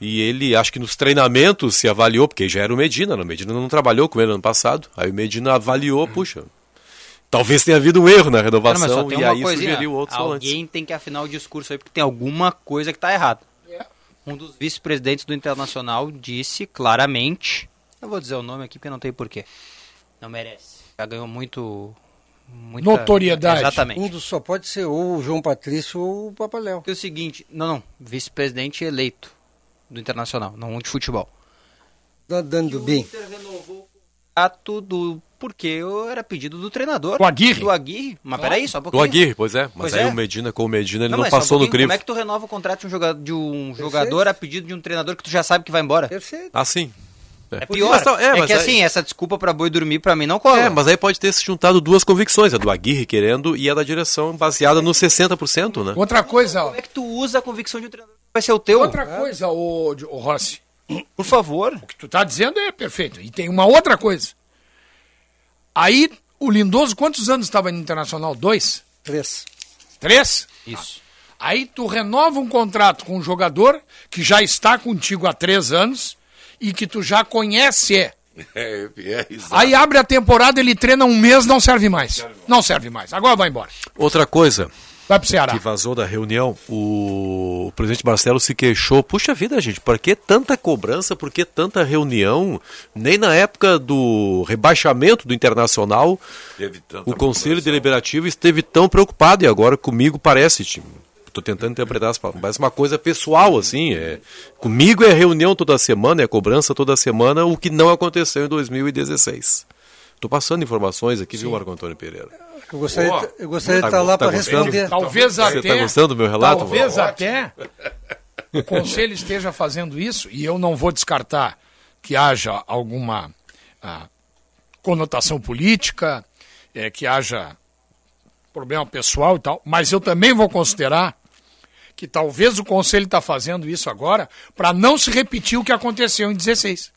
[SPEAKER 7] e ele, acho que nos treinamentos se avaliou, porque já era o Medina, né? o Medina não trabalhou com ele ano passado. Aí o Medina avaliou, puxa, talvez tenha havido um erro
[SPEAKER 6] Não, mas
[SPEAKER 7] na
[SPEAKER 6] só
[SPEAKER 7] renovação
[SPEAKER 6] tem
[SPEAKER 7] e
[SPEAKER 6] uma
[SPEAKER 7] aí
[SPEAKER 6] coisinha.
[SPEAKER 7] sugeriu outros volantes.
[SPEAKER 6] Alguém tem que afinar o discurso aí, porque tem alguma coisa que está errada.
[SPEAKER 4] É.
[SPEAKER 6] Um dos vice-presidentes do Internacional disse claramente, eu vou dizer o nome aqui porque não tem porquê, não merece. Já ganhou muito... muita-
[SPEAKER 4] é Notoriedade.
[SPEAKER 6] Exatamente.
[SPEAKER 3] Um dos só pode ser ou o João Patrício ou o Papaléu.
[SPEAKER 6] Porque é o seguinte, não, não, vice-presidente eleito do Internacional, não de futebol.
[SPEAKER 3] Tá dando bem.
[SPEAKER 6] Ato do... porque era pedido do treinador.
[SPEAKER 4] Do Aguirre.
[SPEAKER 6] Do Aguirre, mas peraí, só um
[SPEAKER 7] Do
[SPEAKER 6] pouquinho.
[SPEAKER 7] Aguirre, pois é. Mas
[SPEAKER 6] Pois
[SPEAKER 7] aí
[SPEAKER 6] é.
[SPEAKER 7] o Medina com o Medina ele não,
[SPEAKER 6] mas só um
[SPEAKER 7] passou no
[SPEAKER 6] pouquinho,
[SPEAKER 7] crivo.
[SPEAKER 6] Como é que tu renova o contrato de um, joga- de um jogador a pedido de um treinador que tu já sabe que vai embora?
[SPEAKER 3] Perfeito.
[SPEAKER 7] Ah, sim.
[SPEAKER 6] É
[SPEAKER 7] Pois
[SPEAKER 6] pior.
[SPEAKER 7] mas tá-
[SPEAKER 6] é
[SPEAKER 7] mas
[SPEAKER 6] que
[SPEAKER 7] aí-
[SPEAKER 6] assim, essa desculpa pra boi dormir pra mim não cola.
[SPEAKER 7] É, mas aí pode ter se juntado duas convicções, a do Aguirre querendo e a da direção baseada no 60%, né?
[SPEAKER 4] Outra coisa, ó,
[SPEAKER 6] Como é que tu usa a convicção de um treinador que vai ser o teu?
[SPEAKER 4] outra coisa, ô, ô Rossi.
[SPEAKER 6] Por favor.
[SPEAKER 4] O que tu tá dizendo é perfeito. E tem uma outra coisa. Aí, o Lindoso, quantos anos estava no Internacional? Dois?
[SPEAKER 3] Três.
[SPEAKER 4] Três?
[SPEAKER 6] Isso.
[SPEAKER 4] Aí tu renova um contrato com um jogador que já está contigo há três anos e que tu já conhece.
[SPEAKER 2] É, é, exato.
[SPEAKER 4] Aí abre a temporada, ele treina um mês, não serve mais. Não serve mais. Agora vai embora.
[SPEAKER 7] Outra coisa,
[SPEAKER 4] Vai pro Ceará.
[SPEAKER 7] que vazou da reunião, o presidente Marcelo se queixou. Puxa vida, gente, por que tanta cobrança, por que tanta reunião? Nem na época do rebaixamento do Internacional,
[SPEAKER 2] Teve tanta
[SPEAKER 7] o Conselho
[SPEAKER 2] cobrança.
[SPEAKER 7] Deliberativo esteve tão preocupado, e agora comigo parece, tipo, tô tentando interpretar as palavras, parece uma coisa pessoal, assim. É, comigo é reunião toda semana, é cobrança toda semana, o que não aconteceu em 2016. Tô passando informações aqui, viu, Marco Antônio Pereira?
[SPEAKER 3] Eu gostaria,
[SPEAKER 2] Boa.
[SPEAKER 3] eu gostaria
[SPEAKER 7] Tá
[SPEAKER 3] de estar lá
[SPEAKER 7] go- tá
[SPEAKER 3] para
[SPEAKER 7] gostando?
[SPEAKER 3] responder.
[SPEAKER 4] Talvez
[SPEAKER 7] Você
[SPEAKER 4] até.
[SPEAKER 7] tá gostando do meu relato,
[SPEAKER 4] Talvez
[SPEAKER 7] Val?
[SPEAKER 4] até o conselho esteja fazendo isso, e eu não vou descartar que haja alguma ah, conotação política, eh, que haja problema pessoal e tal, mas eu também vou considerar que talvez o conselho está fazendo isso agora para não se repetir o que aconteceu em 16,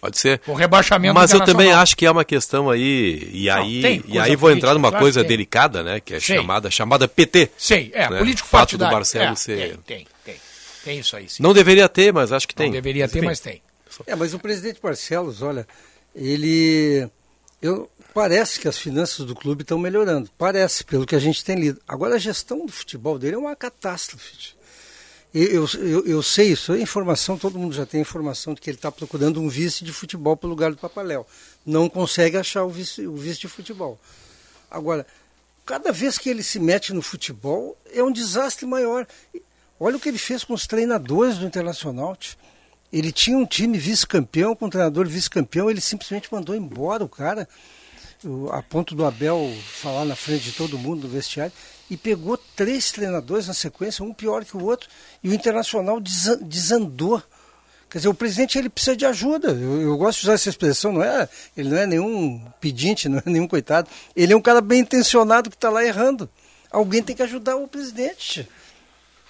[SPEAKER 7] Pode ser.
[SPEAKER 4] o rebaixamento
[SPEAKER 7] Mas eu
[SPEAKER 4] internacional.
[SPEAKER 7] também acho que é uma questão aí, e
[SPEAKER 4] Não, tem
[SPEAKER 7] aí, e
[SPEAKER 4] coisa
[SPEAKER 7] aí vou
[SPEAKER 4] política,
[SPEAKER 7] entrar numa
[SPEAKER 4] claro
[SPEAKER 7] coisa
[SPEAKER 4] que tem.
[SPEAKER 7] delicada, né, que é
[SPEAKER 4] Sim.
[SPEAKER 7] chamada, chamada PT.
[SPEAKER 4] Sim, é,
[SPEAKER 7] Né?
[SPEAKER 4] político
[SPEAKER 7] O fato do
[SPEAKER 4] partidário.
[SPEAKER 7] Marcelo
[SPEAKER 4] é,
[SPEAKER 7] ser-
[SPEAKER 4] Tem, tem, tem. Tem isso aí, sim.
[SPEAKER 7] Não deveria ter, mas acho que
[SPEAKER 4] Não
[SPEAKER 7] tem.
[SPEAKER 4] deveria ter, mas tem.
[SPEAKER 3] É, mas o presidente Barcelos, olha, ele. Eu, parece que as finanças do clube estão melhorando. Parece, pelo que a gente tem lido. Agora a gestão do futebol dele é uma catástrofe. Eu, eu, eu- eu sei isso, é informação, todo mundo já tem informação de que ele está procurando um vice de futebol para o lugar do Papaléu. Não consegue achar o vice, o vice de futebol. Agora, cada vez que ele se mete no futebol, é um desastre maior. E Olha o que ele fez com os treinadores do Internacional. tio. Ele tinha um time vice-campeão, com um treinador vice-campeão, ele simplesmente mandou embora o cara, o- a ponto do Abel falar na frente de todo mundo no vestiário, e pegou três treinadores na sequência, um pior que o outro, e o Internacional desa- desandou. Quer dizer, o presidente ele precisa de ajuda. Eu, eu gosto de usar essa expressão, não é? Ele não é nenhum pedinte, não é nenhum coitado. Ele é um cara bem intencionado que está lá errando. Alguém tem que ajudar o presidente.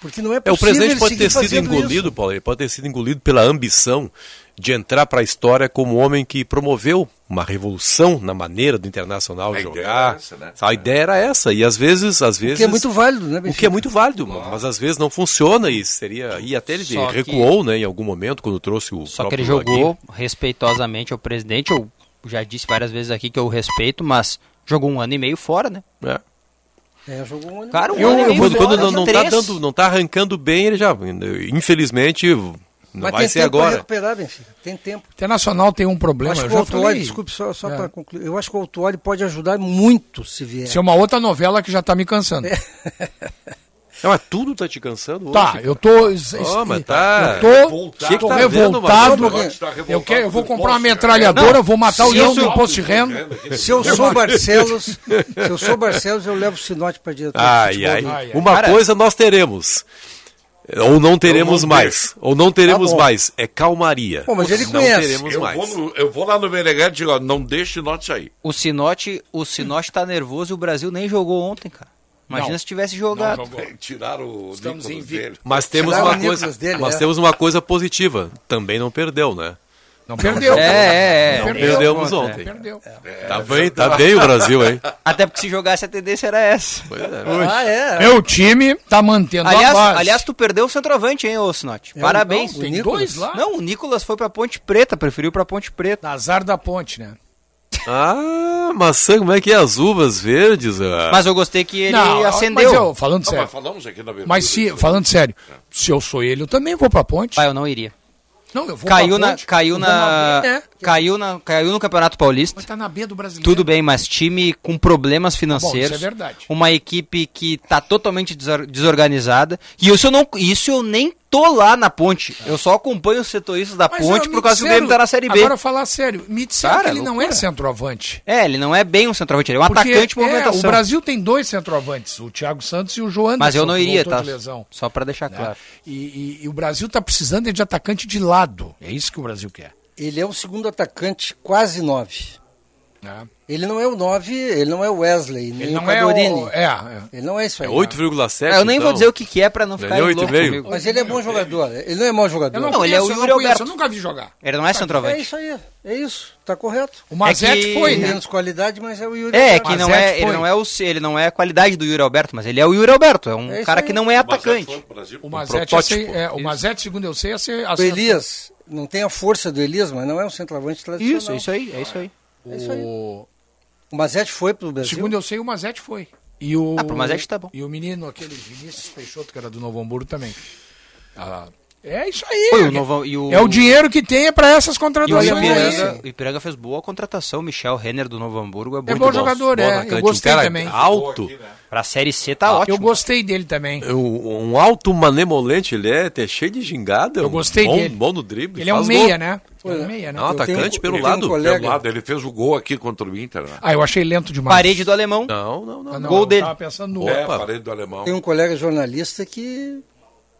[SPEAKER 3] Porque não é
[SPEAKER 7] É, o
[SPEAKER 3] possível.
[SPEAKER 7] presidente
[SPEAKER 3] ele
[SPEAKER 7] pode
[SPEAKER 3] seguir
[SPEAKER 7] ter sido
[SPEAKER 3] fazendo
[SPEAKER 7] engolido,
[SPEAKER 3] isso.
[SPEAKER 7] Paulo, ele pode ter sido engolido pela ambição de entrar para a história como homem um que promoveu uma revolução na maneira do
[SPEAKER 2] é
[SPEAKER 7] Internacional jogar.
[SPEAKER 2] era essa, né?
[SPEAKER 7] A ideia era essa. E às vezes, às vezes.
[SPEAKER 3] que é muito válido, né,
[SPEAKER 7] O que é muito válido, mas às vezes não funciona e seria. E até ele
[SPEAKER 6] Só que-
[SPEAKER 7] recuou, né, em algum momento, quando trouxe o.
[SPEAKER 6] Só que ele jogou respeitosamente ao presidente. Eu já disse várias vezes aqui que eu respeito, mas jogou um ano e meio fora, né?
[SPEAKER 7] É.
[SPEAKER 3] É, jogou um ano.
[SPEAKER 6] Cara, um
[SPEAKER 7] Eu-
[SPEAKER 6] ano e
[SPEAKER 7] eu-
[SPEAKER 6] meio
[SPEAKER 7] quando
[SPEAKER 6] fora,
[SPEAKER 7] quando não, não tá
[SPEAKER 6] três.
[SPEAKER 7] dando, não tá arrancando bem, ele já, infelizmente, não
[SPEAKER 3] Mas
[SPEAKER 7] vai
[SPEAKER 3] tem
[SPEAKER 7] ser
[SPEAKER 3] tempo pra
[SPEAKER 7] agora.
[SPEAKER 3] recuperar, Benfica. Tem tempo.
[SPEAKER 4] Internacional tem um problema.
[SPEAKER 3] Eu acho
[SPEAKER 4] eu
[SPEAKER 3] que o
[SPEAKER 4] já
[SPEAKER 3] Autuori,
[SPEAKER 4] falei.
[SPEAKER 3] desculpe, só, só
[SPEAKER 4] É.
[SPEAKER 3] para concluir. Eu acho que o Autuori pode ajudar muito se vier.
[SPEAKER 4] Isso é uma outra novela que já tá me cansando.
[SPEAKER 3] É.
[SPEAKER 7] Não, mas tudo tá te cansando hoje.
[SPEAKER 4] Tá,
[SPEAKER 7] cara.
[SPEAKER 4] eu tô. es- es-
[SPEAKER 7] Ô, mas tá-
[SPEAKER 4] Eu tô,
[SPEAKER 7] Revoltado. Que que
[SPEAKER 4] tô
[SPEAKER 7] tá vendo,
[SPEAKER 4] revoltado.
[SPEAKER 7] Marcelo?
[SPEAKER 3] tá
[SPEAKER 4] eu, quero, eu vou comprar uma
[SPEAKER 3] né?
[SPEAKER 4] metralhadora, vou matar o
[SPEAKER 6] se
[SPEAKER 4] leão
[SPEAKER 6] isso-
[SPEAKER 4] do imposto de renda.
[SPEAKER 3] Se eu sou Barcelos, se eu sou Barcelos, eu levo o sinote para diretor. de
[SPEAKER 7] Ai,
[SPEAKER 3] futebol
[SPEAKER 7] ai.
[SPEAKER 3] do-
[SPEAKER 7] Uma coisa nós teremos. Ou não teremos mais. Ou não teremos
[SPEAKER 3] Tá bom.
[SPEAKER 7] mais. É calmaria.
[SPEAKER 3] Bom, mas ele
[SPEAKER 7] não
[SPEAKER 3] conhece.
[SPEAKER 7] teremos
[SPEAKER 2] Eu
[SPEAKER 7] mais.
[SPEAKER 2] vou, no- eu vou lá no Meneghete e digo, ó, não deixe nós sair.
[SPEAKER 6] O Sinote, o Sinote tá nervoso e o Brasil nem jogou ontem, cara. Imagina
[SPEAKER 4] Não.
[SPEAKER 6] se tivesse jogado.
[SPEAKER 2] Tiraram o
[SPEAKER 4] Estamos
[SPEAKER 2] Nicolas
[SPEAKER 4] invictos.
[SPEAKER 2] dele.
[SPEAKER 7] Mas temos
[SPEAKER 3] Tiraram
[SPEAKER 7] uma
[SPEAKER 3] o Nicolas
[SPEAKER 7] coisa.
[SPEAKER 3] dele,
[SPEAKER 7] mas
[SPEAKER 3] é.
[SPEAKER 7] temos uma coisa positiva. Também não perdeu, né?
[SPEAKER 4] Não perdeu.
[SPEAKER 6] É, é, é.
[SPEAKER 4] Não perdeu.
[SPEAKER 7] Perdemos
[SPEAKER 6] contra, é,
[SPEAKER 7] ontem.
[SPEAKER 4] Perdeu.
[SPEAKER 7] Tá bem, tá bem o Brasil, hein?
[SPEAKER 6] Até porque se jogasse a tendência era essa.
[SPEAKER 3] Ah, é.
[SPEAKER 4] Meu time tá mantendo a
[SPEAKER 6] Aliás,
[SPEAKER 4] base.
[SPEAKER 6] aliás, tu perdeu o centroavante, hein, ô Sinote?
[SPEAKER 3] É,
[SPEAKER 6] Parabéns.
[SPEAKER 3] não,
[SPEAKER 4] tem
[SPEAKER 3] Nicolas.
[SPEAKER 4] dois lá.
[SPEAKER 6] Não, o Nicolas foi pra Ponte Preta, preferiu pra Ponte Preta.
[SPEAKER 4] Azar da ponte, né?
[SPEAKER 7] Ah, maçã, como é que é? As uvas verdes? ah.
[SPEAKER 6] Mas eu gostei que ele
[SPEAKER 4] Mas
[SPEAKER 6] acendeu.
[SPEAKER 4] eu, falando
[SPEAKER 2] Não, mas
[SPEAKER 4] sério.
[SPEAKER 2] falamos aqui na abertura.
[SPEAKER 4] Mas se, falando sério, se eu sou ele, eu também vou pra ponte.
[SPEAKER 6] Ah, eu não iria.
[SPEAKER 4] Não, eu vou
[SPEAKER 6] Caiu
[SPEAKER 4] pra
[SPEAKER 6] na,
[SPEAKER 4] ponte.
[SPEAKER 6] caiu
[SPEAKER 4] eu vou na-
[SPEAKER 6] na,
[SPEAKER 4] É.
[SPEAKER 6] caiu na, caiu no Campeonato Paulista.
[SPEAKER 4] Mas tá na B do brasileiro.
[SPEAKER 6] Tudo bem, mas time com problemas
[SPEAKER 4] Bom,
[SPEAKER 6] financeiros.
[SPEAKER 4] isso é verdade.
[SPEAKER 6] Uma equipe que tá totalmente desor- desorganizada. E isso eu não, isso eu nem tô lá na Ponte. Eu só acompanho os setoristas da
[SPEAKER 4] É. Mas,
[SPEAKER 6] Ponte
[SPEAKER 4] ó,
[SPEAKER 6] por causa que o
[SPEAKER 4] me
[SPEAKER 6] Grêmio tá na Série
[SPEAKER 4] disseram-
[SPEAKER 6] B.
[SPEAKER 4] Agora falar sério, me disseram
[SPEAKER 6] Cara,
[SPEAKER 4] que ele não é centroavante.
[SPEAKER 6] É, ele não é bem um centroavante, ele é um
[SPEAKER 4] Porque,
[SPEAKER 6] atacante de
[SPEAKER 4] é,
[SPEAKER 6] movimentação.
[SPEAKER 4] o Brasil tem dois centroavantes, o Thiago Santos e o João
[SPEAKER 6] mas eu não iria, tá?
[SPEAKER 4] De lesão,
[SPEAKER 6] Só pra deixar
[SPEAKER 4] né?
[SPEAKER 6] claro.
[SPEAKER 4] e, e- e o Brasil tá precisando é de atacante de lado. É isso que o Brasil quer.
[SPEAKER 3] Ele é um segundo atacante, quase nove.
[SPEAKER 4] né?
[SPEAKER 3] Ele não é o nove, ele não é o Wesley, nem
[SPEAKER 4] Ele
[SPEAKER 3] o
[SPEAKER 4] não é,
[SPEAKER 3] Cadorini.
[SPEAKER 4] o, é, é.
[SPEAKER 3] Ele não é isso aí.
[SPEAKER 7] 8,7.
[SPEAKER 6] É, eu nem
[SPEAKER 7] então.
[SPEAKER 6] vou dizer o que, que é pra não
[SPEAKER 7] Ele é
[SPEAKER 6] ficar louco
[SPEAKER 7] oito e meio?
[SPEAKER 6] comigo.
[SPEAKER 3] Mas ele é bom jogador. Ele não é mau jogador.
[SPEAKER 4] Eu não,
[SPEAKER 6] Não, ele é o
[SPEAKER 4] conheço, eu
[SPEAKER 6] Yuri
[SPEAKER 4] conheço,
[SPEAKER 6] Alberto.
[SPEAKER 4] Eu nunca vi jogar.
[SPEAKER 6] Ele não é
[SPEAKER 3] É
[SPEAKER 6] centroavante.
[SPEAKER 3] isso aí. É isso. Tá correto.
[SPEAKER 4] O Mazete
[SPEAKER 6] É que-
[SPEAKER 4] foi,
[SPEAKER 3] Tem
[SPEAKER 4] né?
[SPEAKER 3] menos qualidade, mas é o Yuri.
[SPEAKER 6] É,
[SPEAKER 3] Alberto.
[SPEAKER 6] que não
[SPEAKER 4] Mazete
[SPEAKER 6] é, ele
[SPEAKER 4] foi.
[SPEAKER 6] não é o ele não é a qualidade do Yuri Alberto, mas ele é o Yuri Alberto, é um
[SPEAKER 3] É isso
[SPEAKER 6] cara
[SPEAKER 3] aí.
[SPEAKER 6] que não é
[SPEAKER 2] Mas é, foi
[SPEAKER 6] atacante.
[SPEAKER 2] pro Brasil.
[SPEAKER 4] O Mazete,
[SPEAKER 7] Um protótipo.
[SPEAKER 4] eu sei- é, o Mazete, segundo eu sei, é ser,
[SPEAKER 7] Ah,
[SPEAKER 3] O Elias não tem a força do Elias, mas não é um centroavante tradicional.
[SPEAKER 6] Isso, é isso aí, é isso aí.
[SPEAKER 3] É isso aí.
[SPEAKER 4] o-
[SPEAKER 3] O Mazete foi pro Brasil.
[SPEAKER 4] segundo eu sei, o Mazete foi. E o,
[SPEAKER 6] Ah, pro Mazete tá bom.
[SPEAKER 4] E o menino, aquele Vinícius Peixoto, que era do Novo Hamburgo também. Ah, é isso aí.
[SPEAKER 6] Foi o Novo- e o-
[SPEAKER 4] É o dinheiro que tem é pra essas
[SPEAKER 6] E o
[SPEAKER 4] contratações.
[SPEAKER 3] é
[SPEAKER 4] aí.
[SPEAKER 6] Ipiranga, o Ipiranga fez boa contratação, Michel Renner do Novo Hamburgo é,
[SPEAKER 4] É
[SPEAKER 6] muito
[SPEAKER 4] bom jogador,
[SPEAKER 7] Bom
[SPEAKER 4] é.
[SPEAKER 7] atacante,
[SPEAKER 4] Eu gostei
[SPEAKER 7] um cara
[SPEAKER 4] também.
[SPEAKER 7] Alto. Ah.
[SPEAKER 6] Pra série C tá
[SPEAKER 4] Eu
[SPEAKER 6] ótimo.
[SPEAKER 4] gostei dele também.
[SPEAKER 7] Um, um alto manemolente, ele é, é cheio de gingada.
[SPEAKER 4] Eu
[SPEAKER 7] um
[SPEAKER 4] gostei
[SPEAKER 7] bom,
[SPEAKER 4] dele.
[SPEAKER 7] Bom no drible.
[SPEAKER 4] Ele é um
[SPEAKER 7] faz
[SPEAKER 4] meia,
[SPEAKER 7] gol.
[SPEAKER 4] né? Ele é um meia, né?
[SPEAKER 6] Ah,
[SPEAKER 7] Não,
[SPEAKER 6] tá
[SPEAKER 3] Eu tenho-
[SPEAKER 7] atacante pelo
[SPEAKER 3] eu tenho
[SPEAKER 7] lado.
[SPEAKER 3] Um
[SPEAKER 2] Pelo
[SPEAKER 3] colega,
[SPEAKER 2] lado, ele fez o gol aqui contra o Inter. Né?
[SPEAKER 4] Ah, eu achei lento demais.
[SPEAKER 6] Parede do alemão.
[SPEAKER 7] Não, não, não.
[SPEAKER 4] Ah, não,
[SPEAKER 6] Gol
[SPEAKER 4] eu
[SPEAKER 6] dele.
[SPEAKER 4] Tava pensando no...
[SPEAKER 7] Boa.
[SPEAKER 2] É,
[SPEAKER 7] Opa.
[SPEAKER 2] parede do alemão.
[SPEAKER 3] Tem um colega jornalista que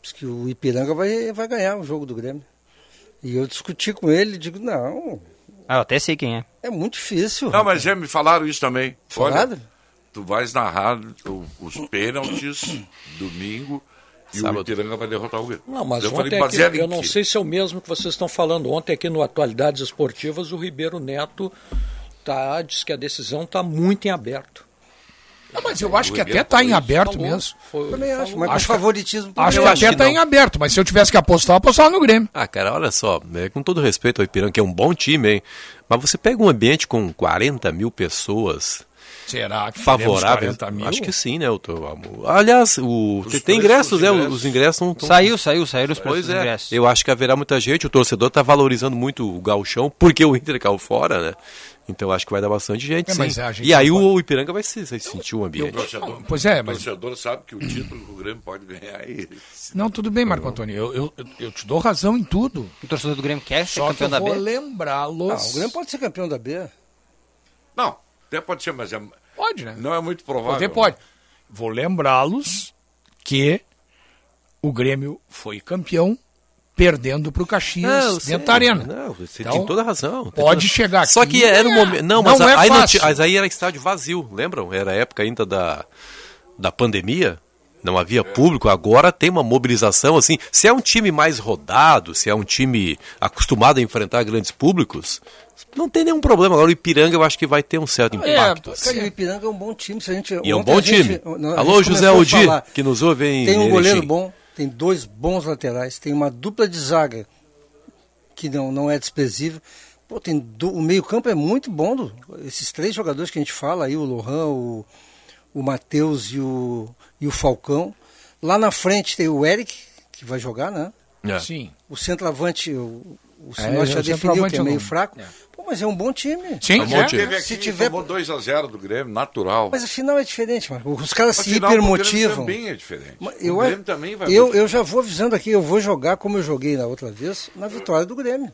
[SPEAKER 3] diz que o Ipiranga vai, vai ganhar o jogo do Grêmio. E eu discuti com ele, digo, não,
[SPEAKER 6] Ah, eu até sei quem é.
[SPEAKER 3] é muito difícil.
[SPEAKER 2] Não, mas já me falaram isso também.
[SPEAKER 3] Falaram?
[SPEAKER 2] Olha, tu vais narrar o- os pênaltis domingo e
[SPEAKER 7] Sábado.
[SPEAKER 2] o Ipiranga vai derrotar o Grêmio.
[SPEAKER 5] Não, mas
[SPEAKER 2] eu
[SPEAKER 5] ontem
[SPEAKER 2] falei,
[SPEAKER 5] aqui,
[SPEAKER 2] baseado em
[SPEAKER 5] eu não
[SPEAKER 2] quê?
[SPEAKER 5] sei se é o mesmo que vocês estão falando. Ontem aqui no Atualidades Esportivas, o Ribeiro Neto tá, diz que a decisão está muito em aberto.
[SPEAKER 4] Não, mas eu acho que até tá em aberto
[SPEAKER 5] Falou,
[SPEAKER 4] mesmo.
[SPEAKER 5] foi-
[SPEAKER 3] Também acho, mas
[SPEAKER 4] Acho
[SPEAKER 3] acho
[SPEAKER 4] que-
[SPEAKER 3] favoritismo pro
[SPEAKER 4] Acho que
[SPEAKER 3] Grêmio.
[SPEAKER 4] até
[SPEAKER 7] que
[SPEAKER 4] tá
[SPEAKER 7] não.
[SPEAKER 4] em aberto, mas se eu tivesse que apostar, eu apostava no Grêmio.
[SPEAKER 7] Ah, cara, olha só, né, com todo respeito ao Ipiranga, que é um bom time, hein? Mas você pega um ambiente com 40 mil pessoas
[SPEAKER 6] Tá,
[SPEAKER 4] Será que
[SPEAKER 7] favoráveis.
[SPEAKER 4] teremos 40 mil?
[SPEAKER 7] Acho que sim, né? O teu, amor? aliás, o, tem- tem ingressos, né? Os ingressos não estão.
[SPEAKER 6] Saiu, saiu, saíram os preços
[SPEAKER 7] Pois
[SPEAKER 6] dos
[SPEAKER 7] é,
[SPEAKER 6] ingressos.
[SPEAKER 7] eu acho que haverá muita gente. O torcedor está valorizando muito o gauchão, porque o Inter caiu fora, né? Então acho que vai dar bastante gente,
[SPEAKER 4] É,
[SPEAKER 7] sim.
[SPEAKER 4] mas a gente
[SPEAKER 7] e aí
[SPEAKER 4] não
[SPEAKER 7] o Ipiranga vai se, vai sentir o ambiente.
[SPEAKER 2] O torcedor,
[SPEAKER 4] Pois é,
[SPEAKER 2] o
[SPEAKER 4] mas-
[SPEAKER 2] torcedor sabe que o título que o Grêmio pode ganhar é esse.
[SPEAKER 4] Não, tudo bem, Marco Antônio. Eu, eu, eu- eu te dou razão em tudo.
[SPEAKER 6] O torcedor do Grêmio quer ser
[SPEAKER 4] Só que
[SPEAKER 6] campeão
[SPEAKER 4] eu
[SPEAKER 6] da
[SPEAKER 4] vou
[SPEAKER 6] B.
[SPEAKER 3] Ah,
[SPEAKER 4] lembrá-los.
[SPEAKER 3] o Grêmio pode ser campeão da B.
[SPEAKER 2] Não, até pode ser, mas é-
[SPEAKER 4] Pode, né?
[SPEAKER 2] não é muito provável.
[SPEAKER 4] Poder pode. Vou lembrá-los que o Grêmio foi campeão perdendo para o Caxias
[SPEAKER 7] Não,
[SPEAKER 4] dentro
[SPEAKER 7] sim.
[SPEAKER 4] da arena.
[SPEAKER 7] Não, você
[SPEAKER 4] Então,
[SPEAKER 7] tem toda a razão. Tem
[SPEAKER 4] pode
[SPEAKER 7] toda-
[SPEAKER 4] chegar
[SPEAKER 7] Só
[SPEAKER 4] aqui
[SPEAKER 7] que era um
[SPEAKER 4] e
[SPEAKER 7] momento. Não,
[SPEAKER 4] ganhar.
[SPEAKER 7] mas,
[SPEAKER 4] Não é
[SPEAKER 7] aí não
[SPEAKER 4] fácil.
[SPEAKER 7] tinha- mas aí era estádio vazio, lembram? Era a época ainda da, da pandemia. Não havia público, agora tem uma mobilização assim. Se é um time mais rodado, se é um time acostumado a enfrentar grandes públicos, não tem nenhum problema. Agora o Ipiranga eu acho que vai ter um certo impacto.
[SPEAKER 3] É, cara, e o Ipiranga é um bom time. Se a gente,
[SPEAKER 7] E é um
[SPEAKER 3] ontem
[SPEAKER 7] bom
[SPEAKER 3] a gente-
[SPEAKER 7] time.
[SPEAKER 3] nós- a
[SPEAKER 7] Alô,
[SPEAKER 3] gente
[SPEAKER 7] José
[SPEAKER 3] começou a
[SPEAKER 7] Odi,
[SPEAKER 3] falar.
[SPEAKER 7] que nos ouve em
[SPEAKER 3] Tem um goleiro
[SPEAKER 7] Erechim.
[SPEAKER 3] bom, tem dois bons laterais, tem uma dupla de zaga que não, não é desprezível. Pô, tem do- o meio-campo é muito bom. do- esses três jogadores que a gente fala aí, o Lohan, o, o Matheus e o, e o Falcão. Lá na frente tem o Eric, que vai jogar, né?
[SPEAKER 7] É.
[SPEAKER 4] Sim.
[SPEAKER 3] O centroavante, o, o
[SPEAKER 4] É,
[SPEAKER 3] Sinote
[SPEAKER 4] é,
[SPEAKER 3] já
[SPEAKER 4] o
[SPEAKER 3] definiu
[SPEAKER 4] centroavante
[SPEAKER 3] que é
[SPEAKER 4] eu
[SPEAKER 3] meio
[SPEAKER 4] não-
[SPEAKER 3] fraco. Pô, mas é um bom time.
[SPEAKER 2] Tá bom, teve aqui,
[SPEAKER 3] Se
[SPEAKER 2] Se
[SPEAKER 3] tiver
[SPEAKER 2] tomou 2x0 do Grêmio, natural.
[SPEAKER 3] mas afinal é diferente, Marco. Os caras se
[SPEAKER 2] Afinal, pro Grêmio
[SPEAKER 3] hipermotivam.
[SPEAKER 2] também é diferente.
[SPEAKER 3] Ma-
[SPEAKER 2] O
[SPEAKER 3] Eu,
[SPEAKER 2] Grêmio
[SPEAKER 3] a-
[SPEAKER 2] também vai
[SPEAKER 3] eu,
[SPEAKER 2] muito.
[SPEAKER 3] eu já vou avisando aqui, eu vou jogar como eu joguei na outra vez, na vitória do Grêmio.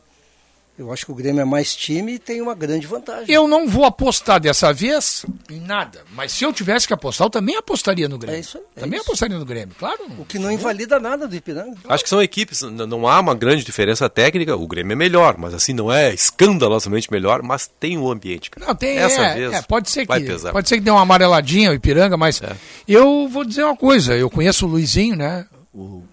[SPEAKER 3] Eu acho que o Grêmio é mais time e tem uma grande vantagem.
[SPEAKER 4] Eu não vou apostar dessa vez em nada, mas se eu tivesse que apostar, eu também apostaria no
[SPEAKER 3] É
[SPEAKER 4] Grêmio. também apostaria no Grêmio, claro.
[SPEAKER 3] O que não invalida nada do Ipiranga.
[SPEAKER 7] Acho que são equipes, n- não há uma grande diferença técnica. O Grêmio é melhor, mas assim não é escandalosamente melhor, mas tem o ambiente. Cara.
[SPEAKER 4] Não, tem,
[SPEAKER 7] Essa
[SPEAKER 4] é,
[SPEAKER 7] vez
[SPEAKER 4] é, pode ser que
[SPEAKER 7] vai pesar. É.
[SPEAKER 4] pode ser que dê uma amareladinha o Ipiranga, mas eu vou dizer uma coisa, eu conheço o Luizinho, né? O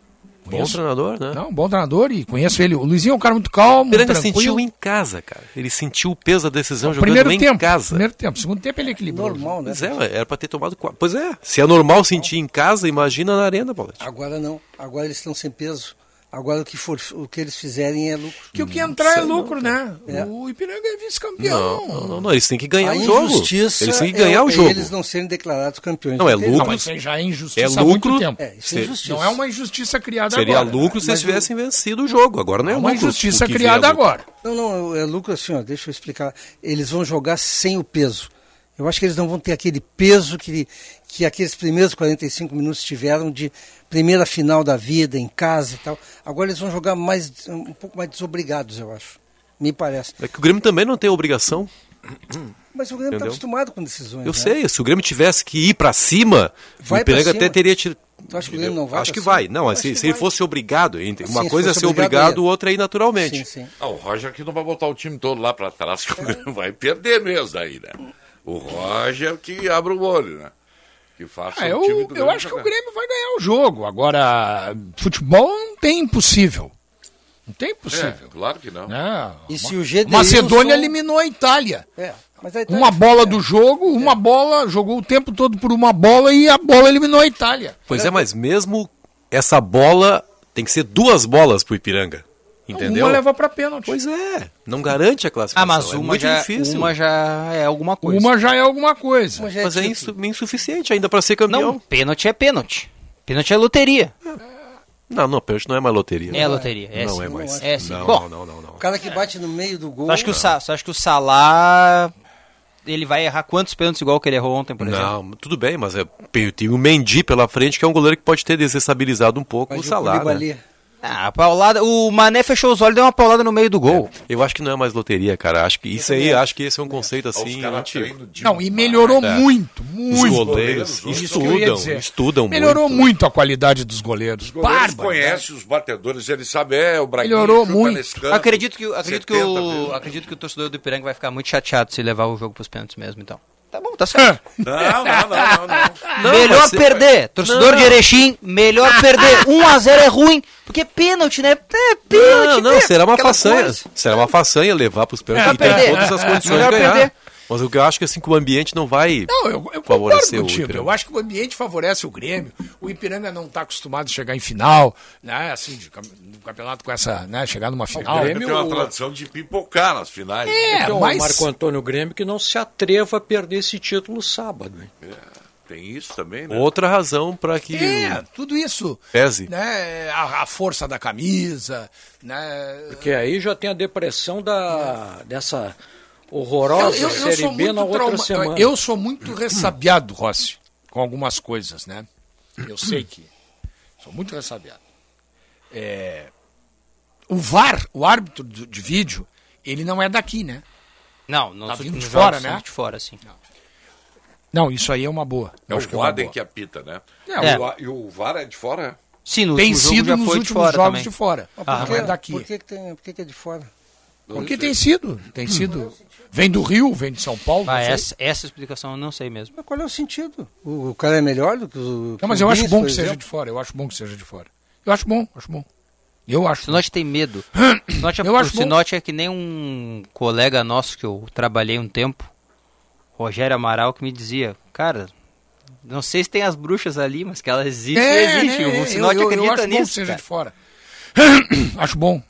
[SPEAKER 7] Bom treinador, né?
[SPEAKER 4] Não, bom treinador e conheço ele. O Luizinho é um cara muito calmo,
[SPEAKER 7] Piranga
[SPEAKER 4] tranquilo.
[SPEAKER 7] sentiu em casa, cara. Ele sentiu o peso da decisão jogando
[SPEAKER 4] primeiro
[SPEAKER 7] em
[SPEAKER 4] tempo,
[SPEAKER 7] casa.
[SPEAKER 4] primeiro tempo, segundo tempo ele equilibrou.
[SPEAKER 3] Normal, né?
[SPEAKER 7] Pois é, ué, era pra ter tomado quatro. Pois é, se é normal sentir em casa, imagina na arena, Paulete.
[SPEAKER 3] Agora não. Agora eles estão sem peso. Agora o que, for, o que eles fizerem é lucro.
[SPEAKER 4] Que o que entrar é lucro, né?
[SPEAKER 3] É.
[SPEAKER 4] O Ipiranga é vice-campeão.
[SPEAKER 7] Não, não, não, não, eles têm que ganhar
[SPEAKER 3] A
[SPEAKER 7] o jogo.
[SPEAKER 3] injustiça
[SPEAKER 7] Eles têm que
[SPEAKER 3] é-
[SPEAKER 7] ganhar o
[SPEAKER 3] é
[SPEAKER 7] jogo.
[SPEAKER 3] eles não serem declarados campeões.
[SPEAKER 7] Não, é
[SPEAKER 3] Entende?
[SPEAKER 7] lucro.
[SPEAKER 4] Mas isso aí já é injustiça
[SPEAKER 7] É
[SPEAKER 4] há muito
[SPEAKER 7] lucro.
[SPEAKER 4] tempo.
[SPEAKER 7] É, isso é
[SPEAKER 4] Se-
[SPEAKER 7] injustiça.
[SPEAKER 4] Não é uma injustiça criada
[SPEAKER 7] Seria
[SPEAKER 4] agora.
[SPEAKER 7] lucro se eles tivessem vencido o jogo. Agora não é,
[SPEAKER 4] É uma
[SPEAKER 7] lucro.
[SPEAKER 4] injustiça
[SPEAKER 7] O que
[SPEAKER 4] criada
[SPEAKER 7] vier é lucro.
[SPEAKER 4] agora.
[SPEAKER 3] Não, não, é lucro assim, ó, deixa eu explicar. Eles vão jogar sem o peso. Eu acho que eles não vão ter aquele peso que, que aqueles primeiros 45 minutos tiveram de primeira final da vida, em casa e tal. Agora eles vão jogar mais um pouco mais desobrigados, eu acho. Me parece.
[SPEAKER 7] É que o Grêmio também não tem obrigação.
[SPEAKER 3] Mas o Grêmio está
[SPEAKER 7] Entendeu?
[SPEAKER 3] acostumado com decisões.
[SPEAKER 7] Eu
[SPEAKER 4] é.
[SPEAKER 3] né?
[SPEAKER 7] sei, se o Grêmio tivesse que ir pra cima,
[SPEAKER 3] Vai
[SPEAKER 7] o Ipiranga
[SPEAKER 3] pra cima.
[SPEAKER 7] até teria tirado.
[SPEAKER 3] Tu acha que o Grêmio não vai
[SPEAKER 7] Acho
[SPEAKER 3] pra
[SPEAKER 7] que
[SPEAKER 3] cima?
[SPEAKER 7] vai. Não,
[SPEAKER 3] Acho
[SPEAKER 7] se,
[SPEAKER 3] que
[SPEAKER 7] se ele
[SPEAKER 3] vai.
[SPEAKER 7] fosse obrigado, ent- uma
[SPEAKER 3] Sim,
[SPEAKER 7] coisa é
[SPEAKER 3] se
[SPEAKER 7] ser
[SPEAKER 3] fosse obrigado,
[SPEAKER 7] obrigado,
[SPEAKER 3] ia.
[SPEAKER 7] outra é ir naturalmente.
[SPEAKER 3] Sim, sim.
[SPEAKER 2] Ah, o Roger que não vai botar o time todo lá pra trás, que o Grêmio vai perder mesmo aí, né? O Roger que abre o olho, né? Que faça
[SPEAKER 4] Ah,
[SPEAKER 2] o time
[SPEAKER 4] eu,
[SPEAKER 2] do
[SPEAKER 4] eu
[SPEAKER 2] Grêmio
[SPEAKER 4] acho que o
[SPEAKER 2] jogar.
[SPEAKER 4] Grêmio vai ganhar o jogo. Agora, futebol não tem impossível. Não tem impossível.
[SPEAKER 2] É, claro que não.
[SPEAKER 4] Não.
[SPEAKER 3] E se o GDI
[SPEAKER 4] Macedônia
[SPEAKER 3] não-
[SPEAKER 4] eliminou a Itália.
[SPEAKER 3] um- É, mas aí tá
[SPEAKER 4] Uma
[SPEAKER 3] difícil,
[SPEAKER 4] bola
[SPEAKER 3] né?
[SPEAKER 7] É.
[SPEAKER 4] do jogo, uma bola, jogou o tempo todo por uma bola e a bola eliminou a Itália.
[SPEAKER 7] Pois é, mas mesmo essa bola tem que ser duas bolas pro Ipiranga. Entendeu?
[SPEAKER 4] Uma leva pra pênalti.
[SPEAKER 7] Pois é, não garante a classificação.
[SPEAKER 6] Ah, mas
[SPEAKER 7] é
[SPEAKER 6] uma,
[SPEAKER 7] muito
[SPEAKER 6] já,
[SPEAKER 7] difícil.
[SPEAKER 6] uma já é alguma coisa.
[SPEAKER 4] Uma já é alguma coisa.
[SPEAKER 3] Mas já é
[SPEAKER 7] Mas é
[SPEAKER 3] título.
[SPEAKER 7] insu- insuficiente ainda pra ser campeão.
[SPEAKER 6] Não, pênalti é pênalti. Pênalti é loteria.
[SPEAKER 7] Não, não, pênalti não é mais loteria.
[SPEAKER 6] É loteria. É,
[SPEAKER 7] não
[SPEAKER 6] sim.
[SPEAKER 7] é mais.
[SPEAKER 6] É sim.
[SPEAKER 7] Não,
[SPEAKER 6] Bom,
[SPEAKER 7] não, não, não,
[SPEAKER 3] O cara que bate no meio do gol.
[SPEAKER 6] Você acha que o, Sa você acha que o Salah ele vai errar quantos pênaltis igual que ele errou ontem, por exemplo?
[SPEAKER 7] Não, tudo bem, mas é, tem tem o Mendy pela frente, que é um goleiro que pode ter desestabilizado um pouco
[SPEAKER 3] mas
[SPEAKER 7] o salário. né?
[SPEAKER 2] né?
[SPEAKER 3] Koulibaly-
[SPEAKER 6] Ah, a paulada, o Mané fechou os olhos e deu uma paulada no meio do gol.
[SPEAKER 2] tá
[SPEAKER 7] Eu acho que não é mais loteria, cara. Acho que isso aí, acho que esse é um conceito
[SPEAKER 2] Os
[SPEAKER 7] assim.
[SPEAKER 2] caras
[SPEAKER 7] antigo.
[SPEAKER 2] treinam demais.
[SPEAKER 4] Não, e melhorou
[SPEAKER 7] É.
[SPEAKER 4] muito,
[SPEAKER 7] Os
[SPEAKER 4] muito.
[SPEAKER 7] goleiros
[SPEAKER 2] goleiros,
[SPEAKER 4] Isso que eu ia
[SPEAKER 7] estudam,
[SPEAKER 4] dizer.
[SPEAKER 7] estudam
[SPEAKER 4] Melhorou
[SPEAKER 7] muito.
[SPEAKER 4] muito a qualidade dos goleiros.
[SPEAKER 2] Os goleiros
[SPEAKER 4] Bárbaro. né?
[SPEAKER 2] conhecem os batedores, eles sabem, é, o Braguinho
[SPEAKER 4] Melhorou
[SPEAKER 2] chuta
[SPEAKER 4] muito.
[SPEAKER 2] nesse canto,
[SPEAKER 6] acredito que, acredito, que
[SPEAKER 2] 70
[SPEAKER 6] o,
[SPEAKER 2] vezes.
[SPEAKER 6] acredito que o torcedor do Ipiranga vai ficar muito chateado se levar o jogo pros pênaltis mesmo, então. Tá bom, tá certo.
[SPEAKER 2] Não, não, não, não. não.
[SPEAKER 6] melhor
[SPEAKER 7] mas-
[SPEAKER 6] perder. Torcedor de Erechim,
[SPEAKER 4] Ah,
[SPEAKER 6] melhor perder. 1x0 é ruim, porque é pênalti, né? É pênalti.
[SPEAKER 7] Não, não,
[SPEAKER 3] Tipo,
[SPEAKER 6] né?
[SPEAKER 7] será uma
[SPEAKER 6] Aquela
[SPEAKER 7] façanha.
[SPEAKER 6] coisa.
[SPEAKER 7] Será uma façanha levar para os pênaltis.
[SPEAKER 6] É,
[SPEAKER 7] e tem
[SPEAKER 6] perder.
[SPEAKER 4] né?
[SPEAKER 7] todas as
[SPEAKER 6] É,
[SPEAKER 7] condições de
[SPEAKER 6] melhor
[SPEAKER 7] ganhar.
[SPEAKER 6] perder.
[SPEAKER 7] Mas o que eu acho que assim que o ambiente não vai
[SPEAKER 4] Não, eu, eu concordo
[SPEAKER 7] favorecer o
[SPEAKER 4] contigo.
[SPEAKER 7] Ipiranga.
[SPEAKER 4] Eu acho que o ambiente favorece o Grêmio. O Ipiranga não está acostumado a chegar em final, né? Assim, de cam- do campeonato com essa, né? Chegar numa final.
[SPEAKER 2] O Grêmio tem é
[SPEAKER 5] é
[SPEAKER 2] uma tradição de pipocar nas finais.
[SPEAKER 4] É,
[SPEAKER 5] Então,
[SPEAKER 4] mas...
[SPEAKER 5] Marco Antônio Grêmio que não se atreva a perder esse título sábado. hein?
[SPEAKER 2] É, Tem isso também, né?
[SPEAKER 7] Outra razão para que
[SPEAKER 4] É,
[SPEAKER 7] o-
[SPEAKER 4] tudo isso.
[SPEAKER 7] Pese.
[SPEAKER 4] Né? A, a força da camisa, né?
[SPEAKER 5] Porque aí já tem a depressão da, dessa
[SPEAKER 4] Eu,
[SPEAKER 5] horrorosa
[SPEAKER 4] eu- eu
[SPEAKER 5] Série
[SPEAKER 4] sou
[SPEAKER 5] B
[SPEAKER 4] muito
[SPEAKER 5] na outra
[SPEAKER 4] trauma...
[SPEAKER 5] semana.
[SPEAKER 4] Eu sou muito ressabiado, Rossi, com algumas coisas, né? Eu sei que sou muito ressabiado. É, O VAR, o árbitro do- de vídeo, ele não é daqui, né?
[SPEAKER 6] Não, não
[SPEAKER 4] Tá
[SPEAKER 6] sou-
[SPEAKER 4] vindo
[SPEAKER 6] não
[SPEAKER 4] de
[SPEAKER 6] jogo,
[SPEAKER 4] fora,
[SPEAKER 6] sou
[SPEAKER 4] né?
[SPEAKER 6] De fora, sim.
[SPEAKER 4] Não, isso aí é uma boa.
[SPEAKER 2] É
[SPEAKER 4] Acho que
[SPEAKER 2] o
[SPEAKER 4] uma
[SPEAKER 2] Vaden
[SPEAKER 4] boa.
[SPEAKER 2] que apita, né?
[SPEAKER 6] É.
[SPEAKER 2] O a- E o VAR é de fora?
[SPEAKER 6] Sim, no
[SPEAKER 4] Tem
[SPEAKER 6] último jogo
[SPEAKER 4] sido
[SPEAKER 6] já
[SPEAKER 4] nos
[SPEAKER 6] foi de
[SPEAKER 4] últimos
[SPEAKER 6] fora
[SPEAKER 4] jogos
[SPEAKER 6] também.
[SPEAKER 4] de fora.
[SPEAKER 3] Mas
[SPEAKER 4] Ah,
[SPEAKER 3] por
[SPEAKER 4] não
[SPEAKER 3] que,
[SPEAKER 4] é daqui.
[SPEAKER 3] Por que, que tem, por que, que é de fora?
[SPEAKER 4] Porque tem sido, tem sido. Vem do Rio, vem de São Paulo.
[SPEAKER 6] Ah,
[SPEAKER 4] não sei.
[SPEAKER 6] essa, essa explicação eu não sei mesmo.
[SPEAKER 3] Mas qual é o sentido? O, o cara é melhor do que o.
[SPEAKER 4] Não, mas eu acho bom que seja de fora. Eu acho bom que seja de fora. Eu acho bom, acho bom. Eu acho.
[SPEAKER 6] O Sinote tem medo. O Sinote é,
[SPEAKER 4] Eu acho
[SPEAKER 6] o
[SPEAKER 4] bom.
[SPEAKER 6] Sinote é que nem um colega nosso que eu trabalhei um tempo, Rogério Amaral, que me dizia, cara, não sei se tem as bruxas ali, mas que elas existem, existem.
[SPEAKER 4] né,
[SPEAKER 6] o Sinote
[SPEAKER 4] eu- eu,
[SPEAKER 6] acredita
[SPEAKER 4] eu acho bom que
[SPEAKER 6] nisso.
[SPEAKER 4] seja
[SPEAKER 6] cara.
[SPEAKER 4] de fora. acho bom.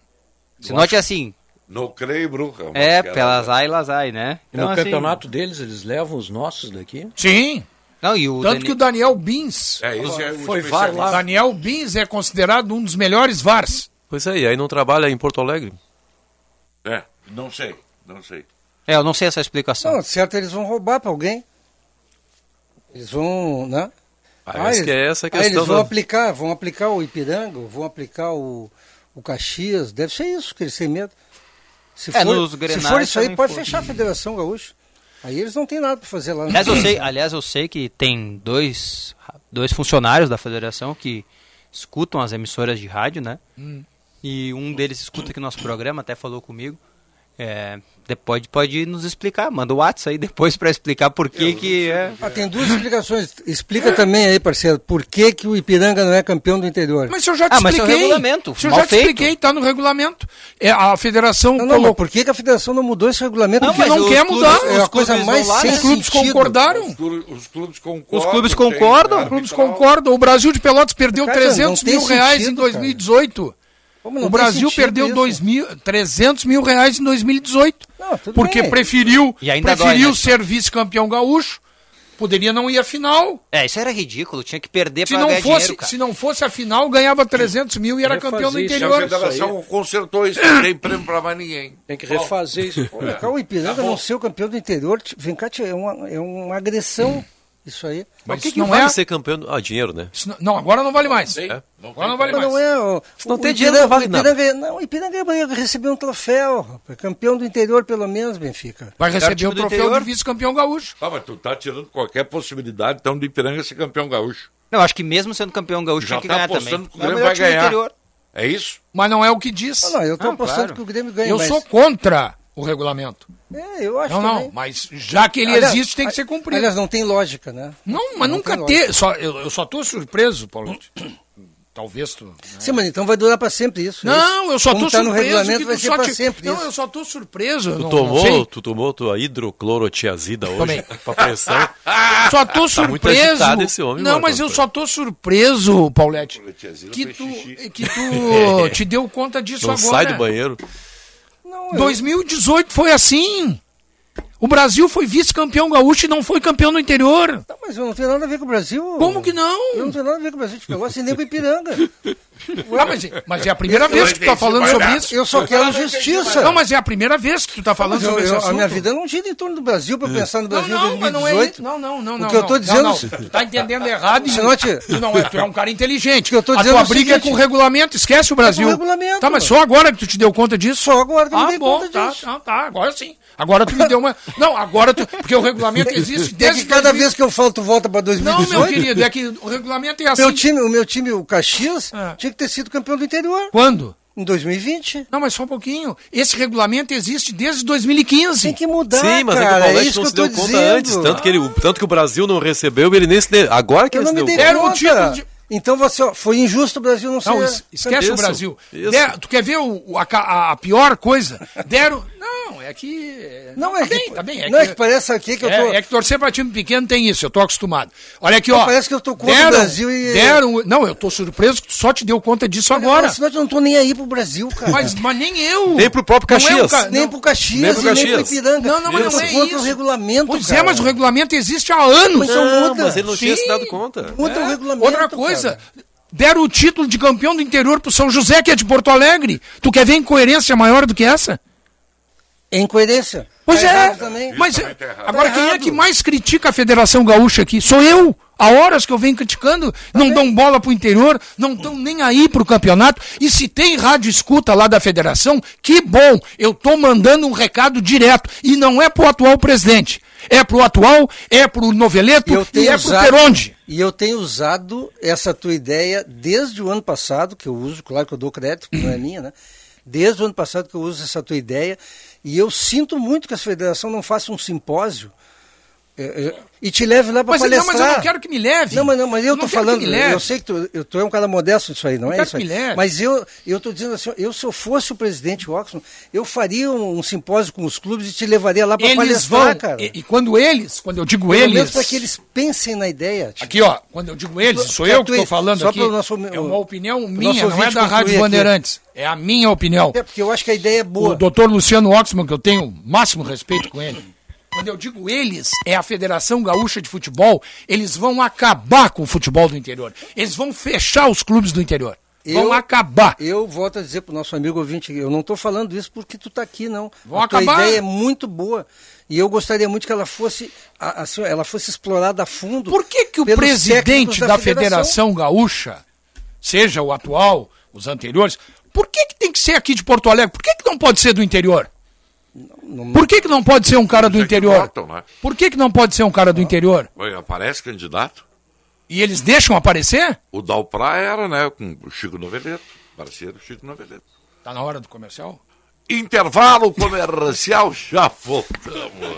[SPEAKER 6] O Sinote é assim,
[SPEAKER 2] Não creio, bruxa. mas
[SPEAKER 6] é,
[SPEAKER 2] cara,
[SPEAKER 6] pelas ai, elas ai, né?
[SPEAKER 5] E
[SPEAKER 3] Então,
[SPEAKER 5] no
[SPEAKER 6] assim,
[SPEAKER 5] campeonato deles, eles levam os nossos daqui?
[SPEAKER 4] Sim.
[SPEAKER 6] Não, e o
[SPEAKER 4] Tanto
[SPEAKER 6] Dani-
[SPEAKER 4] que o Daniel Bins.
[SPEAKER 2] É, esse é o
[SPEAKER 5] Foi
[SPEAKER 2] especialista.
[SPEAKER 5] VAR lá.
[SPEAKER 4] Daniel Bins é considerado um dos melhores VARs.
[SPEAKER 7] Pois é, e aí não trabalha em Porto Alegre?
[SPEAKER 2] É, não sei, não sei.
[SPEAKER 6] É, eu não sei essa explicação.
[SPEAKER 3] Não, certo, eles vão roubar pra alguém. Eles vão. Né?
[SPEAKER 7] Parece
[SPEAKER 3] eles-
[SPEAKER 7] que é essa a
[SPEAKER 3] ah,
[SPEAKER 7] questão.
[SPEAKER 3] eles vão
[SPEAKER 7] da-
[SPEAKER 3] aplicar, vão aplicar o Ipiranga, vão aplicar o, o Caxias. Deve ser isso, que eles têm medo. Se,
[SPEAKER 6] É,
[SPEAKER 3] for,
[SPEAKER 6] nos
[SPEAKER 3] se
[SPEAKER 6] Grenais
[SPEAKER 3] for isso aí,
[SPEAKER 6] também
[SPEAKER 3] pode
[SPEAKER 6] foi.
[SPEAKER 3] fechar a Federação Gaúcha. Aí eles não têm nada pra fazer lá. né? no-
[SPEAKER 6] Aliás, eu sei, aliás, eu sei que tem dois, dois funcionários da federação que escutam as emissoras de rádio, né?
[SPEAKER 4] Hum.
[SPEAKER 6] E um deles escuta aqui nosso programa, até falou comigo. É, de- pode, pode nos explicar, manda o WhatsApp aí depois para explicar por que que é.
[SPEAKER 3] Ah, tem duas explicações. Explica também aí, parceiro, por que, que o Ipiranga não é campeão do interior.
[SPEAKER 4] Mas se eu já te
[SPEAKER 6] Ah, mas é o
[SPEAKER 4] expliquei.
[SPEAKER 6] regulamento,
[SPEAKER 4] Se eu
[SPEAKER 6] mal
[SPEAKER 4] já te
[SPEAKER 6] feito.
[SPEAKER 4] expliquei, tá no regulamento. É, a federação
[SPEAKER 3] não, não, mas
[SPEAKER 4] colocou.
[SPEAKER 3] por que, que a federação não mudou esse regulamento?
[SPEAKER 6] Não,
[SPEAKER 3] Porque
[SPEAKER 6] mas
[SPEAKER 4] não
[SPEAKER 6] os
[SPEAKER 4] quer
[SPEAKER 6] clubes-
[SPEAKER 4] mudar.
[SPEAKER 6] os
[SPEAKER 3] É a coisa
[SPEAKER 6] clubes vão
[SPEAKER 3] mais
[SPEAKER 6] lá,
[SPEAKER 3] sem
[SPEAKER 6] né?
[SPEAKER 4] Os clubes
[SPEAKER 3] sentido.
[SPEAKER 4] concordaram.
[SPEAKER 2] Os, clu- os clubes concordam.
[SPEAKER 6] Os clubes
[SPEAKER 2] tem né?
[SPEAKER 6] concordam,
[SPEAKER 4] Os
[SPEAKER 2] árbitro,
[SPEAKER 4] clubes concordam. O Brasil de Pelotas perdeu
[SPEAKER 3] Cara, não
[SPEAKER 4] 300
[SPEAKER 3] tem
[SPEAKER 4] mil reais
[SPEAKER 3] sentido,
[SPEAKER 4] em 2018.
[SPEAKER 3] Como não
[SPEAKER 4] o
[SPEAKER 3] tem
[SPEAKER 4] Brasil
[SPEAKER 3] sentido
[SPEAKER 4] perdeu
[SPEAKER 3] isso?
[SPEAKER 4] dois mil, 300 mil reais em 2018.
[SPEAKER 3] Não, tudo
[SPEAKER 4] porque
[SPEAKER 3] bem.
[SPEAKER 4] preferiu,
[SPEAKER 6] E ainda dói,
[SPEAKER 4] preferiu
[SPEAKER 6] né?
[SPEAKER 4] ser vice-campeão gaúcho. Poderia não ir à final.
[SPEAKER 6] É, isso era ridículo, tinha que perder
[SPEAKER 4] Se
[SPEAKER 6] para
[SPEAKER 4] não,
[SPEAKER 6] ganhar
[SPEAKER 4] fosse,
[SPEAKER 6] dinheiro, cara.
[SPEAKER 4] se não fosse a final, ganhava 300 mil e era
[SPEAKER 5] Refazia
[SPEAKER 4] campeão do
[SPEAKER 5] isso,
[SPEAKER 2] E
[SPEAKER 4] interior.
[SPEAKER 2] a federação consertou isso, não tem prêmio pra mais ninguém. é.
[SPEAKER 5] Tem que refazer isso.
[SPEAKER 3] Cara, Então, O Ipiranga
[SPEAKER 4] Tá
[SPEAKER 3] não ser o campeão do interior, t- vem cá, tio, é uma, é uma agressão isso aí.
[SPEAKER 4] Mas
[SPEAKER 7] Mas o que,
[SPEAKER 4] isso
[SPEAKER 7] que
[SPEAKER 4] não
[SPEAKER 7] vale
[SPEAKER 4] é.
[SPEAKER 7] ser campeão? do- Ah, dinheiro, né? É.
[SPEAKER 4] isso não- Não, agora não vale mais.
[SPEAKER 6] um.
[SPEAKER 4] Agora não vale
[SPEAKER 3] Mas
[SPEAKER 4] mais.
[SPEAKER 3] não é. O,
[SPEAKER 7] não
[SPEAKER 3] o
[SPEAKER 7] tem dinheiro,
[SPEAKER 3] Ipiranga,
[SPEAKER 7] não vale
[SPEAKER 3] o Ipiranga, não, o Ipiranga vai receber um troféu, rapaz, campeão do interior pelo menos, Benfica.
[SPEAKER 4] Vai receber
[SPEAKER 6] time
[SPEAKER 4] o
[SPEAKER 6] do
[SPEAKER 4] troféu
[SPEAKER 6] interior.
[SPEAKER 4] de vice-campeão gaúcho.
[SPEAKER 2] Tá Ah, mas tu tá tirando qualquer possibilidade, então, do Ipiranga ser campeão gaúcho.
[SPEAKER 6] Não, acho que mesmo sendo campeão gaúcho,
[SPEAKER 2] Já
[SPEAKER 6] tinha que
[SPEAKER 2] tá
[SPEAKER 6] ganhar
[SPEAKER 2] apostando
[SPEAKER 6] também.
[SPEAKER 2] que
[SPEAKER 6] É o
[SPEAKER 2] o Grêmio
[SPEAKER 6] melhor
[SPEAKER 2] vai
[SPEAKER 6] time do
[SPEAKER 2] ganhar.
[SPEAKER 6] interior.
[SPEAKER 2] É isso?
[SPEAKER 4] Mas não é o que diz.
[SPEAKER 3] Não, não, eu tô
[SPEAKER 6] Ah,
[SPEAKER 3] apostando
[SPEAKER 6] claro.
[SPEAKER 3] que o Grêmio ganha.
[SPEAKER 4] eu
[SPEAKER 3] mas-
[SPEAKER 4] sou contra o regulamento.
[SPEAKER 3] É, eu acho
[SPEAKER 4] Não, não,
[SPEAKER 3] também.
[SPEAKER 4] mas já que ele
[SPEAKER 3] Aliás,
[SPEAKER 4] existe, tem que
[SPEAKER 3] a-
[SPEAKER 4] ser cumprido.
[SPEAKER 3] Aliás, não tem lógica, né?
[SPEAKER 4] não, mas
[SPEAKER 3] não
[SPEAKER 4] nunca
[SPEAKER 3] tem
[SPEAKER 4] ter. Só, eu, eu só tô surpreso, Paulo. Talvez tu.
[SPEAKER 3] Sim, mas então vai durar pra sempre isso.
[SPEAKER 4] Não, eu só
[SPEAKER 3] Como
[SPEAKER 4] tô
[SPEAKER 3] tá no
[SPEAKER 4] surpreso.
[SPEAKER 3] regulamento,
[SPEAKER 4] que tu
[SPEAKER 3] vai ser
[SPEAKER 4] só
[SPEAKER 3] pra
[SPEAKER 4] te-
[SPEAKER 3] sempre
[SPEAKER 4] Não,
[SPEAKER 3] isso.
[SPEAKER 4] eu só tô surpreso. eu
[SPEAKER 7] Tu
[SPEAKER 4] não- não
[SPEAKER 7] tomou,
[SPEAKER 4] sei.
[SPEAKER 7] tu tomou tua hidroclorotiazida
[SPEAKER 4] Tomei.
[SPEAKER 7] hoje pra pressão.
[SPEAKER 4] Só tô
[SPEAKER 7] Ah, tá muito
[SPEAKER 4] surpreso.
[SPEAKER 7] agitado esse homem,
[SPEAKER 4] não,
[SPEAKER 7] Marco
[SPEAKER 4] mas eu
[SPEAKER 7] Antônio.
[SPEAKER 4] só tô surpreso, Paulette,
[SPEAKER 2] Tiazinha
[SPEAKER 4] que
[SPEAKER 2] fez xixi.
[SPEAKER 4] tu, que tu te deu conta disso
[SPEAKER 7] Não
[SPEAKER 4] agora.
[SPEAKER 7] sai do banheiro.
[SPEAKER 3] Não, eu-
[SPEAKER 4] 2018 foi assim. O Brasil foi vice-campeão gaúcho e não foi campeão no interior.
[SPEAKER 3] Não, mas eu não tenho nada a ver com o Brasil.
[SPEAKER 4] Como que não?
[SPEAKER 3] Eu não tenho nada a ver com o Brasil de Pelotas e nem com o Ipiranga.
[SPEAKER 4] Ah, mas, mas é a primeira vez que tu tá falando sobre isso.
[SPEAKER 3] Eu só quero justiça.
[SPEAKER 4] Não, mas é a primeira vez que tu tá falando
[SPEAKER 3] Mas eu-
[SPEAKER 4] sobre
[SPEAKER 3] eu-
[SPEAKER 4] esse assunto.
[SPEAKER 3] a minha vida não gira em torno do Brasil
[SPEAKER 4] É.
[SPEAKER 3] para pensar no
[SPEAKER 4] Não,
[SPEAKER 3] Brasil
[SPEAKER 4] não,
[SPEAKER 3] em
[SPEAKER 4] mas não é
[SPEAKER 3] 2018.
[SPEAKER 4] isso. Não, não, não.
[SPEAKER 3] O
[SPEAKER 4] não,
[SPEAKER 3] que eu
[SPEAKER 4] não.
[SPEAKER 3] tô
[SPEAKER 4] Não,
[SPEAKER 3] dizendo-
[SPEAKER 4] não. Tu tá entendendo errado. e-
[SPEAKER 3] Sinote-
[SPEAKER 4] Tu não é, tu é um cara inteligente.
[SPEAKER 3] O que eu tô
[SPEAKER 4] a
[SPEAKER 3] dizendo
[SPEAKER 4] tua
[SPEAKER 3] é o
[SPEAKER 4] briga é
[SPEAKER 3] seguinte-
[SPEAKER 4] com o regulamento, esquece o Brasil.
[SPEAKER 3] É com o regulamento,
[SPEAKER 4] Tá, mas
[SPEAKER 3] mano.
[SPEAKER 4] só agora que tu te deu conta disso?
[SPEAKER 3] Só agora que eu me
[SPEAKER 4] ah,
[SPEAKER 3] dei
[SPEAKER 4] bom,
[SPEAKER 3] conta
[SPEAKER 4] tá,
[SPEAKER 3] disso.
[SPEAKER 4] Tá, tá, agora sim. Agora tu me deu uma... Não, agora tu... Porque o regulamento existe
[SPEAKER 3] É
[SPEAKER 4] desde...
[SPEAKER 3] que cada
[SPEAKER 4] 2000.
[SPEAKER 3] vez que eu falo, tu volta para
[SPEAKER 4] Não,
[SPEAKER 3] 2018.
[SPEAKER 4] meu querido, é que o regulamento é assim.
[SPEAKER 3] Meu time, o meu time, o Caxias,
[SPEAKER 4] Ah.
[SPEAKER 3] tinha que ter sido campeão do interior
[SPEAKER 4] Quando?
[SPEAKER 3] em 2020.
[SPEAKER 4] Não, mas só um pouquinho. Esse regulamento existe desde 2015.
[SPEAKER 3] Tem que mudar,
[SPEAKER 7] Sim, mas é que o
[SPEAKER 3] cara. É,
[SPEAKER 7] Paulete
[SPEAKER 3] isso
[SPEAKER 7] não
[SPEAKER 3] que eu
[SPEAKER 7] se
[SPEAKER 3] tô
[SPEAKER 7] deu
[SPEAKER 3] dizendo. Ah.
[SPEAKER 7] conta antes. Tanto que, ele, o- tanto que o Brasil não recebeu, ele nem se deu. Agora que
[SPEAKER 3] eu
[SPEAKER 7] ele
[SPEAKER 3] não
[SPEAKER 7] se
[SPEAKER 3] me
[SPEAKER 7] deu
[SPEAKER 3] dei
[SPEAKER 7] conta.
[SPEAKER 4] Deram o
[SPEAKER 3] conta.
[SPEAKER 4] título um de-
[SPEAKER 3] Então você, ó, foi injusto o Brasil não ser...
[SPEAKER 4] Não, es- esquece
[SPEAKER 7] Isso,
[SPEAKER 4] o Brasil.
[SPEAKER 7] isso.
[SPEAKER 4] Der- tu quer ver o- o- a, ca- a- a pior coisa? Deram. Não, é que.
[SPEAKER 3] Não,
[SPEAKER 4] tá
[SPEAKER 3] é que-
[SPEAKER 4] bem, tá bem.
[SPEAKER 3] não, é que parece aqui que eu
[SPEAKER 4] é-
[SPEAKER 3] tô-
[SPEAKER 4] é que torcer pra time pequeno tem isso, eu tô acostumado. Olha aqui, ó.
[SPEAKER 3] Não, parece que eu tô contra o Brasil e-
[SPEAKER 4] Deram, um- não, eu tô surpreso que tu só te deu conta disso agora.
[SPEAKER 3] Senão eu não tô nem aí pro Brasil, cara.
[SPEAKER 4] é Mas, mas nem eu.
[SPEAKER 7] Nem pro próprio
[SPEAKER 4] Não é o
[SPEAKER 7] Caxias.
[SPEAKER 4] ca-
[SPEAKER 3] nem
[SPEAKER 4] não.
[SPEAKER 3] pro Caxias
[SPEAKER 7] Nem pro
[SPEAKER 3] e nem
[SPEAKER 7] Caxias.
[SPEAKER 3] pro Ipiranga.
[SPEAKER 4] Não, não, mas
[SPEAKER 3] Eu
[SPEAKER 4] não
[SPEAKER 3] sou
[SPEAKER 4] é
[SPEAKER 3] contra o
[SPEAKER 4] isso.
[SPEAKER 3] regulamento,
[SPEAKER 4] Pois
[SPEAKER 3] cara.
[SPEAKER 4] é, mas o regulamento existe há anos.
[SPEAKER 3] Mas é um eu
[SPEAKER 7] Não,
[SPEAKER 3] muda.
[SPEAKER 7] mas ele não tinha se dado
[SPEAKER 4] Sim.
[SPEAKER 7] conta.
[SPEAKER 3] Muda o
[SPEAKER 4] É.
[SPEAKER 3] Um regulamento,
[SPEAKER 4] Outra coisa,
[SPEAKER 3] cara.
[SPEAKER 4] deram o título de campeão do interior pro São José, que é de Porto Alegre. Tu quer ver incoerência maior do que essa?
[SPEAKER 3] É incoerência.
[SPEAKER 4] Pois
[SPEAKER 3] Tá
[SPEAKER 4] é.
[SPEAKER 3] errado também.
[SPEAKER 4] Mas
[SPEAKER 2] Isso também tá errado.
[SPEAKER 4] agora
[SPEAKER 3] Tá
[SPEAKER 4] quem é
[SPEAKER 3] errado.
[SPEAKER 4] que mais critica a Federação Gaúcha aqui? Sou eu. Há horas que eu venho criticando,
[SPEAKER 3] Tá
[SPEAKER 4] não dão bola pro interior, não estão nem aí pro campeonato. E se tem rádio escuta lá da federação, que bom, eu tô mandando um recado direto. E não é pro atual presidente, é pro atual, é pro Noveleto
[SPEAKER 3] eu
[SPEAKER 4] e
[SPEAKER 3] tenho
[SPEAKER 4] é pro
[SPEAKER 3] usado,
[SPEAKER 4] Peronde.
[SPEAKER 3] E eu tenho
[SPEAKER 4] Uhum.
[SPEAKER 3] usado essa tua ideia desde o ano passado, que eu uso, claro que eu dou crédito, que não é minha, né? Desde o ano passado que eu uso essa tua ideia. E eu sinto muito que a federação não faça um simpósio é, é, e te leve lá para
[SPEAKER 4] Mas,
[SPEAKER 3] palestrar.
[SPEAKER 4] não, mas eu não quero que me leve.
[SPEAKER 3] Não, mas, não, mas eu
[SPEAKER 4] Não
[SPEAKER 3] tô
[SPEAKER 4] quero
[SPEAKER 3] falando,
[SPEAKER 4] que me leve.
[SPEAKER 3] eu sei que tu, eu, tu é um cara modesto nisso aí, não, é
[SPEAKER 4] quero
[SPEAKER 3] isso
[SPEAKER 4] que
[SPEAKER 3] aí.
[SPEAKER 4] me leve.
[SPEAKER 3] Mas eu, eu tô dizendo assim, ó, eu se eu fosse o presidente Oxman, eu faria um, um simpósio com os clubes e te levaria lá para
[SPEAKER 4] Eles
[SPEAKER 3] palestrar,
[SPEAKER 4] vão.
[SPEAKER 3] cara.
[SPEAKER 4] E, e quando eles, quando eu digo
[SPEAKER 3] Pelo
[SPEAKER 4] eles.
[SPEAKER 3] menos para que eles pensem na ideia. tipo.
[SPEAKER 4] Aqui, ó, quando eu digo eles, sou
[SPEAKER 3] Pra
[SPEAKER 4] eu
[SPEAKER 3] tu
[SPEAKER 4] que estou
[SPEAKER 3] ir-
[SPEAKER 4] falando
[SPEAKER 3] só
[SPEAKER 4] aqui.
[SPEAKER 3] pro nosso-
[SPEAKER 4] é uma opinião
[SPEAKER 3] pro
[SPEAKER 4] minha,
[SPEAKER 3] nosso
[SPEAKER 4] não é
[SPEAKER 3] ouvinte
[SPEAKER 4] da
[SPEAKER 3] concluir
[SPEAKER 4] Rádio
[SPEAKER 3] aqui.
[SPEAKER 4] Bandeirantes. É a minha opinião.
[SPEAKER 3] É, porque eu acho que a ideia é boa.
[SPEAKER 4] O doutor Luciano Oxman, que eu tenho o máximo respeito com ele. Quando eu digo eles, é a Federação Gaúcha de Futebol. Eles vão acabar com o futebol do interior. Eles vão fechar os clubes do interior. Vão acabar.
[SPEAKER 3] Eu volto a dizer pro nosso amigo ouvinte, eu não estou falando isso porque tu está aqui, não.
[SPEAKER 4] Vão
[SPEAKER 3] a tua
[SPEAKER 4] acabar.
[SPEAKER 3] ideia é muito boa. E eu gostaria muito que ela fosse, a- assim, ela fosse explorada a fundo. Por que,
[SPEAKER 4] que o presidente da, Federação Gaúcha, seja o atual, os anteriores, por que, que tem que ser aqui de Porto Alegre? Por que, que não pode ser do interior? Por que, que não pode ser um cara do interior?
[SPEAKER 2] votam, né?
[SPEAKER 4] Por que, que não pode ser um cara do interior?
[SPEAKER 2] Oi, Aparece candidato?
[SPEAKER 4] E eles deixam aparecer?
[SPEAKER 2] O Dalprá era, né? Com o Chico Noveleto. Parceiro Chico Noveleto.
[SPEAKER 4] Tá na hora do comercial?
[SPEAKER 2] Intervalo comercial, já voltamos.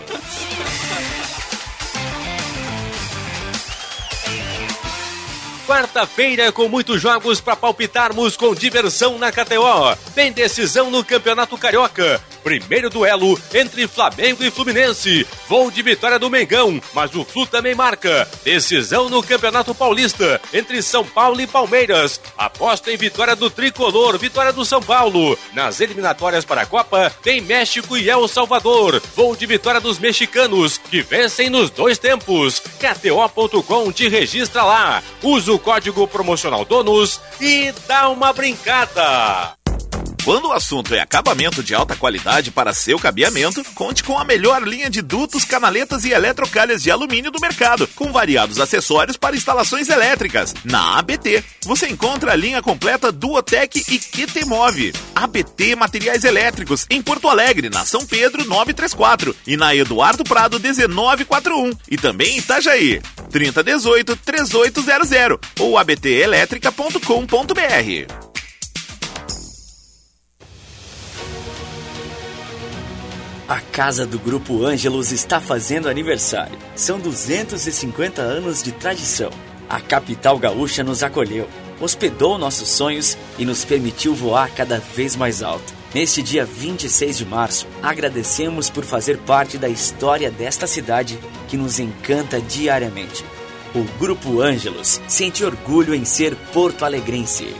[SPEAKER 12] Quarta-feira é com muitos jogos para palpitarmos com diversão na KTO. Tem decisão no Campeonato Carioca. Primeiro duelo entre Flamengo e Fluminense. Voo de vitória do Mengão, mas o Flu também marca. Decisão no Campeonato Paulista entre São Paulo e Palmeiras. Aposta em vitória do Tricolor, vitória do São Paulo. Nas eliminatórias para a Copa, tem México e El Salvador. Voo de vitória dos mexicanos, que vencem nos dois tempos. KTO.com te registra lá. Usa o código promocional DONUS e dá um uma brincada.
[SPEAKER 9] Quando o assunto é acabamento de alta qualidade para seu cabeamento, conte com a melhor linha de dutos, canaletas e eletrocalhas de alumínio do mercado, com variados acessórios para instalações elétricas. Na ABT, você encontra a linha completa Duotec e QTMove. ABT Materiais Elétricos, em Porto Alegre, na São Pedro 934 e na Eduardo Prado 1941 e também em Itajaí. 3018 3800 ou abtelétrica.com.br.
[SPEAKER 13] A casa do Grupo Ângelos está fazendo aniversário. São 250 anos de tradição. A capital gaúcha nos acolheu, hospedou nossos sonhos e nos permitiu voar cada vez mais alto. Neste dia 26 de março, agradecemos por fazer parte da história desta cidade que nos encanta diariamente. O Grupo Ângelos sente orgulho em ser porto alegrense.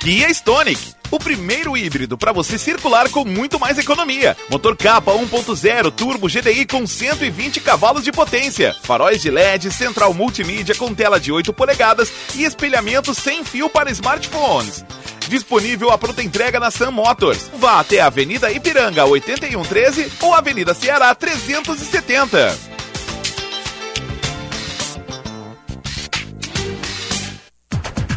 [SPEAKER 9] Kia Stonic, o primeiro híbrido para você circular com muito mais economia. Motor capa 1.0 turbo GDI com 120 cavalos de potência, faróis de LED, central multimídia com tela de 8 polegadas e espelhamento sem fio para smartphones. Disponível a pronta entrega na Sam Motors. Vá até a Avenida Ipiranga 8113 ou Avenida Ceará 370.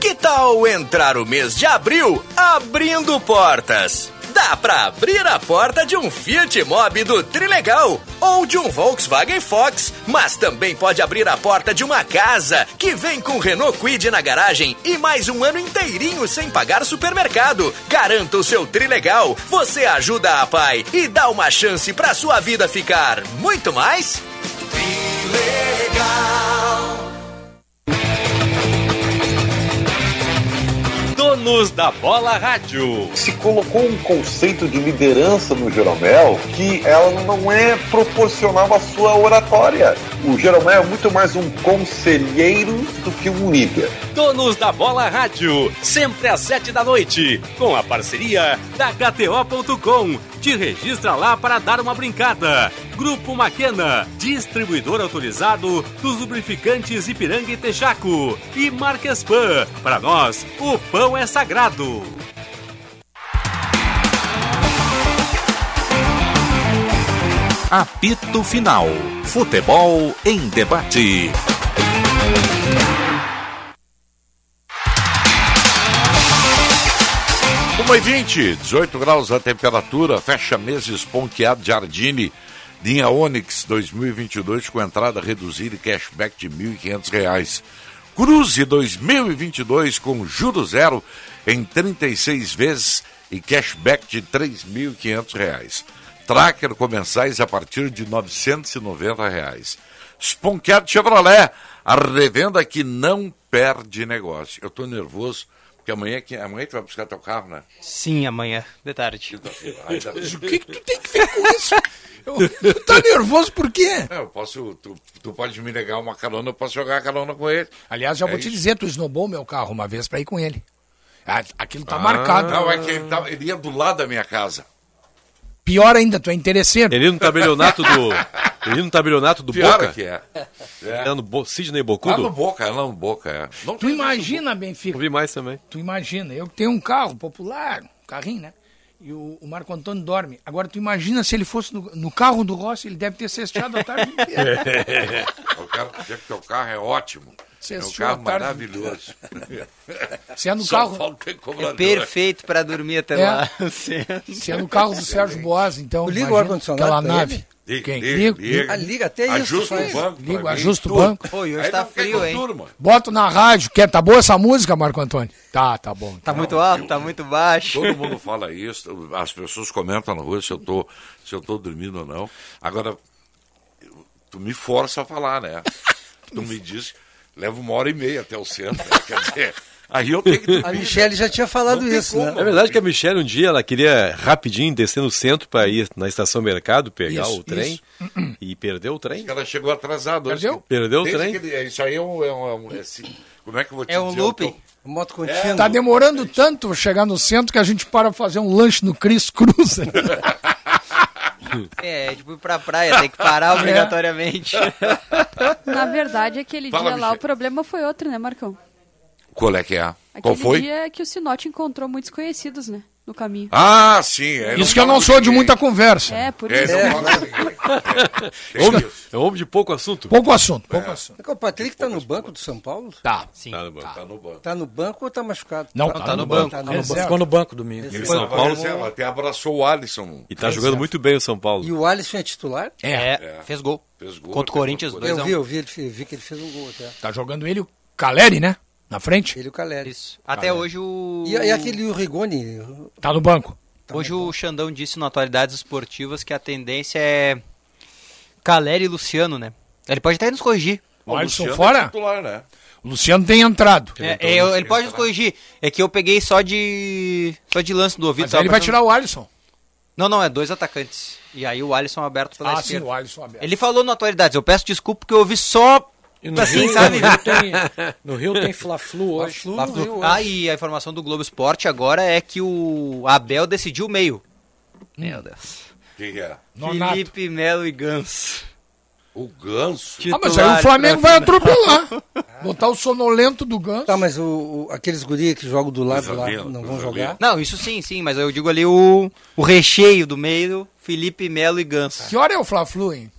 [SPEAKER 14] Que tal entrar o mês de abril abrindo portas? Dá pra abrir a porta de um Fiat Mobi do Trilegal ou de um Volkswagen Fox, mas também pode abrir a porta de uma casa que vem com Renault Kwid na garagem e mais um ano inteirinho sem pagar supermercado. Garanta o seu Trilegal, você ajuda a pai e dá uma chance pra sua vida ficar muito mais
[SPEAKER 12] Donos da Bola Rádio.
[SPEAKER 15] se colocou um conceito de liderança no Jeromel que ela não é proporcional à sua oratória. O Jeromel é muito mais um conselheiro do que um líder.
[SPEAKER 12] Donos da Bola Rádio, sempre às sete da noite, com a parceria da KTO.com, Te registra lá para dar uma brincada. Grupo Maquena, distribuidor autorizado dos lubrificantes Ipiranga e Texaco. E Marquespan, para nós, o pão é sagrado.
[SPEAKER 11] Apito Final. Futebol em debate.
[SPEAKER 2] Uma e 20, 18 graus a temperatura, fecha mesa esponqueado Jardine, linha Onix 2022 com entrada reduzida e cashback de R$ 1.500. Cruze 2022 com juro zero em 36 vezes e cashback de R$ 3.500. Tracker comensais a partir de R$ 990. Reais. Sponkeado Chevrolet, a revenda que não perde negócio. Eu estou nervoso, porque amanhã, é que- amanhã tu vai buscar teu carro, né?
[SPEAKER 6] Sim, amanhã, de tarde.
[SPEAKER 4] Mas o que, que tu tem que ver com isso? Eu- tu tá nervoso por quê?
[SPEAKER 2] É, eu posso, tu, tu pode me negar uma carona, eu posso jogar a carona com ele.
[SPEAKER 4] Aliás, já
[SPEAKER 2] É
[SPEAKER 4] vou te
[SPEAKER 2] isso.
[SPEAKER 4] dizer, tu esnobou meu carro uma vez pra ir com ele. A- Aquilo tá
[SPEAKER 2] Ah,
[SPEAKER 4] marcado.
[SPEAKER 2] Não, é que ele, tá, ele ia do lado da minha casa.
[SPEAKER 4] Pior ainda, tu é interesseiro.
[SPEAKER 7] Ele no tabelionato do. Ele no tabelionato do
[SPEAKER 2] Pior
[SPEAKER 7] Boca.
[SPEAKER 2] que é.
[SPEAKER 7] É no Bo... Sidney Bocudo.
[SPEAKER 2] Lá no Boca, lá no Boca, é. Não
[SPEAKER 4] tu imagina, Benfica.
[SPEAKER 7] vi mais também.
[SPEAKER 4] Tu imagina, eu tenho um carro popular, um carrinho, né? E o, o Marco Antônio dorme. Agora, tu imagina se ele fosse no, no carro do Rossi, ele deve ter cesteado a tarde inteira.
[SPEAKER 2] o cara dizer que teu carro é ótimo.
[SPEAKER 4] Você
[SPEAKER 2] é um
[SPEAKER 4] assistiu
[SPEAKER 2] carro
[SPEAKER 4] a tarde
[SPEAKER 2] maravilhoso.
[SPEAKER 4] Se é no
[SPEAKER 2] Só
[SPEAKER 4] carro-
[SPEAKER 2] falta cobrador.
[SPEAKER 6] É perfeito pra dormir até
[SPEAKER 4] É.
[SPEAKER 6] lá.
[SPEAKER 4] Se é no carro do Sérgio Boas, então.
[SPEAKER 3] Tu liga
[SPEAKER 4] imagina
[SPEAKER 3] o ar-condicionado
[SPEAKER 4] Aquela
[SPEAKER 3] pra
[SPEAKER 4] nave.
[SPEAKER 3] ele?
[SPEAKER 2] Liga,
[SPEAKER 4] Quem?
[SPEAKER 2] liga,
[SPEAKER 4] Liga,
[SPEAKER 2] liga.
[SPEAKER 4] Ah, liga até isso,
[SPEAKER 2] Ajusta
[SPEAKER 4] faz.
[SPEAKER 2] o banco.
[SPEAKER 4] Liga,
[SPEAKER 2] pra mim,
[SPEAKER 4] ajusta o
[SPEAKER 2] tudo.
[SPEAKER 4] banco.
[SPEAKER 6] Pô, e hoje
[SPEAKER 2] Aí
[SPEAKER 6] tá
[SPEAKER 2] não quer
[SPEAKER 6] frio, hein?
[SPEAKER 2] Turma.
[SPEAKER 4] Boto na rádio. Quer, tá boa essa música, Marco Antônio? Tá, tá bom.
[SPEAKER 6] Tá muito alto, tá muito baixo.
[SPEAKER 2] Todo mundo fala isso, as pessoas comentam na rua se eu tô, se eu tô dormindo ou não. Agora, eu- tu me força a falar, né? Tu me diz, leva uma hora e meia até o centro. né? Quer dizer, aí eu tenho que dormir. né?
[SPEAKER 3] A Michelle já tinha falado
[SPEAKER 2] Não tem
[SPEAKER 3] isso,
[SPEAKER 2] como.
[SPEAKER 3] né?
[SPEAKER 7] É verdade que a Michelle um dia ela queria rapidinho descer no centro para ir na estação mercado pegar
[SPEAKER 2] Isso,
[SPEAKER 7] o trem
[SPEAKER 2] isso.
[SPEAKER 7] e perdeu o trem.
[SPEAKER 2] Ela chegou atrasada. hoje.
[SPEAKER 7] Perdeu? Perdeu o
[SPEAKER 2] Desde
[SPEAKER 7] trem.
[SPEAKER 2] que ele- isso aí é um... é um- é um- é assim, como é que eu vou te dizer? Eu tô- É.
[SPEAKER 3] Moto
[SPEAKER 2] contínua.
[SPEAKER 4] Tá demorando tanto chegar no centro que a gente para fazer um lanche no Cris Cruz.
[SPEAKER 6] É, é tipo ir pra praia, tem que parar
[SPEAKER 4] É.
[SPEAKER 6] obrigatoriamente.
[SPEAKER 16] Na verdade, aquele
[SPEAKER 2] Fala,
[SPEAKER 16] dia lá, o problema foi outro, né, Marcão?
[SPEAKER 2] Qual é que é? Qual
[SPEAKER 16] Aquele
[SPEAKER 2] foi?
[SPEAKER 16] dia que o Sinote encontrou muitos conhecidos, né? No caminho.
[SPEAKER 2] Ah, sim. aí
[SPEAKER 4] Isso que eu não
[SPEAKER 2] fala
[SPEAKER 4] sou de
[SPEAKER 2] ninguém.
[SPEAKER 4] muita conversa.
[SPEAKER 16] É, por
[SPEAKER 2] É,
[SPEAKER 16] isso.
[SPEAKER 2] não fala com É homem-
[SPEAKER 7] é homem de pouco assunto.
[SPEAKER 4] Pouco assunto, pouco assunto.
[SPEAKER 3] É que o Patrick tá no banco do São Paulo?
[SPEAKER 4] Tá.
[SPEAKER 6] Sim.
[SPEAKER 7] Tá no banco.
[SPEAKER 2] Tá no banco.
[SPEAKER 3] Tá no banco ou tá machucado?
[SPEAKER 4] Não, tá no banco.
[SPEAKER 3] Tá no
[SPEAKER 4] Reserva.
[SPEAKER 3] banco.
[SPEAKER 5] Ficou no banco domingo.
[SPEAKER 3] Reserva.
[SPEAKER 2] Ele
[SPEAKER 7] São
[SPEAKER 2] tava
[SPEAKER 7] Paulo-
[SPEAKER 2] reserva, até abraçou o Alisson.
[SPEAKER 7] E tá jogando muito bem o São Paulo.
[SPEAKER 3] E o Alisson é titular?
[SPEAKER 4] É.
[SPEAKER 6] É, fez gol.
[SPEAKER 2] Fez gol,
[SPEAKER 6] Contra o Corinthians,
[SPEAKER 2] fez
[SPEAKER 6] dois
[SPEAKER 3] Eu
[SPEAKER 6] a
[SPEAKER 3] vi,
[SPEAKER 6] um.
[SPEAKER 3] eu vi, ele fe- vi que ele fez um gol até.
[SPEAKER 4] Tá jogando ele e o Caleri, né? Na frente.
[SPEAKER 3] Ele e o Caleri. Isso.
[SPEAKER 6] Até hoje o.
[SPEAKER 3] E, e aquele o Rigoni?
[SPEAKER 4] Tá no banco.
[SPEAKER 6] Hoje o Xandão disse no Atualidades Esportivas que a tendência é Caleri e Luciano, né? Ele pode até nos corrigir.
[SPEAKER 4] O Alisson
[SPEAKER 2] Luciano é
[SPEAKER 4] fora?
[SPEAKER 2] titular, né?
[SPEAKER 4] O Luciano tem um entrado.
[SPEAKER 6] É, é, eu- ele pode nos corrigir. É que eu peguei só de. só de lance do ouvido.
[SPEAKER 4] Mas aí
[SPEAKER 6] tava
[SPEAKER 4] ele vai
[SPEAKER 6] pensando-
[SPEAKER 4] tirar o Alisson.
[SPEAKER 6] Não, não, é dois atacantes. E aí o Alisson aberto pela
[SPEAKER 4] Ah, sim,
[SPEAKER 6] esquerda.
[SPEAKER 4] o Alisson aberto.
[SPEAKER 6] Ele falou no Atualidades, eu peço desculpa porque eu ouvi só.
[SPEAKER 5] E no,
[SPEAKER 6] assim,
[SPEAKER 5] Rio,
[SPEAKER 6] sabe?
[SPEAKER 5] no Rio tem, no Rio tem Fla-Flu hoje.
[SPEAKER 6] Lá pro- Ah, e a informação do Globo Esporte agora é que o Abel decidiu o meio.
[SPEAKER 5] Hum.
[SPEAKER 6] Meu Deus.
[SPEAKER 2] Quem que é?
[SPEAKER 4] Nonato.
[SPEAKER 6] Felipe Melo e Ganso.
[SPEAKER 2] O Ganso?
[SPEAKER 4] Ah, mas aí o Flamengo vai atropelar. Botar o sonolento do Ganso.
[SPEAKER 3] Ah. Tá, mas o, o- aqueles guri que jogam do lado lá
[SPEAKER 2] Isabela,
[SPEAKER 3] não vão
[SPEAKER 2] Isabela.
[SPEAKER 3] jogar?
[SPEAKER 6] Não, isso sim, sim, mas eu digo ali o, o recheio do meio, Felipe Melo e Ganso.
[SPEAKER 4] Que hora é o Fla-Flu, hein?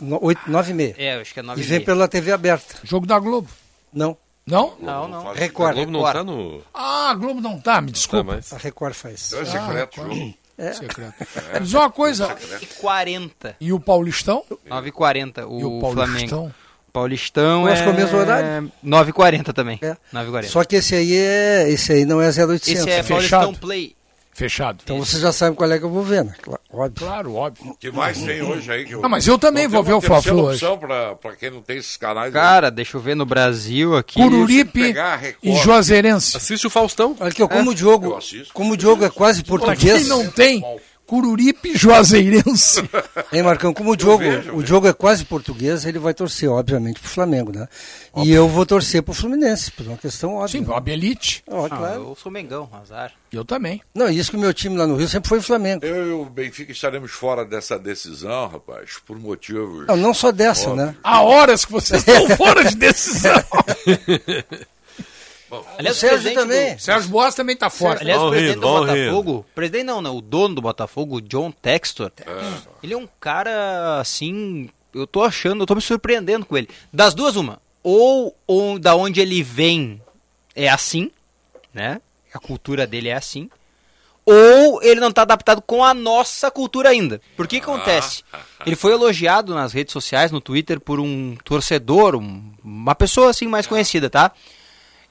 [SPEAKER 3] No- oito, nove e meia.
[SPEAKER 6] É, eu acho que é
[SPEAKER 3] E
[SPEAKER 6] 9
[SPEAKER 3] vem pela TV aberta.
[SPEAKER 4] Jogo da Globo.
[SPEAKER 3] Não,
[SPEAKER 4] Não?
[SPEAKER 6] Não, não.
[SPEAKER 3] Record.
[SPEAKER 7] A Globo não
[SPEAKER 6] Record.
[SPEAKER 7] tá no.
[SPEAKER 4] Ah, a Globo não tá, me
[SPEAKER 7] Tá,
[SPEAKER 4] desculpa. Ah,
[SPEAKER 7] mas...
[SPEAKER 3] A Record faz.
[SPEAKER 2] Então é secreto o jogo. É
[SPEAKER 3] É.
[SPEAKER 4] Secreto. Me Diz uma coisa.
[SPEAKER 6] E 40.
[SPEAKER 4] E o Paulistão?
[SPEAKER 6] 9 e 40
[SPEAKER 4] E o
[SPEAKER 6] o, Flamengo.
[SPEAKER 4] Paulistão?
[SPEAKER 6] Paulistão
[SPEAKER 3] Eu
[SPEAKER 6] é...
[SPEAKER 3] acho que é o mesmo horário.
[SPEAKER 6] 9 e 40 também.
[SPEAKER 3] É.
[SPEAKER 6] 9 e 40.
[SPEAKER 3] Só que esse aí é. Esse aí não é 0800.
[SPEAKER 6] Esse é
[SPEAKER 3] né?
[SPEAKER 6] Paulistão
[SPEAKER 4] Fechado.
[SPEAKER 6] Play.
[SPEAKER 4] Fechado.
[SPEAKER 3] Então você já sabe qual é que eu vou ver, né? Claro, Óbvio.
[SPEAKER 4] Claro, óbvio.
[SPEAKER 2] que mais tem hoje aí? Que
[SPEAKER 4] Ah, mas eu também
[SPEAKER 2] Então,
[SPEAKER 4] vou
[SPEAKER 2] tem uma
[SPEAKER 4] ver o Fla-Flu
[SPEAKER 2] terceira
[SPEAKER 4] hoje.
[SPEAKER 2] opção pra, pra quem não tem esses canais.
[SPEAKER 6] Cara, deixa eu ver no Brasil aqui.
[SPEAKER 4] Cururipe
[SPEAKER 2] pegar a Record.
[SPEAKER 4] e Juazeirense.
[SPEAKER 7] Assiste o Faustão.
[SPEAKER 3] Olha que eu, como o
[SPEAKER 2] É? Eu
[SPEAKER 3] Diogo.
[SPEAKER 2] assisto.
[SPEAKER 3] Como o Diogo é quase
[SPEAKER 4] Pra quem
[SPEAKER 3] português.
[SPEAKER 4] não tem, Cururipe Juazeirense.
[SPEAKER 3] Hein, Marcão, como o Diogo, o Diogo é quase português, ele vai torcer, obviamente, pro Flamengo, né? E eu vou torcer pro Fluminense, por uma questão óbvia.
[SPEAKER 4] Sim,
[SPEAKER 3] né?
[SPEAKER 4] o Abelite.
[SPEAKER 3] Ó, claro.
[SPEAKER 6] Eu sou Mengão, azar.
[SPEAKER 4] Eu também.
[SPEAKER 3] Não, isso que o meu time lá no Rio sempre foi o Flamengo.
[SPEAKER 2] Eu e o Benfica estaremos fora dessa decisão, rapaz, por motivos.
[SPEAKER 3] Não, não só dessa, né?
[SPEAKER 4] Há horas que vocês estão fora de decisão.
[SPEAKER 6] Aliás, o Sérgio também.
[SPEAKER 4] Sérgio Boas também tá fora.
[SPEAKER 6] Aliás, o
[SPEAKER 4] Vão
[SPEAKER 6] presidente
[SPEAKER 4] rindo,
[SPEAKER 6] do
[SPEAKER 4] vão
[SPEAKER 6] Botafogo, presidente não, né? O dono do Botafogo, John Textor, ele é um cara assim. Eu tô achando, eu tô me surpreendendo com ele. Das duas, uma. Ou, ou da onde ele vem é assim, né? A cultura dele é assim. Ou ele não tá adaptado com a nossa cultura ainda. Por que que
[SPEAKER 4] Ah,
[SPEAKER 6] acontece? Ele foi elogiado nas redes sociais, no Twitter, por um torcedor, um- uma pessoa assim mais conhecida, tá?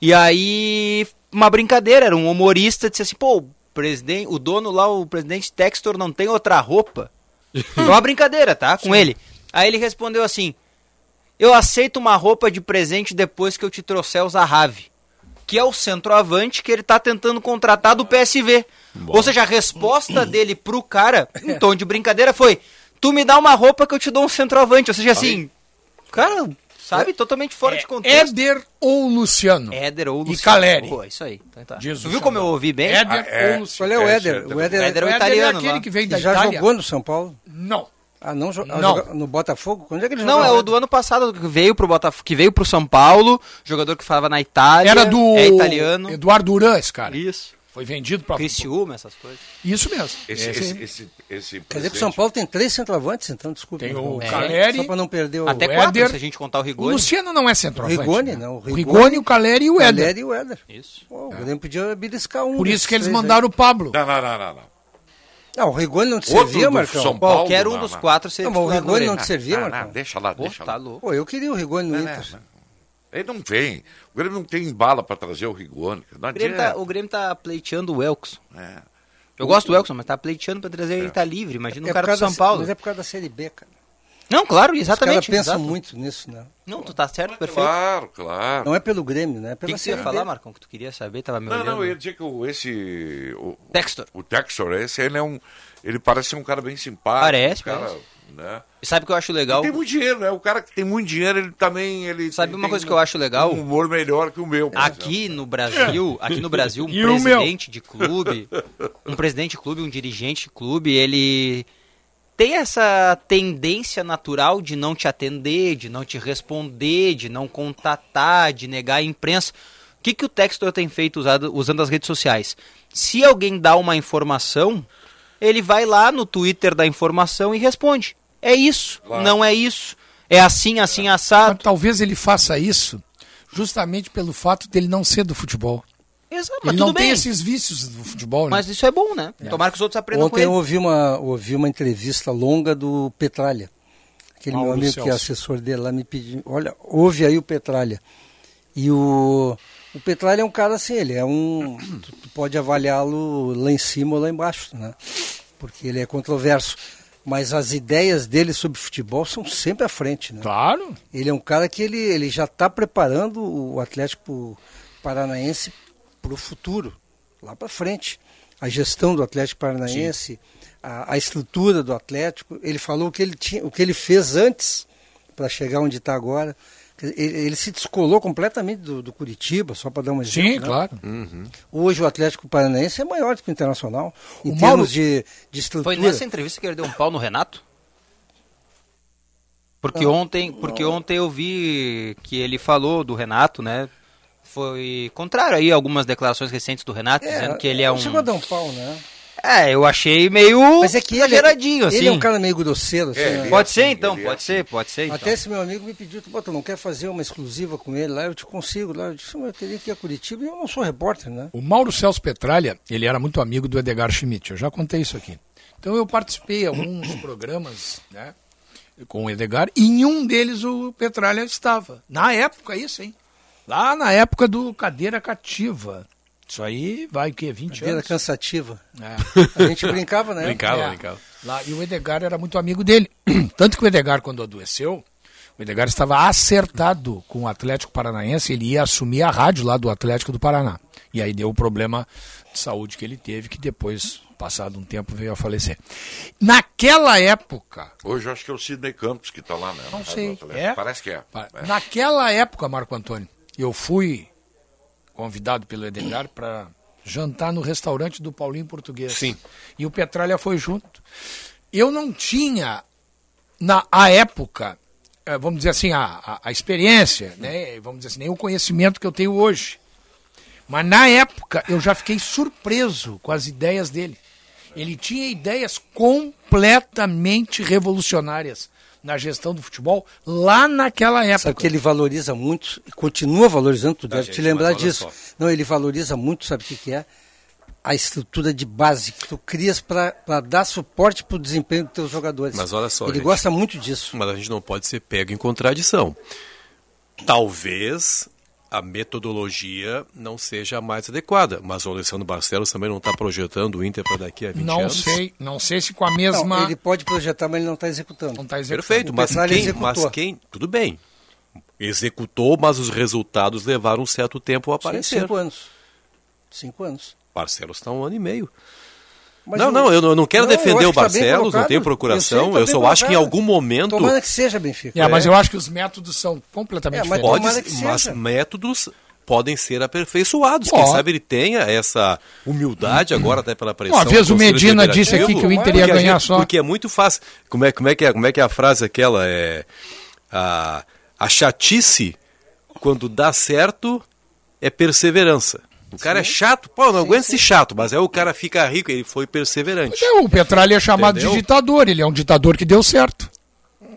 [SPEAKER 6] E aí, uma brincadeira, era um humorista, disse assim, pô, o, presidente, o dono lá, o presidente Textor não tem outra roupa. Foi uma brincadeira, tá? Com ele. Aí ele respondeu assim, eu aceito uma roupa de presente depois que eu te trouxer o Zahavi, que é o centroavante que ele tá tentando contratar do PSV. Ou seja, a resposta dele pro cara, em tom de brincadeira, foi, tu me dá uma roupa que eu te dou um centroavante. Ou seja, assim, cara, sabe, totalmente fora de contexto.
[SPEAKER 4] Éder ou Luciano?
[SPEAKER 6] Éder ou
[SPEAKER 4] E Caleri.
[SPEAKER 6] Pô, isso aí. Então, tá. tu viu como eu ouvi bem?
[SPEAKER 3] Ah,
[SPEAKER 4] Éder ou Luciano.
[SPEAKER 3] Olha é. o Éder. O Éder,
[SPEAKER 6] Éder é o italiano.
[SPEAKER 3] aquele
[SPEAKER 6] lá.
[SPEAKER 3] que vem da já jogou no São Paulo?
[SPEAKER 4] Não.
[SPEAKER 3] Ah, não, jo-
[SPEAKER 6] Não.
[SPEAKER 3] joga- no Botafogo? Onde é que ele
[SPEAKER 6] Não,
[SPEAKER 3] jogou?
[SPEAKER 6] é o do ano passado que veio pro Botafogo, que veio pro São Paulo, jogador que falava na Itália.
[SPEAKER 4] Era do
[SPEAKER 6] é italiano.
[SPEAKER 4] Eduardo Uran, esse cara.
[SPEAKER 6] Isso.
[SPEAKER 4] Foi vendido pra
[SPEAKER 6] Criciúma, essas coisas.
[SPEAKER 4] Isso mesmo.
[SPEAKER 2] Esse,
[SPEAKER 4] É,
[SPEAKER 2] esse,
[SPEAKER 4] sim.
[SPEAKER 2] esse, esse
[SPEAKER 3] Quer dizer que
[SPEAKER 2] presidente-
[SPEAKER 3] o São Paulo tem três centroavantes, então, desculpa.
[SPEAKER 4] Tem o
[SPEAKER 3] É,
[SPEAKER 4] Caleri,
[SPEAKER 3] Só pra não perder o...
[SPEAKER 6] Até
[SPEAKER 3] o
[SPEAKER 6] quatro,
[SPEAKER 3] Éder.
[SPEAKER 6] se a gente contar o
[SPEAKER 3] O
[SPEAKER 6] Rigoni.
[SPEAKER 4] Luciano não é centroavante.
[SPEAKER 3] Rigoni,
[SPEAKER 4] né?
[SPEAKER 3] não. O
[SPEAKER 4] O Rigoni, o Caleri e o Éder. É.
[SPEAKER 3] Caleri e o Éder.
[SPEAKER 6] Isso.
[SPEAKER 3] Pô, o Grêmio podia beliscar um.
[SPEAKER 4] Por
[SPEAKER 3] desses
[SPEAKER 4] isso que eles
[SPEAKER 3] três aí.
[SPEAKER 4] mandaram o Pablo.
[SPEAKER 2] Não, não, não, não. não.
[SPEAKER 3] Não, o Rigoni não te
[SPEAKER 2] Outro
[SPEAKER 3] servia,
[SPEAKER 2] do
[SPEAKER 3] Marcão?
[SPEAKER 2] São Paulo, Qualquer um não, dos não.
[SPEAKER 6] quatro seria
[SPEAKER 3] Não, mas o
[SPEAKER 6] titular do
[SPEAKER 3] Rigoni não
[SPEAKER 6] Grêmio. tá
[SPEAKER 3] te servia,
[SPEAKER 2] Ah,
[SPEAKER 3] Marcão?
[SPEAKER 2] não, deixa lá, deixa lá.
[SPEAKER 3] Pô, eu queria o Rigoni no Inter.
[SPEAKER 2] Ele não vem. O Grêmio não tem bala pra trazer o Rigoni. Não
[SPEAKER 6] O Grêmio,
[SPEAKER 2] adianta.
[SPEAKER 6] tá, o Grêmio tá pleiteando o Elkson.
[SPEAKER 2] É.
[SPEAKER 6] Eu gosto do Elkson, mas tá pleiteando pra trazer ele, tá livre. Imagina um
[SPEAKER 3] por
[SPEAKER 6] cara do
[SPEAKER 3] causa
[SPEAKER 6] São
[SPEAKER 3] da-
[SPEAKER 6] Paulo.
[SPEAKER 3] Mas é por causa da Série B, cara.
[SPEAKER 6] Não, claro,
[SPEAKER 3] Os
[SPEAKER 6] exatamente.
[SPEAKER 3] caras pensam
[SPEAKER 6] exato.
[SPEAKER 3] muito nisso, né?
[SPEAKER 6] Não, tu tá certo, perfeito.
[SPEAKER 2] Claro, claro.
[SPEAKER 3] Não é pelo Grêmio, né? É
[SPEAKER 6] O que,
[SPEAKER 3] pela
[SPEAKER 6] que você ia
[SPEAKER 3] Série
[SPEAKER 6] falar,
[SPEAKER 3] B.
[SPEAKER 6] Marcão, que tu queria saber? Tava me
[SPEAKER 2] Não,
[SPEAKER 6] olhando.
[SPEAKER 2] não, eu ia dizer que o, esse. O,
[SPEAKER 6] Textor.
[SPEAKER 2] O Textor, esse, ele é um. Ele parece ser um cara bem simpático.
[SPEAKER 6] Parece,
[SPEAKER 2] um cara,
[SPEAKER 6] parece.
[SPEAKER 2] Né?
[SPEAKER 6] E Sabe o que eu acho legal?
[SPEAKER 2] Tem muito dinheiro, né? O cara que tem muito dinheiro, ele também. Ele
[SPEAKER 6] Sabe
[SPEAKER 2] tem-
[SPEAKER 6] uma
[SPEAKER 2] tem
[SPEAKER 6] coisa que eu acho legal?
[SPEAKER 2] Um humor melhor que o meu. por exemplo. É.
[SPEAKER 6] Aqui no Brasil, aqui no Brasil, um
[SPEAKER 4] E o meu?
[SPEAKER 6] presidente de clube, um presidente de clube, um dirigente de clube, ele tem essa tendência natural de não te atender, de não te responder, de não contatar, de negar a imprensa. O que, que o Textor tem feito usado- usando as redes sociais? Se alguém dá uma informação, ele vai lá no Twitter da informação e responde. É isso, não é isso. É assim, assim, assado.
[SPEAKER 4] Mas talvez ele faça isso justamente pelo fato dele não ser do futebol.
[SPEAKER 6] Exato, mas
[SPEAKER 4] Ele
[SPEAKER 6] tudo
[SPEAKER 4] não tem
[SPEAKER 6] bem.
[SPEAKER 4] esses vícios do futebol, né?
[SPEAKER 6] Mas isso é bom, né? Tomara que os outros aprendam
[SPEAKER 3] Ontem eu
[SPEAKER 6] com ele.
[SPEAKER 3] ouvi uma, ouvi uma entrevista longa do Petralha. Aquele meu
[SPEAKER 4] Mauro
[SPEAKER 3] amigo que é
[SPEAKER 4] Celso.
[SPEAKER 3] assessor dele lá me pediu, olha, ouve aí o Petralha. E o, o Petralha é um cara assim, ele é um... Tu, tu pode avaliá-lo lá em cima ou lá embaixo, né? Porque ele é controverso. Mas as ideias dele sobre futebol são sempre à frente, né?
[SPEAKER 4] Claro.
[SPEAKER 3] Ele é um cara que ele, ele já está preparando o Atlético Paranaense para o futuro, lá para frente. A gestão do Atlético Paranaense, a, a estrutura do Atlético. Ele falou o que ele, tinha, o que ele fez antes para chegar onde está agora. Quer dizer, Ele, ele se descolou completamente do, do Curitiba, só para dar um exemplo.
[SPEAKER 4] Sim,
[SPEAKER 3] né?
[SPEAKER 4] claro. Uhum.
[SPEAKER 3] Hoje o Atlético Paranaense é maior do que o Internacional, em
[SPEAKER 4] O
[SPEAKER 3] termos
[SPEAKER 4] Mauro-
[SPEAKER 3] de, de estrutura.
[SPEAKER 6] Foi nessa entrevista que ele deu um pau no Renato?
[SPEAKER 3] Ah.
[SPEAKER 6] Porque ontem, porque ontem eu vi que ele falou do Renato, né? Foi contrário aí a algumas declarações recentes do Renato, dizendo que ele é um.
[SPEAKER 3] Chegou a dar um pau, né?
[SPEAKER 6] É, eu achei meio
[SPEAKER 3] Mas é que ele,
[SPEAKER 6] exageradinho, assim.
[SPEAKER 3] ele é um cara meio grosseiro. Assim,
[SPEAKER 6] É,
[SPEAKER 3] né?
[SPEAKER 6] Pode ser então, pode ser, pode ser. Então.
[SPEAKER 3] Até esse meu amigo me pediu, tu não quer fazer uma exclusiva com ele lá? Eu te consigo lá. Eu disse, mas eu teria que ir a Curitiba e eu não sou repórter, né?
[SPEAKER 4] O Mauro Celso Petralha, ele era muito amigo do Edgar Schmidt, eu já contei isso aqui. Então eu participei de alguns programas né, com o Edgar, e em um deles o Petralha estava. Na época, isso, hein? Lá na época do Cadeira Cativa. Isso aí vai o quê? 20
[SPEAKER 3] Cadeira
[SPEAKER 4] anos?
[SPEAKER 3] cansativa.
[SPEAKER 4] É.
[SPEAKER 3] A gente brincava, né?
[SPEAKER 4] É. Lá, e o Edgar era muito amigo dele. Tanto que o Edgar, quando adoeceu, o Edgar estava acertado com o Atlético Paranaense, ele ia assumir a rádio lá do Atlético do Paraná. E aí deu o problema de saúde que ele teve, que depois, passado um tempo, veio a falecer. Naquela época,
[SPEAKER 2] Hoje eu acho que é o Sidney Campos que tá lá, né?
[SPEAKER 4] Não sei.
[SPEAKER 2] É? Parece que é. É.
[SPEAKER 4] naquela época, Marco Antônio, eu fui convidado pelo Edgar para jantar no restaurante do Paulinho Português. Sim. E o Petralha foi junto. Eu não tinha, na a época, eh, vamos dizer assim, a, a, a experiência, né? vamos dizer assim, nem o conhecimento que eu tenho hoje. Mas na época eu já fiquei surpreso com as ideias dele. Ele tinha ideias completamente revolucionárias na gestão do futebol lá naquela época.
[SPEAKER 3] Sabe que ele valoriza muito, e continua valorizando, tu deve
[SPEAKER 4] gente,
[SPEAKER 3] te lembrar
[SPEAKER 4] mas olha
[SPEAKER 3] disso.
[SPEAKER 4] só.
[SPEAKER 3] Não, ele valoriza muito, sabe o que, que é? A estrutura de base que tu crias para dar suporte para o desempenho dos teus jogadores.
[SPEAKER 7] Mas olha só.
[SPEAKER 3] Ele
[SPEAKER 7] gente,
[SPEAKER 3] gosta muito disso.
[SPEAKER 7] Mas a gente não pode ser pego em contradição. Talvez a metodologia não seja a mais adequada, mas o Alessandro Barcelos também não está projetando o Inter para daqui a 20
[SPEAKER 4] Não
[SPEAKER 7] É, anos.
[SPEAKER 4] sei, não sei se com a mesma.
[SPEAKER 3] Não, ele pode projetar, mas ele não está executando.
[SPEAKER 4] Não tá está
[SPEAKER 7] Perfeito, mas quem, mas quem? Tudo bem. Executou, mas os resultados levaram um certo tempo a aparecer.
[SPEAKER 3] Cinco anos. Cinco anos.
[SPEAKER 7] Barcelos está um ano e meio.
[SPEAKER 3] Mas
[SPEAKER 7] não,
[SPEAKER 3] eu-
[SPEAKER 7] não, eu não, eu não quero
[SPEAKER 3] Não, eu
[SPEAKER 7] defender
[SPEAKER 3] acho
[SPEAKER 7] o
[SPEAKER 3] que tá bem
[SPEAKER 7] Barcelos, não
[SPEAKER 3] colocado.
[SPEAKER 7] tenho
[SPEAKER 3] Eu
[SPEAKER 7] procuração.
[SPEAKER 3] sei,
[SPEAKER 7] Eu,
[SPEAKER 3] tá bem
[SPEAKER 7] só acho que
[SPEAKER 3] colocado.
[SPEAKER 7] em
[SPEAKER 3] Então,
[SPEAKER 7] algum momento.
[SPEAKER 3] Tomara que seja, Benfica.
[SPEAKER 4] É, mas
[SPEAKER 7] É.
[SPEAKER 4] eu acho que os métodos são completamente
[SPEAKER 7] mas
[SPEAKER 4] diferentes.
[SPEAKER 7] pode, mas métodos podem ser aperfeiçoados. Quem
[SPEAKER 4] Pode. Hum.
[SPEAKER 7] sabe ele tenha essa humildade agora até pela pressão.
[SPEAKER 4] Uma vez
[SPEAKER 7] do
[SPEAKER 4] o
[SPEAKER 7] Conselho
[SPEAKER 4] Medina disse
[SPEAKER 7] Deliberativo.
[SPEAKER 4] aqui que o Inter ia
[SPEAKER 7] Porque a
[SPEAKER 4] ganhar
[SPEAKER 7] gente-
[SPEAKER 4] só.
[SPEAKER 7] Porque é muito fácil. Como é, como é que é, como é que é a frase aquela é a, a chatice quando dá certo é perseverança. O cara é chato, pô, eu não aguento esse chato, mas aí o cara fica rico, ele foi perseverante.
[SPEAKER 4] É, o Petralha é chamado de
[SPEAKER 7] Entendeu?
[SPEAKER 4] ditador, ele é um ditador que deu certo.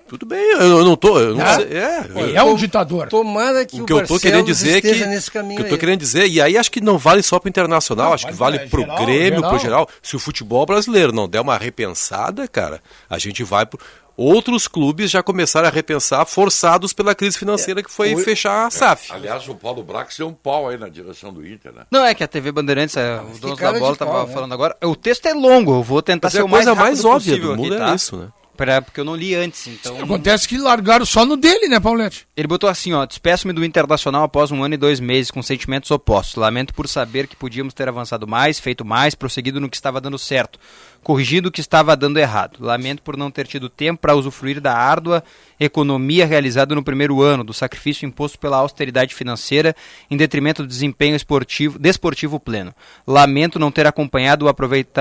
[SPEAKER 7] Tudo bem, eu, eu não tô, eu não
[SPEAKER 4] Tá?
[SPEAKER 7] sei- é,
[SPEAKER 4] Ele
[SPEAKER 7] eu-
[SPEAKER 4] é um ditador.
[SPEAKER 3] Tomara
[SPEAKER 7] o que eu tô querendo dizer é que, o que eu tô querendo dizer e aí acho que não vale só pro internacional acho que vale pro Grêmio
[SPEAKER 4] geral.
[SPEAKER 7] pro geral se o futebol brasileiro não der uma repensada cara a gente vai pro... outros clubes já começaram a repensar forçados pela crise financeira que foi fechar a SAF
[SPEAKER 2] É, Aliás, o Paulo Brax deu um pau aí na direção do Inter, né?
[SPEAKER 6] Não, é que a TV Bandeirantes, é, o dono
[SPEAKER 2] cara
[SPEAKER 6] da
[SPEAKER 2] de
[SPEAKER 6] bola tava
[SPEAKER 2] pau, né?
[SPEAKER 6] falando agora. O texto é longo, eu vou tentar
[SPEAKER 7] Mas
[SPEAKER 6] ser
[SPEAKER 7] é
[SPEAKER 6] o
[SPEAKER 7] a
[SPEAKER 6] mais
[SPEAKER 7] coisa
[SPEAKER 6] rápido
[SPEAKER 7] mais óbvia
[SPEAKER 6] possível
[SPEAKER 7] do
[SPEAKER 6] aqui,
[SPEAKER 7] mundo é
[SPEAKER 6] tá?
[SPEAKER 7] isso, né?
[SPEAKER 6] Pra- porque eu não li antes, então...
[SPEAKER 4] Acontece que largaram só no dele, né, Paulette?
[SPEAKER 6] Ele botou assim, ó, despeço-me do Internacional após um ano e dois meses com sentimentos opostos. Lamento por saber que podíamos ter avançado mais, feito mais, prosseguido no que estava dando certo, corrigido o que estava dando errado. Lamento por não ter tido tempo para usufruir da árdua economia realizada no primeiro ano, do sacrifício imposto pela austeridade financeira em detrimento do desempenho esportivo, desportivo pleno. Lamento não ter acompanhado o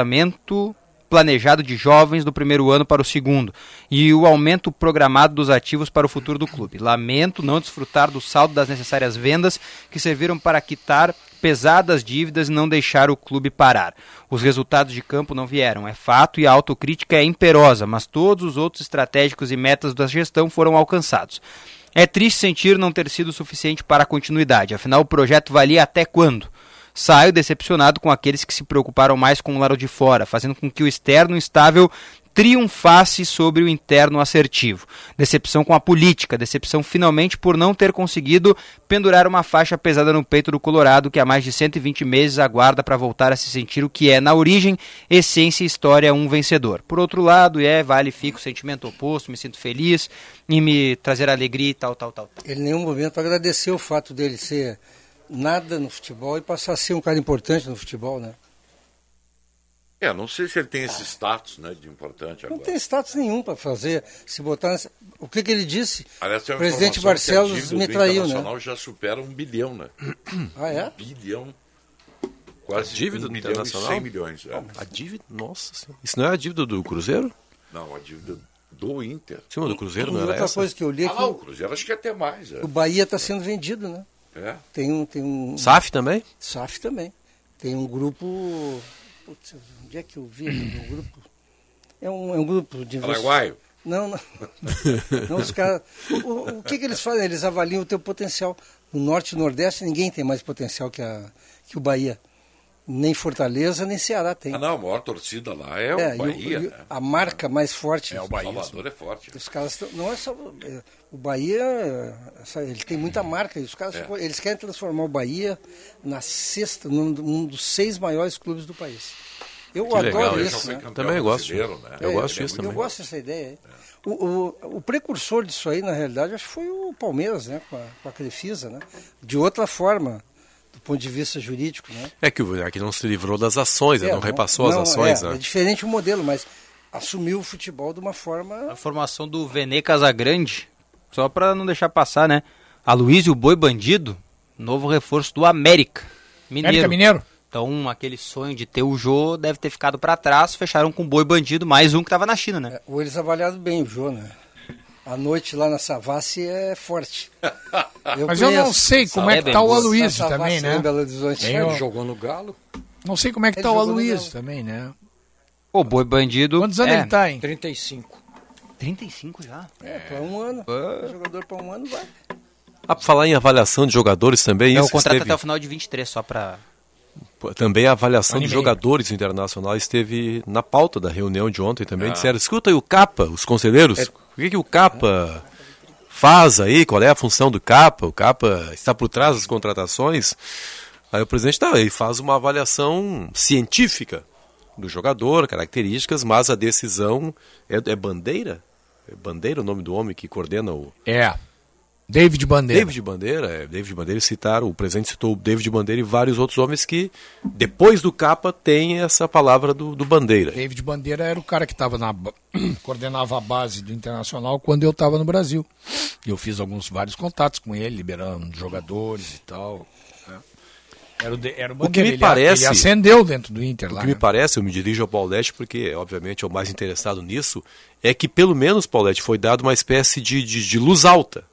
[SPEAKER 6] aproveitamento planejado de jovens do primeiro ano para o segundo e o aumento programado dos ativos para o futuro do clube. Lamento não desfrutar do saldo das necessárias vendas que serviram para quitar pesadas dívidas e não deixar o clube parar. Os resultados de campo não vieram, é fato, e a autocrítica é imperosa, mas todos os outros estratégicos e metas da gestão foram alcançados. É triste sentir não ter sido suficiente para a continuidade, afinal o projeto valia até quando? Saio decepcionado com aqueles que se preocuparam mais com o lado de fora, fazendo com que o externo instável triunfasse sobre o interno assertivo. Decepção com a política, decepção finalmente por não ter conseguido pendurar uma faixa pesada no peito do Colorado que há mais de 120 meses aguarda para voltar a se sentir o que é na origem, essência e história um vencedor. Por outro lado, é vale fico sentimento oposto, me sinto feliz em me trazer alegria e tal, tal, tal.
[SPEAKER 3] Ele em nenhum momento agradeceu o fato dele ser nada no futebol e passar a ser um cara importante no futebol, né?
[SPEAKER 2] É, não sei se ele tem esse status, né, de
[SPEAKER 7] É
[SPEAKER 2] importante
[SPEAKER 3] Não
[SPEAKER 2] agora.
[SPEAKER 3] tem status nenhum para fazer, se botar nessa... O que, que ele disse?
[SPEAKER 2] Aliás, tem
[SPEAKER 3] o
[SPEAKER 2] uma
[SPEAKER 3] presidente
[SPEAKER 2] informação que a
[SPEAKER 3] Barcelos
[SPEAKER 2] dívida
[SPEAKER 3] me
[SPEAKER 2] do
[SPEAKER 3] traiu, né?
[SPEAKER 2] Internacional já supera um bilhão, né?
[SPEAKER 3] Ah, é?
[SPEAKER 2] Um bilhão. Quase
[SPEAKER 7] Dívida
[SPEAKER 2] um
[SPEAKER 7] do
[SPEAKER 2] bilhão e
[SPEAKER 7] Internacional?
[SPEAKER 2] 100 milhões. é.
[SPEAKER 7] a dívida nossa senhora. isso não é a dívida do Cruzeiro
[SPEAKER 2] Não, a dívida do Inter.
[SPEAKER 7] Sim, mas do Cruzeiro
[SPEAKER 3] E
[SPEAKER 7] não era
[SPEAKER 3] outra
[SPEAKER 7] essa
[SPEAKER 3] coisa que eu li é
[SPEAKER 2] Ah,
[SPEAKER 3] que
[SPEAKER 2] não, o
[SPEAKER 3] o-
[SPEAKER 2] Cruzeiro acho que até mais. É.
[SPEAKER 3] O Bahia está sendo vendido, né?
[SPEAKER 2] É.
[SPEAKER 3] Tem um, tem um...
[SPEAKER 7] SAF também
[SPEAKER 3] SAF também. Tem um grupo... Putz, onde é que eu vi? Um grupo... É um, é um grupo de... investi-
[SPEAKER 2] Paraguaio?
[SPEAKER 3] Não, não. Não, os caras. O, o que, que eles fazem? Eles avaliam o teu potencial. No norte e nordeste, ninguém tem mais potencial que, a, que o Bahia. Nem Fortaleza, nem Ceará tem.
[SPEAKER 2] Ah, não, a maior torcida lá é,
[SPEAKER 3] É,
[SPEAKER 2] o
[SPEAKER 3] e
[SPEAKER 2] Bahia,
[SPEAKER 3] e
[SPEAKER 2] né?
[SPEAKER 3] A marca mais forte.
[SPEAKER 2] É, o Bahia. Salvador é forte.
[SPEAKER 3] Os caras tão- não é só é, o Bahia, é, sabe, ele tem muita marca e os caras
[SPEAKER 2] É.
[SPEAKER 3] eles querem transformar o Bahia na sexta, num, um dos seis maiores clubes do país. Eu
[SPEAKER 7] Que legal,
[SPEAKER 3] adoro
[SPEAKER 7] eu já
[SPEAKER 3] isso.
[SPEAKER 7] fui
[SPEAKER 3] né?
[SPEAKER 7] campeão Também gosto. brasileiro, né? Eu gosto
[SPEAKER 3] eu,
[SPEAKER 7] disso também. é.
[SPEAKER 3] Eu gosto dessa ideia. aí. O, o, o precursor disso aí, na realidade, acho que foi o Palmeiras, né, com a, com a Crefisa, né? De outra forma, do ponto de vista jurídico, né?
[SPEAKER 7] É que o aqui não se livrou das ações, né?
[SPEAKER 3] É,
[SPEAKER 7] não repassou as
[SPEAKER 3] não,
[SPEAKER 7] ações,
[SPEAKER 3] é,
[SPEAKER 7] né?
[SPEAKER 3] é diferente o modelo, mas assumiu o futebol de uma forma.
[SPEAKER 6] A formação do Vene Casagrande, só para não deixar passar, né? Aloysio Boi Bandido, novo reforço do América Mineiro.
[SPEAKER 4] América Mineiro.
[SPEAKER 6] Então, aquele sonho de ter o Jô deve ter ficado para trás, fecharam com o Boi Bandido, mais um que tava na China, né?
[SPEAKER 3] Ou eles avaliaram tá bem o jogo, né? A noite lá na Savassi é forte.
[SPEAKER 4] Mas eu não sei como é que tá o Aloysio
[SPEAKER 3] Na
[SPEAKER 4] também,
[SPEAKER 3] Savassi,
[SPEAKER 4] né?
[SPEAKER 3] em Belo Horizonte.
[SPEAKER 5] É,
[SPEAKER 4] Tem o-
[SPEAKER 5] no Galo?
[SPEAKER 4] Não sei como é que
[SPEAKER 3] Ele
[SPEAKER 4] tá o
[SPEAKER 3] jogou no
[SPEAKER 4] Aloysio
[SPEAKER 3] Galo.
[SPEAKER 4] também, né?
[SPEAKER 6] O Boi Bandido.
[SPEAKER 4] Quantos anos
[SPEAKER 6] é,
[SPEAKER 4] ele tá, hein?
[SPEAKER 5] 35.
[SPEAKER 6] 35 já?
[SPEAKER 3] É, para um ano.
[SPEAKER 6] Ah.
[SPEAKER 3] Jogador para um ano vai.
[SPEAKER 7] Ah, pra falar em avaliação de jogadores também,
[SPEAKER 6] É, o
[SPEAKER 7] isso
[SPEAKER 6] contrato
[SPEAKER 7] esteve,
[SPEAKER 6] até o final de 23, só para
[SPEAKER 7] pô, também a avaliação
[SPEAKER 6] Ano
[SPEAKER 7] de
[SPEAKER 6] e meio.
[SPEAKER 7] jogadores internacionais esteve na pauta da reunião de ontem também.
[SPEAKER 6] Ah.
[SPEAKER 7] Disseram, escuta aí o Capa, os conselheiros,
[SPEAKER 6] É.
[SPEAKER 7] o que, que o Capa faz aí, qual é a função do Capa? O Capa está por trás das contratações? Aí o presidente, tá, ele faz uma avaliação científica do jogador, características, mas a decisão é, é Bandeira? É Bandeira o nome do homem que coordena o,
[SPEAKER 4] É. David Bandeira.
[SPEAKER 7] David Bandeira, é, David Bandeira citaram, o presidente citou o David Bandeira e vários outros homens que, depois do capa, tem essa palavra do, do Bandeira.
[SPEAKER 4] David Bandeira era o cara que tava na ba- coordenava a base do Internacional quando eu estava no Brasil. E eu fiz alguns vários contatos com ele, liberando jogadores e tal. né? Era o, de- era o
[SPEAKER 7] O que
[SPEAKER 4] Bandeira,
[SPEAKER 7] me
[SPEAKER 4] ele-
[SPEAKER 7] parece-
[SPEAKER 4] Ele acendeu dentro do Inter
[SPEAKER 7] O
[SPEAKER 4] lá.
[SPEAKER 7] que me
[SPEAKER 4] né?
[SPEAKER 7] parece, eu me dirijo ao Paulette, porque, obviamente, é o mais interessado nisso, é que, pelo menos, Paulette, foi dado uma espécie de, de, de luz alta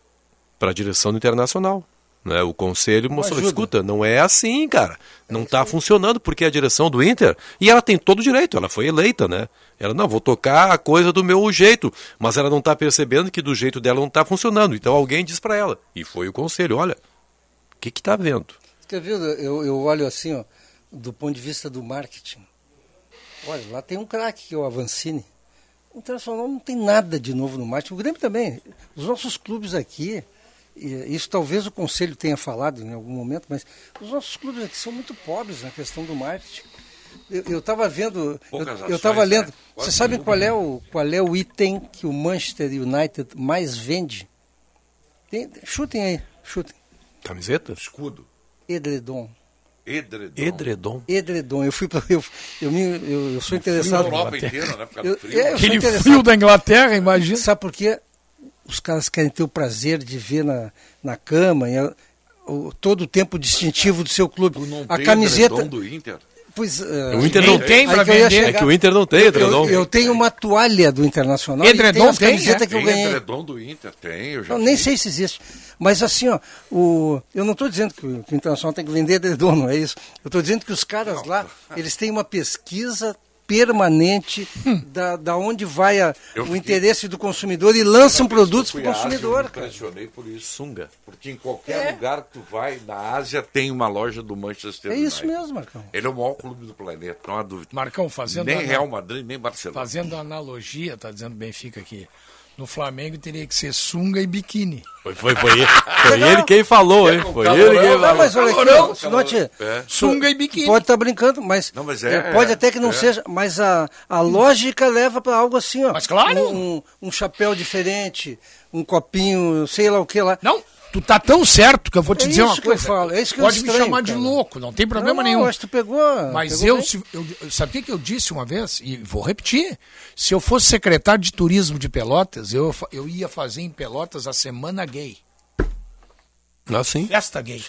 [SPEAKER 7] para a direção do Internacional. né? O conselho mostrou,
[SPEAKER 11] ajuda.
[SPEAKER 7] escuta, não é assim, cara. Não está funcionando, porque é a direção do Inter, e ela tem todo o direito, ela foi eleita, né? Ela, não, vou tocar a coisa do meu jeito, mas ela não está percebendo que do jeito dela não está funcionando. Então alguém diz para ela, e foi o conselho, olha, o que que tá vendo?
[SPEAKER 3] Quer ver? Eu, eu olho assim, ó, do ponto de vista do marketing. Olha, lá tem um craque que é o Avancini. O Internacional não tem nada de novo no marketing. O Grêmio também. Os nossos clubes aqui, e isso talvez o Conselho tenha falado em algum momento, mas os nossos clubes aqui são muito pobres na questão do marketing. Eu estava vendo,
[SPEAKER 2] Poucas
[SPEAKER 3] eu estava
[SPEAKER 2] ações, né?
[SPEAKER 3] lendo.
[SPEAKER 2] Quase né?
[SPEAKER 3] Você sabe
[SPEAKER 2] nenhuma.
[SPEAKER 3] qual é, o, qual é o item que o Manchester United mais vende? Tem- chutem aí, chutem.
[SPEAKER 7] Camiseta?
[SPEAKER 2] Escudo.
[SPEAKER 3] Edredom.
[SPEAKER 2] Edredom.
[SPEAKER 7] Edredom.
[SPEAKER 3] Edredom. Eu fui pra, eu, eu, me- eu, eu sou
[SPEAKER 2] da
[SPEAKER 3] interessado.
[SPEAKER 2] Europa inteira, né? Por causa do
[SPEAKER 3] Eu-
[SPEAKER 2] frio.
[SPEAKER 3] é, eu sou
[SPEAKER 2] Aquele
[SPEAKER 3] interessado.
[SPEAKER 4] frio da Inglaterra, imagina.
[SPEAKER 3] Sabe por quê? Os caras querem ter o prazer de ver na, na cama e a- o- todo o tempo distintivo do seu clube. a
[SPEAKER 2] Tem
[SPEAKER 3] camiseta.
[SPEAKER 2] edredom do Inter.
[SPEAKER 3] Pois, eh,
[SPEAKER 7] É, o Inter não
[SPEAKER 3] aí
[SPEAKER 7] tem
[SPEAKER 3] que
[SPEAKER 7] pra
[SPEAKER 3] eu ia
[SPEAKER 7] vender.
[SPEAKER 3] chegar.
[SPEAKER 7] É que o Inter não tem
[SPEAKER 3] Eu-
[SPEAKER 7] edredom.
[SPEAKER 3] Eu, eu tenho uma toalha do Internacional.
[SPEAKER 2] Edredom
[SPEAKER 3] e tem as
[SPEAKER 2] tem,
[SPEAKER 3] camisetas
[SPEAKER 7] é?
[SPEAKER 2] né?
[SPEAKER 3] que eu
[SPEAKER 2] Tem
[SPEAKER 3] ganhei.
[SPEAKER 2] edredom do Inter, tem, eu já
[SPEAKER 3] Eu nem sei se existe. Mas assim, ó, o, eu não estou dizendo que o, que o Internacional tem que vender edredom, não é isso. Eu estou dizendo que os caras lá, eles têm uma pesquisa permanente da, da onde vai a-
[SPEAKER 2] Hum. Eu
[SPEAKER 3] o
[SPEAKER 2] fiquei-
[SPEAKER 3] interesse do consumidor e lançam produtos para
[SPEAKER 2] Fui
[SPEAKER 3] o
[SPEAKER 2] à Ásia, Eu me
[SPEAKER 3] consumidor. É.
[SPEAKER 2] impressionei por isso. Sunga. Porque em qualquer lugar que tu vai, na Ásia, tem uma loja do Manchester
[SPEAKER 3] É isso
[SPEAKER 2] United.
[SPEAKER 3] mesmo, Marcão.
[SPEAKER 2] Ele é o maior clube do planeta, não há dúvida.
[SPEAKER 4] Marcão, fazendo
[SPEAKER 2] Nem
[SPEAKER 4] a-
[SPEAKER 2] Real Madrid, nem Barcelona.
[SPEAKER 4] Fazendo uma analogia, tá dizendo Benfica aqui. No Flamengo teria que ser sunga e biquíni.
[SPEAKER 7] Foi, foi, foi, ele- foi ele quem falou, hein? Foi ele quem
[SPEAKER 3] Não,
[SPEAKER 7] falou.
[SPEAKER 3] mas olha aqui,
[SPEAKER 4] Calorão,
[SPEAKER 3] ó, senão te-
[SPEAKER 2] É.
[SPEAKER 4] Sunga e biquíni.
[SPEAKER 3] Pode estar brincando, mas,
[SPEAKER 2] mas é,
[SPEAKER 3] eh, pode até que não
[SPEAKER 2] é.
[SPEAKER 3] seja, mas a, a lógica leva para algo assim, ó. Mas
[SPEAKER 4] claro.
[SPEAKER 3] Um, um- um chapéu diferente, um copinho, sei lá o que lá.
[SPEAKER 4] Não, tu tá tão certo que eu vou te
[SPEAKER 3] É
[SPEAKER 4] dizer
[SPEAKER 3] isso
[SPEAKER 4] uma
[SPEAKER 3] que eu
[SPEAKER 4] coisa.
[SPEAKER 3] falo, é isso que eu
[SPEAKER 4] Pode me
[SPEAKER 3] estranho,
[SPEAKER 4] chamar de
[SPEAKER 3] cara.
[SPEAKER 4] louco, não tem problema
[SPEAKER 3] Não,
[SPEAKER 4] nenhum.
[SPEAKER 3] mas tu pegou,
[SPEAKER 4] Mas
[SPEAKER 3] pegou
[SPEAKER 4] eu,
[SPEAKER 3] bem.
[SPEAKER 4] se- eu, eu- sabe o que que eu disse uma vez? E vou repetir. Se eu fosse secretário de turismo de Pelotas, eu, fa- eu ia fazer em Pelotas a semana gay.
[SPEAKER 7] Ah, sim.
[SPEAKER 4] Festa gay.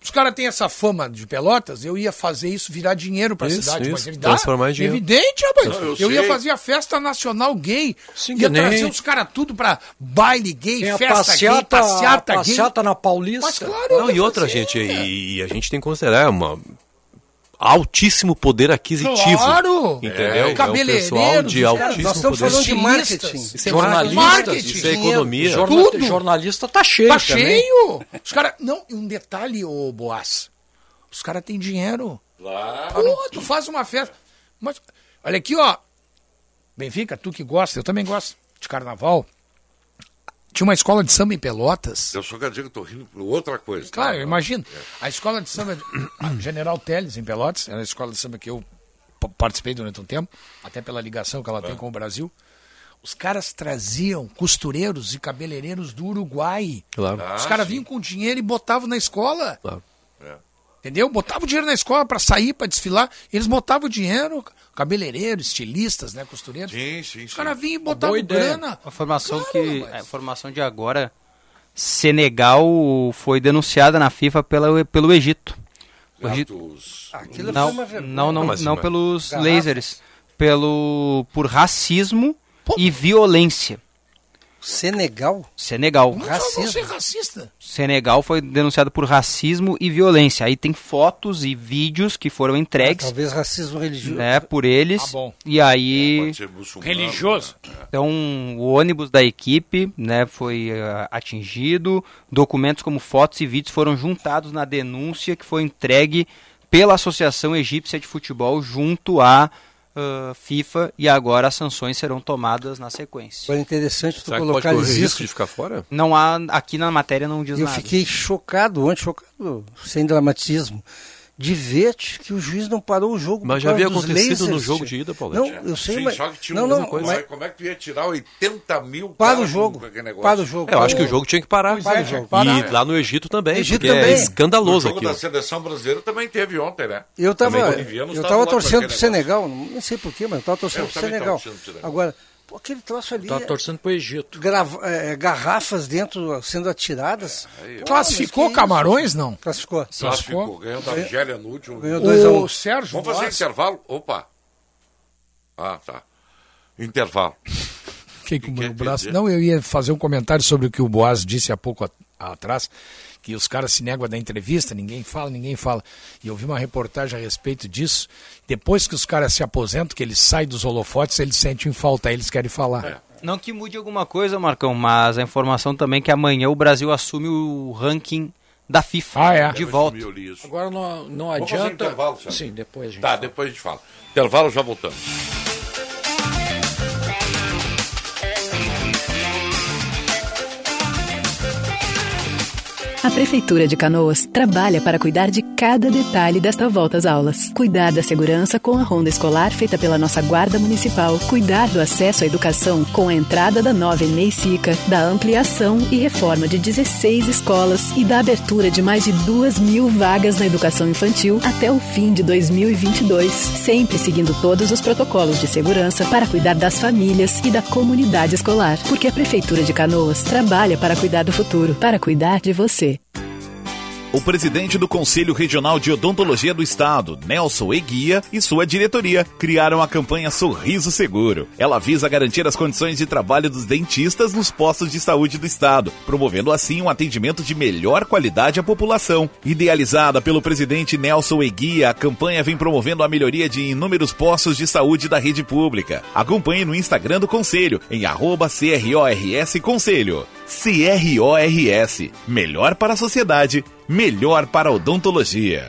[SPEAKER 4] Os caras têm essa fama de pelotas, eu ia fazer isso virar dinheiro pra
[SPEAKER 7] Isso,
[SPEAKER 4] cidade. mas
[SPEAKER 7] isso,
[SPEAKER 4] ele dá,
[SPEAKER 7] transformar em dinheiro.
[SPEAKER 4] Evidente, rapaz.
[SPEAKER 7] Não,
[SPEAKER 4] eu
[SPEAKER 7] eu
[SPEAKER 4] ia
[SPEAKER 7] sei.
[SPEAKER 4] fazer a festa nacional gay. Sim,
[SPEAKER 5] que
[SPEAKER 4] ia
[SPEAKER 5] nem-
[SPEAKER 4] trazer os caras tudo pra baile gay,
[SPEAKER 5] Tem a
[SPEAKER 4] festa gay,
[SPEAKER 5] passeata,
[SPEAKER 4] passeata, gay.
[SPEAKER 5] passeata na Paulista.
[SPEAKER 4] Mas claro,
[SPEAKER 7] Não, e outra, gente, e, e a gente tem que considerar é uma altíssimo poder aquisitivo.
[SPEAKER 4] Claro!
[SPEAKER 7] Entendeu?
[SPEAKER 4] É,
[SPEAKER 7] um
[SPEAKER 4] cabeleireiros,
[SPEAKER 7] pessoal de
[SPEAKER 4] cara,
[SPEAKER 7] altíssimo
[SPEAKER 3] nós estamos
[SPEAKER 7] poder.
[SPEAKER 3] falando de marketing.
[SPEAKER 7] Isso é
[SPEAKER 5] jornalistas,
[SPEAKER 7] marketing, isso é
[SPEAKER 5] dinheiro,
[SPEAKER 7] economia.
[SPEAKER 5] jorna-
[SPEAKER 4] Tudo.
[SPEAKER 5] Jornalista tá cheio
[SPEAKER 4] Tá
[SPEAKER 5] também.
[SPEAKER 4] cheio! Os caras. Não, e um detalhe, ô Boas. Os caras têm dinheiro. Pô, tu faz uma festa. Mas, olha aqui, ó. Benfica, tu que gosta, eu também gosto de carnaval. Tinha uma escola de samba em Pelotas.
[SPEAKER 2] Eu só quero dizer que eu tô rindo por outra coisa. tá?
[SPEAKER 4] Claro, eu imagino. A escola de samba a General Teles, em Pelotas, era a escola de samba que eu pa- participei durante um tempo, até pela ligação que ela tem com o Brasil. Os caras traziam costureiros e cabeleireiros do Uruguai.
[SPEAKER 7] Claro.
[SPEAKER 4] Os
[SPEAKER 7] Ah,
[SPEAKER 4] caras
[SPEAKER 7] sim.
[SPEAKER 3] é.
[SPEAKER 4] vinham com dinheiro e botavam na escola.
[SPEAKER 7] Claro.
[SPEAKER 4] Entendeu? Botava o dinheiro na escola para sair, para desfilar. Eles botavam o dinheiro, cabeleireiros, estilistas, né, costureiros.
[SPEAKER 2] Sim, sim,
[SPEAKER 4] Os caras vinham e botavam grana.
[SPEAKER 6] A formação que a formação de agora Senegal foi denunciada na FIFA pela, pelo Egito. O Egito
[SPEAKER 3] Aquilo
[SPEAKER 6] não,
[SPEAKER 3] foi uma vergonha.
[SPEAKER 6] não, não,
[SPEAKER 3] Mas,
[SPEAKER 6] não
[SPEAKER 3] mas-
[SPEAKER 6] pelos
[SPEAKER 3] Garrafas.
[SPEAKER 6] lasers, pelo por racismo e violência.
[SPEAKER 3] Senegal?
[SPEAKER 6] Senegal.
[SPEAKER 4] Racismo. Não ser é racista.
[SPEAKER 6] Senegal foi denunciado por racismo e violência. Aí tem fotos e vídeos que foram entregues.
[SPEAKER 3] Ah, Talvez racismo religioso.
[SPEAKER 6] Né, por eles.
[SPEAKER 3] Ah, bom.
[SPEAKER 6] E aí.
[SPEAKER 4] Religioso.
[SPEAKER 6] Então, o ônibus da equipe né, foi eh, atingido. Documentos como fotos e vídeos foram juntados na denúncia que foi entregue pela Associação Egípcia de Futebol junto à ah, FIFA. E agora as sanções serão tomadas na sequência.
[SPEAKER 3] Foi é interessante tu
[SPEAKER 6] Será que pode
[SPEAKER 3] colocar
[SPEAKER 6] correr
[SPEAKER 3] isso.
[SPEAKER 6] risco de ficar fora? Não há. Aqui na matéria não diz
[SPEAKER 3] Eu
[SPEAKER 6] nada.
[SPEAKER 3] fiquei chocado ontem, chocado, sem dramatismo, de ver tch, que o juiz não parou o jogo.
[SPEAKER 7] Mas
[SPEAKER 3] por
[SPEAKER 7] já
[SPEAKER 3] causa
[SPEAKER 7] havia
[SPEAKER 3] dos
[SPEAKER 7] acontecido
[SPEAKER 3] lasers,
[SPEAKER 7] no jogo
[SPEAKER 3] tch.
[SPEAKER 7] de ida, Paulette.
[SPEAKER 3] Não, eu sei,
[SPEAKER 2] É. Sim,
[SPEAKER 3] mas...
[SPEAKER 2] só que tinha
[SPEAKER 3] não,
[SPEAKER 2] uma
[SPEAKER 3] não,
[SPEAKER 2] coisa.
[SPEAKER 3] mas-
[SPEAKER 2] Como é que tu ia tirar 80 mil
[SPEAKER 3] Para
[SPEAKER 2] caras
[SPEAKER 3] o jogo.
[SPEAKER 2] com aquele negócio?
[SPEAKER 3] Para o jogo.
[SPEAKER 7] É, eu acho que o jogo tinha que parar.
[SPEAKER 2] Pois é, tinha que parar.
[SPEAKER 7] E lá no Egito também.
[SPEAKER 2] Egito
[SPEAKER 7] porque
[SPEAKER 2] também.
[SPEAKER 7] É escandaloso
[SPEAKER 2] O jogo
[SPEAKER 7] aqui.
[SPEAKER 2] da seleção brasileira também teve ontem, né?
[SPEAKER 3] Eu tava,
[SPEAKER 2] Também bolivianos
[SPEAKER 3] eu
[SPEAKER 2] estavam
[SPEAKER 3] tava
[SPEAKER 2] lá com
[SPEAKER 3] torcendo pro
[SPEAKER 2] aquele
[SPEAKER 3] Senegal, não não sei porquê, mas eu tava torcendo
[SPEAKER 2] Eu
[SPEAKER 3] pro
[SPEAKER 2] também tava
[SPEAKER 3] Senegal.
[SPEAKER 2] torcendo pro Senegal.
[SPEAKER 3] Agora, pô, aquele troço ali. é
[SPEAKER 5] Tava torcendo pro Egito.
[SPEAKER 3] garrafas dentro sendo atiradas. Pô,
[SPEAKER 4] Classificou
[SPEAKER 3] mas que isso?
[SPEAKER 4] Camarões, não?
[SPEAKER 3] Classificou.
[SPEAKER 2] É, Classificou, ganhou da Argélia no último.
[SPEAKER 3] Ganhou dois a um.
[SPEAKER 4] Sérgio
[SPEAKER 2] Vamos fazer
[SPEAKER 4] Vaz-
[SPEAKER 2] intervalo? Opa. Ah, tá. Intervalo.
[SPEAKER 4] Fiquei com o meu
[SPEAKER 2] quer
[SPEAKER 4] braço.
[SPEAKER 2] dizer?
[SPEAKER 4] Não, eu ia fazer um comentário sobre o que o Boas disse há pouco a- atrás, que os caras se negam a dar entrevista, ninguém fala, ninguém fala. E eu vi uma reportagem a respeito disso. Depois que os caras se aposentam, que eles saem dos holofotes, eles sentem falta, aí eles querem falar.
[SPEAKER 6] Não que mude alguma coisa, Marcão, mas a informação também é que amanhã o Brasil assume o ranking da FIFA Ah,
[SPEAKER 2] Ah,
[SPEAKER 6] é.
[SPEAKER 2] é?
[SPEAKER 6] de volta.
[SPEAKER 5] Agora não, não
[SPEAKER 2] Vamos fazer um
[SPEAKER 5] adianta.
[SPEAKER 2] intervalo, Sérgio.
[SPEAKER 5] Sim, depois a gente.
[SPEAKER 2] Tá, depois a gente fala. Intervalo, já voltamos.
[SPEAKER 17] A Prefeitura de Canoas trabalha para cuidar de cada detalhe desta volta às aulas. Cuidar da segurança com a ronda escolar feita pela nossa Guarda Municipal. Cuidar do acesso à educação com a entrada da nova Enei Sica, da ampliação e reforma de 16 escolas e da abertura de mais de 2 mil vagas na educação infantil até o fim de 2022. Sempre seguindo todos os protocolos de segurança para cuidar das famílias e da comunidade escolar. Porque a Prefeitura de Canoas trabalha para cuidar do futuro, para cuidar de você.
[SPEAKER 9] O presidente do Conselho Regional de Odontologia do Estado, Nelson Eguia, e sua diretoria criaram a campanha Sorriso Seguro. Ela visa garantir as condições de trabalho dos dentistas nos postos de saúde do Estado, promovendo assim um atendimento de melhor qualidade à população. Idealizada pelo presidente Nelson Eguia, a campanha vem promovendo a melhoria de inúmeros postos de saúde da rede pública. Acompanhe no Instagram do Conselho, em arroba CRORS Conselho. CRORS. Melhor para a sociedade, melhor para a odontologia.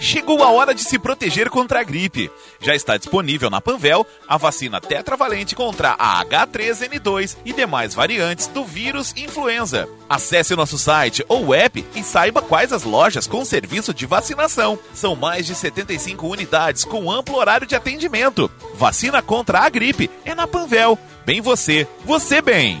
[SPEAKER 9] Chegou a hora de se proteger contra a gripe. Já está disponível na Panvel a vacina tetravalente contra a H3N2 e demais variantes do vírus influenza. Acesse nosso site ou app e saiba quais as lojas com serviço de vacinação. São mais de 75 unidades com amplo horário de atendimento. Vacina contra a gripe é na Panvel. Bem você, você bem.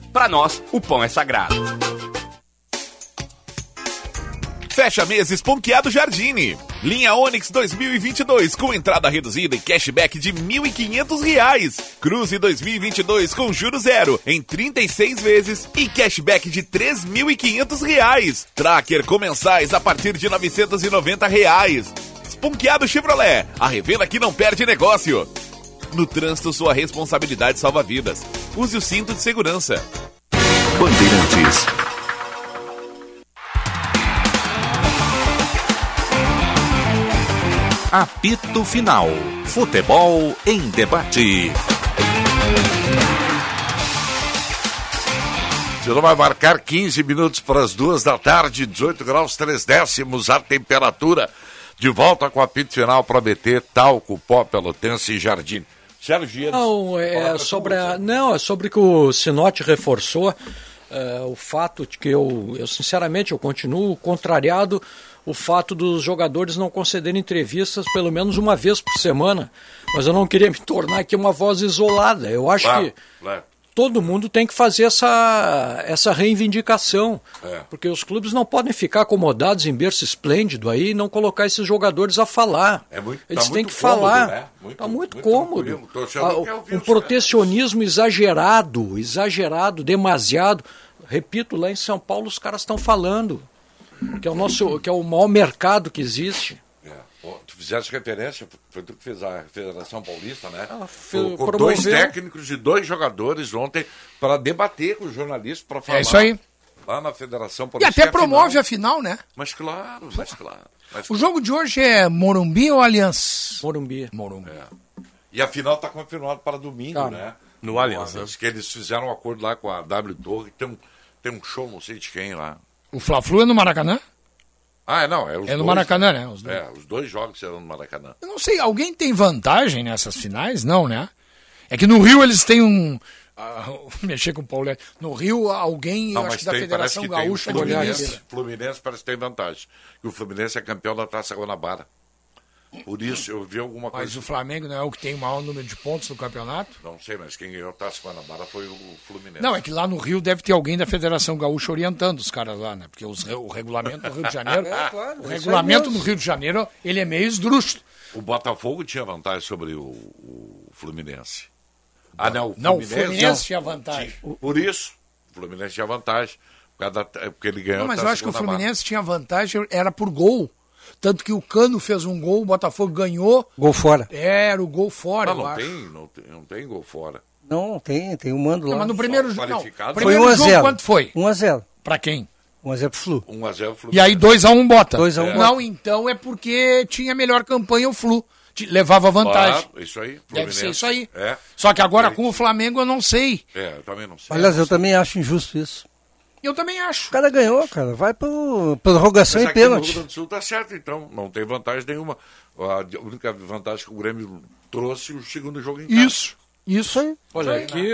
[SPEAKER 10] Pra nós, o pão é sagrado.
[SPEAKER 9] Fecha mês esponqueado Jardine. Linha Onix 2022 com entrada reduzida e cashback de R$ 1.500. Cruze 2022 com juro zero em 36 vezes e cashback de R$ 3.500. Tracker com mensais a partir de R$ 990. Reais. Esponqueado Chevrolet, a revenda que não perde negócio. No trânsito, sua responsabilidade salva vidas. Use o cinto de segurança.
[SPEAKER 11] Bandeirantes. Apito Final. Futebol em debate.
[SPEAKER 2] Você não vai marcar 15 minutos para as duas da tarde, 18 graus, 3 décimos a temperatura. De volta com a apito final para BT, talco, pó, pelotense e jardim. Sérgio Gires.
[SPEAKER 5] Não, é sobre a, não, é sobre o que o Sinote reforçou eh, o fato de que eu, eu sinceramente eu continuo contrariado o fato dos jogadores não concederem entrevistas pelo menos uma vez por semana. Mas eu não queria me tornar aqui uma voz isolada. Eu acho que
[SPEAKER 2] É, tá
[SPEAKER 5] todo mundo tem que fazer essa, essa reivindicação.
[SPEAKER 2] É.
[SPEAKER 5] Porque os clubes não podem ficar acomodados em berço esplêndido aí e não colocar esses jogadores a falar.
[SPEAKER 2] É muito,
[SPEAKER 5] Eles
[SPEAKER 2] tá
[SPEAKER 5] têm
[SPEAKER 2] muito
[SPEAKER 5] que
[SPEAKER 2] cômodo,
[SPEAKER 5] falar.
[SPEAKER 2] né? Muito-
[SPEAKER 5] tá muito, cômodo.
[SPEAKER 2] tranquilo. O torcedor
[SPEAKER 5] Ah,
[SPEAKER 2] quer ouvir
[SPEAKER 5] um
[SPEAKER 2] os
[SPEAKER 5] protecionismo exagerado, exagerado, demasiado. Repito, lá em São Paulo os caras estão falando. Que é o nosso, que é o maior mercado que existe.
[SPEAKER 2] é, Pô, Tu fizeste referência, foi tu que fez a Federação Paulista, né?
[SPEAKER 5] fe-
[SPEAKER 2] Colocou
[SPEAKER 5] promoveu-
[SPEAKER 2] dois técnicos e dois jogadores ontem para debater com os jornalistas, para falar.
[SPEAKER 4] É isso aí.
[SPEAKER 2] Lá na Federação
[SPEAKER 4] E
[SPEAKER 2] Paulista. é
[SPEAKER 4] até promove a final, né?
[SPEAKER 2] Mas claro, mas claro. mas
[SPEAKER 4] O jogo de hoje é Morumbi ou Aliança?
[SPEAKER 5] Morumbi.
[SPEAKER 4] Morumbi.
[SPEAKER 2] E a final está confirmada para domingo, né? No Allianz. Acho que eles fizeram um acordo lá com a W Torre, tem um, tem um show, não sei de quem lá.
[SPEAKER 4] O Fla-Flu é no Maracanã?
[SPEAKER 2] Ah, é, não, é os
[SPEAKER 4] É no
[SPEAKER 2] dois,
[SPEAKER 4] Maracanã, né? Os
[SPEAKER 2] É, os dois jogos serão no Maracanã.
[SPEAKER 4] Eu não sei, alguém tem vantagem nessas finais? Não, né? É que no Rio eles têm um. ah, mexer com o Paulo. né? No Rio, alguém,
[SPEAKER 2] Não,
[SPEAKER 4] eu acho
[SPEAKER 2] mas
[SPEAKER 4] que da
[SPEAKER 2] tem, parece
[SPEAKER 4] Federação
[SPEAKER 2] que tem um o
[SPEAKER 4] Gaúcha de né?
[SPEAKER 2] Fluminense.
[SPEAKER 4] Olhares.
[SPEAKER 2] Fluminense parece que tem vantagem. E o Fluminense é campeão da Taça Guanabara. Por isso, eu vi alguma coisa.
[SPEAKER 4] Mas o Flamengo não é o que tem o maior número de pontos no campeonato?
[SPEAKER 2] Não sei, mas quem ganhou a Taça Guanabara foi o Fluminense.
[SPEAKER 4] Não, é que lá no Rio deve ter alguém da Federação Gaúcha orientando os caras lá, né? Porque os re- o regulamento do Rio de Janeiro.
[SPEAKER 2] É, claro,
[SPEAKER 4] o
[SPEAKER 2] isso aí
[SPEAKER 4] regulamento
[SPEAKER 2] mesmo.
[SPEAKER 4] no Rio de Janeiro, ele é meio esdrúxulo.
[SPEAKER 2] O Botafogo tinha vantagem sobre o, o Fluminense. Ah, não. O
[SPEAKER 4] Não, o
[SPEAKER 2] Fluminense,
[SPEAKER 4] Fluminense tinha vantagem.
[SPEAKER 2] Tinha. Por isso, o Fluminense tinha vantagem. Por causa da, ta- porque ele ganhou
[SPEAKER 4] Não,
[SPEAKER 2] a
[SPEAKER 4] mas eu
[SPEAKER 2] Taça
[SPEAKER 4] acho que o
[SPEAKER 2] Guanabara.
[SPEAKER 4] Fluminense tinha vantagem, era por gol. Tanto que o Cano fez um gol, o Botafogo ganhou.
[SPEAKER 3] Gol fora.
[SPEAKER 4] Era o gol fora,
[SPEAKER 2] Não,
[SPEAKER 4] eu
[SPEAKER 2] não
[SPEAKER 4] acho.
[SPEAKER 2] tem, não tem, não tem gol fora.
[SPEAKER 3] Não, tem, tem o mando lá.
[SPEAKER 4] Não, mas no primeiro jogo. Não,
[SPEAKER 2] qualificado.
[SPEAKER 3] Foi
[SPEAKER 4] primeiro
[SPEAKER 3] 1 a
[SPEAKER 4] jogo
[SPEAKER 3] 0.
[SPEAKER 4] quanto foi?
[SPEAKER 3] 1 a 0.
[SPEAKER 4] Para quem?
[SPEAKER 3] 1 a 0 pro Flu.
[SPEAKER 2] 1 a 0 Fluminense.
[SPEAKER 4] E aí 2 a 1 um bota.
[SPEAKER 3] 2 a 1
[SPEAKER 4] Não, então é porque tinha melhor campanha o Flu. Te- Levava vantagem.
[SPEAKER 2] Claro, isso aí.
[SPEAKER 4] Deve ser
[SPEAKER 2] Fluminense.
[SPEAKER 4] isso aí.
[SPEAKER 2] É.
[SPEAKER 4] Só que agora com o Flamengo eu não sei.
[SPEAKER 2] É, eu também não sei.
[SPEAKER 3] Aliás, eu também acho injusto isso.
[SPEAKER 4] Eu também acho.
[SPEAKER 3] O cara ganhou, cara. Vai pro prorrogação
[SPEAKER 2] Mas
[SPEAKER 3] e
[SPEAKER 2] aqui no Rio
[SPEAKER 3] pênalti.
[SPEAKER 2] Grande do Sul tá certo, então. Não tem vantagem nenhuma. A única vantagem que o Grêmio trouxe o segundo jogo em casa.
[SPEAKER 4] Isso. Isso aí.
[SPEAKER 5] Olha, aqui,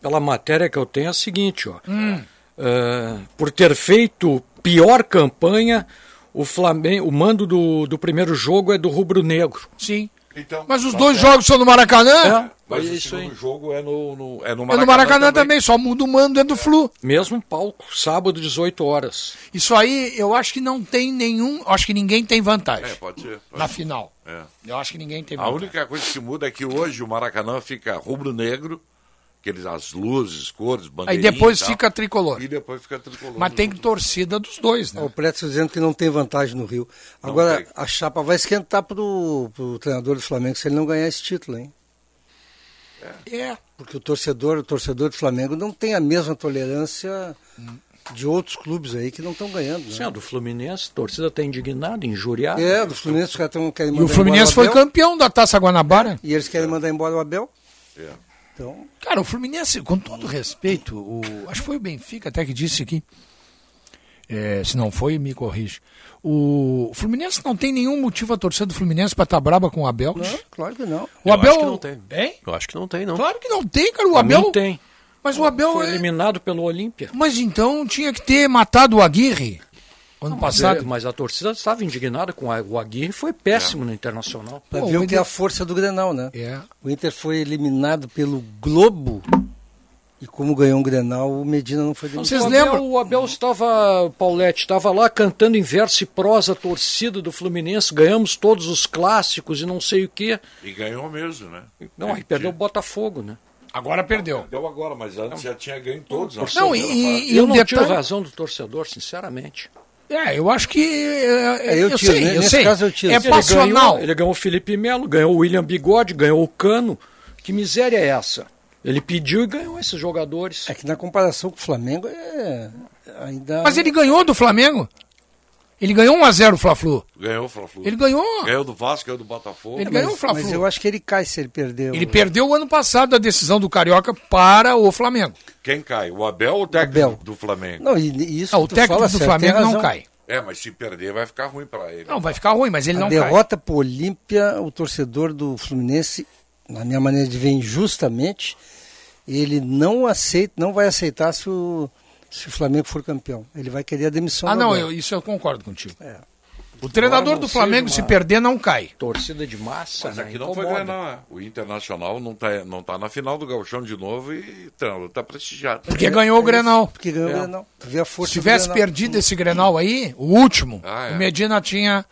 [SPEAKER 5] pela matéria que eu tenho, é a seguinte, ó.
[SPEAKER 4] Hum.
[SPEAKER 5] Ah, por ter feito pior campanha, o Flamengo, o mando do, do primeiro jogo é do Rubro Negro.
[SPEAKER 4] Sim.
[SPEAKER 2] Então,
[SPEAKER 4] Mas os dois jogos são no
[SPEAKER 3] É,
[SPEAKER 4] Maracanã?
[SPEAKER 2] Mas o segundo jogo é no, no- é no
[SPEAKER 4] É
[SPEAKER 2] Maracanã.
[SPEAKER 4] no Maracanã também, só muda o mando, é do Flu.
[SPEAKER 5] Mesmo palco, sábado, 18 horas.
[SPEAKER 4] Isso aí, eu acho que não tem nenhum. Acho que ninguém tem vantagem.
[SPEAKER 2] É, pode ser. pode
[SPEAKER 4] na
[SPEAKER 2] ser.
[SPEAKER 4] final.
[SPEAKER 2] É.
[SPEAKER 4] Eu acho que ninguém tem
[SPEAKER 2] A
[SPEAKER 4] vantagem.
[SPEAKER 2] única coisa que muda é que hoje o Maracanã fica rubro-negro, aqueles as luzes, cores,
[SPEAKER 4] Aí
[SPEAKER 2] bandeirinhas.
[SPEAKER 4] depois
[SPEAKER 2] e tal.
[SPEAKER 4] fica tricolor.
[SPEAKER 2] E depois fica tricolor.
[SPEAKER 4] Mas tem torcida dos dois, né?
[SPEAKER 3] O Preto dizendo que não tem vantagem no Rio. Agora, a chapa vai esquentar pro, pro treinador do Flamengo se ele não ganhar esse título, hein?
[SPEAKER 4] É.
[SPEAKER 3] Porque o torcedor, o torcedor do Flamengo não tem a mesma tolerância de outros clubes aí que não estão ganhando. Né?
[SPEAKER 5] Sim, a do Fluminense, a torcida está indignada, injuriada.
[SPEAKER 3] É, do Fluminense os caras estão querendo
[SPEAKER 4] E o Fluminense foi campeão da Taça Guanabara.
[SPEAKER 3] E eles querem mandar embora o Abel?
[SPEAKER 2] É.
[SPEAKER 3] Então,
[SPEAKER 4] É. Cara, o Fluminense, com todo respeito, o, acho que foi o Benfica até que disse aqui. É, se não foi, me corrige. O Fluminense não tem nenhum motivo a torcer do Fluminense pra estar braba com o Abel.
[SPEAKER 3] claro que não.
[SPEAKER 4] O
[SPEAKER 7] Eu
[SPEAKER 4] Abel.
[SPEAKER 7] acho que não tem.
[SPEAKER 4] Hein?
[SPEAKER 7] Eu acho que não tem, não.
[SPEAKER 4] Claro que não tem, cara. O
[SPEAKER 7] Pra mim
[SPEAKER 4] Abel.
[SPEAKER 7] tem.
[SPEAKER 4] Mas o Abel.
[SPEAKER 5] Foi
[SPEAKER 4] é-
[SPEAKER 5] eliminado pelo Olímpia.
[SPEAKER 4] Mas então tinha que ter matado o Aguirre ano
[SPEAKER 5] Mas,
[SPEAKER 4] passado.
[SPEAKER 5] é, mas a torcida estava indignada com a, o Aguirre, foi péssimo no Internacional.
[SPEAKER 3] Pra ver o que é a força do Grenal, né?
[SPEAKER 4] É.
[SPEAKER 3] O Inter foi eliminado pelo Globo E como ganhou um Grenal, o Medina não foi demitido.
[SPEAKER 5] Vocês lembram? O Abel estava, Paulette, estava lá cantando em verso e prosa a torcida do Fluminense, ganhamos todos os clássicos e não sei o quê.
[SPEAKER 2] E ganhou mesmo, né?
[SPEAKER 5] Não, aí perdeu o Botafogo, né?
[SPEAKER 4] Agora perdeu.
[SPEAKER 2] Deu agora, mas antes já tinha ganho todos.
[SPEAKER 4] Não,
[SPEAKER 2] né?
[SPEAKER 4] e-
[SPEAKER 2] Primeira
[SPEAKER 4] e-
[SPEAKER 2] fase.
[SPEAKER 4] e
[SPEAKER 5] eu
[SPEAKER 4] um
[SPEAKER 5] não tiro
[SPEAKER 4] detalhe-
[SPEAKER 5] razão do torcedor, sinceramente.
[SPEAKER 4] É, eu acho que. é,
[SPEAKER 5] eu
[SPEAKER 4] eu
[SPEAKER 5] tiro,
[SPEAKER 4] sei,
[SPEAKER 5] né?
[SPEAKER 4] eu
[SPEAKER 5] Nesse
[SPEAKER 4] sei.
[SPEAKER 5] caso eu tiro.
[SPEAKER 4] É
[SPEAKER 5] Ele
[SPEAKER 4] passional.
[SPEAKER 5] ganhou- ele ganhou o Felipe Melo, ganhou o William Bigode, ganhou o Cano. Que miséria é essa? Ele pediu e ganhou esses jogadores.
[SPEAKER 3] É que na comparação com o Flamengo é ainda.
[SPEAKER 4] Mas ele ganhou do Flamengo. Ele ganhou 1x0 o Fla-Flu.
[SPEAKER 2] Ganhou o Fla-Flu.
[SPEAKER 4] Ele ganhou.
[SPEAKER 2] Ganhou do Vasco, ganhou do Botafogo.
[SPEAKER 4] Ele ganhou o
[SPEAKER 3] mas,
[SPEAKER 4] Fla-Flu.
[SPEAKER 3] mas eu acho que ele cai se ele perdeu.
[SPEAKER 4] Ele perdeu o ano passado a decisão do Carioca para o Flamengo.
[SPEAKER 2] Quem cai? O Abel ou o técnico do Flamengo?
[SPEAKER 3] Não, e, e isso
[SPEAKER 4] Não, Ah, o
[SPEAKER 3] que tu
[SPEAKER 4] técnico
[SPEAKER 3] fala
[SPEAKER 4] do
[SPEAKER 3] certo,
[SPEAKER 4] Flamengo
[SPEAKER 3] tem
[SPEAKER 4] não
[SPEAKER 3] razão.
[SPEAKER 4] cai.
[SPEAKER 2] É, mas se perder vai ficar ruim pra ele.
[SPEAKER 4] Não, vai ficar ruim, mas ele
[SPEAKER 3] a
[SPEAKER 4] não cai.
[SPEAKER 3] derrota para o Olímpia, o torcedor do Fluminense, na minha maneira de ver, injustamente, ele não aceita, não vai aceitar se o, se o Flamengo for campeão. Ele vai querer a demissão.
[SPEAKER 4] Ah,
[SPEAKER 3] do
[SPEAKER 4] não,
[SPEAKER 3] Abel.
[SPEAKER 4] eu- isso eu concordo contigo. O
[SPEAKER 3] Embora
[SPEAKER 4] treinador
[SPEAKER 3] não
[SPEAKER 4] do
[SPEAKER 3] seja
[SPEAKER 4] Flamengo,
[SPEAKER 3] uma-
[SPEAKER 4] se perder, não cai.
[SPEAKER 5] Torcida de massa,
[SPEAKER 2] Mas aqui não foi ganhar, não. é. O Internacional não tá, não tá na final do Gauchão de novo e tá, tá prestigiado.
[SPEAKER 4] É Porque
[SPEAKER 2] É
[SPEAKER 4] ganhou o Grenal.
[SPEAKER 3] Porque ganhou o Grenal. Tu vê a força
[SPEAKER 4] Se
[SPEAKER 3] do
[SPEAKER 4] tivesse
[SPEAKER 3] Grenal.
[SPEAKER 4] perdido esse Grenal aí, o último,
[SPEAKER 2] Ah, é.
[SPEAKER 4] o Medina tinha.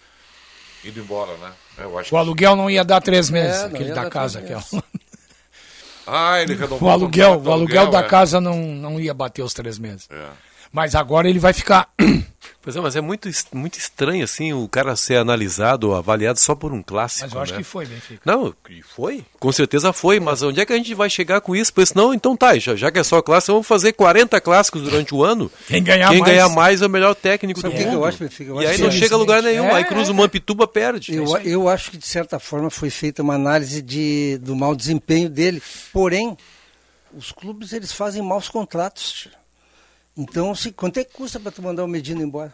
[SPEAKER 2] Indo embora, né? Eu acho
[SPEAKER 4] O aluguel não ia dar três
[SPEAKER 2] É,
[SPEAKER 4] meses,
[SPEAKER 2] não
[SPEAKER 4] aquele
[SPEAKER 2] ia
[SPEAKER 4] da
[SPEAKER 2] dar
[SPEAKER 4] casa.
[SPEAKER 2] três
[SPEAKER 4] Aquela.
[SPEAKER 2] meses. Ah, ele renovou
[SPEAKER 4] O aluguel,
[SPEAKER 2] contrato,
[SPEAKER 4] o aluguel da
[SPEAKER 2] é.
[SPEAKER 4] casa não, não ia bater os três meses. Mas agora ele vai ficar.
[SPEAKER 7] Pois é, mas é muito, es- muito estranho, assim, o cara ser analisado ou avaliado só por um clássico.
[SPEAKER 4] Mas eu acho
[SPEAKER 7] né?
[SPEAKER 4] que foi, Benfica.
[SPEAKER 7] Não, e foi? Com certeza foi, mas onde é que a gente vai chegar com isso? Pois não, então tá, já, já que é só clássico, vamos fazer 40 clássicos durante o ano.
[SPEAKER 4] Quem ganhar
[SPEAKER 7] Quem
[SPEAKER 4] mais-
[SPEAKER 7] ganhar mais é o melhor técnico
[SPEAKER 3] Sabe
[SPEAKER 7] do
[SPEAKER 3] o que
[SPEAKER 7] mundo.
[SPEAKER 3] que eu acho, Benfica? Eu
[SPEAKER 7] e
[SPEAKER 3] acho
[SPEAKER 7] aí
[SPEAKER 3] que
[SPEAKER 7] não
[SPEAKER 3] é
[SPEAKER 7] chega a
[SPEAKER 3] isso.
[SPEAKER 7] lugar nenhum,
[SPEAKER 3] É,
[SPEAKER 7] aí cruza o Mampituba, perde. É
[SPEAKER 3] Eu, eu acho que, de certa forma, foi feita uma análise de, do mau desempenho dele. Porém, os clubes eles fazem maus contratos. tio. Então, se, quanto é que custa para tu mandar o Medina embora?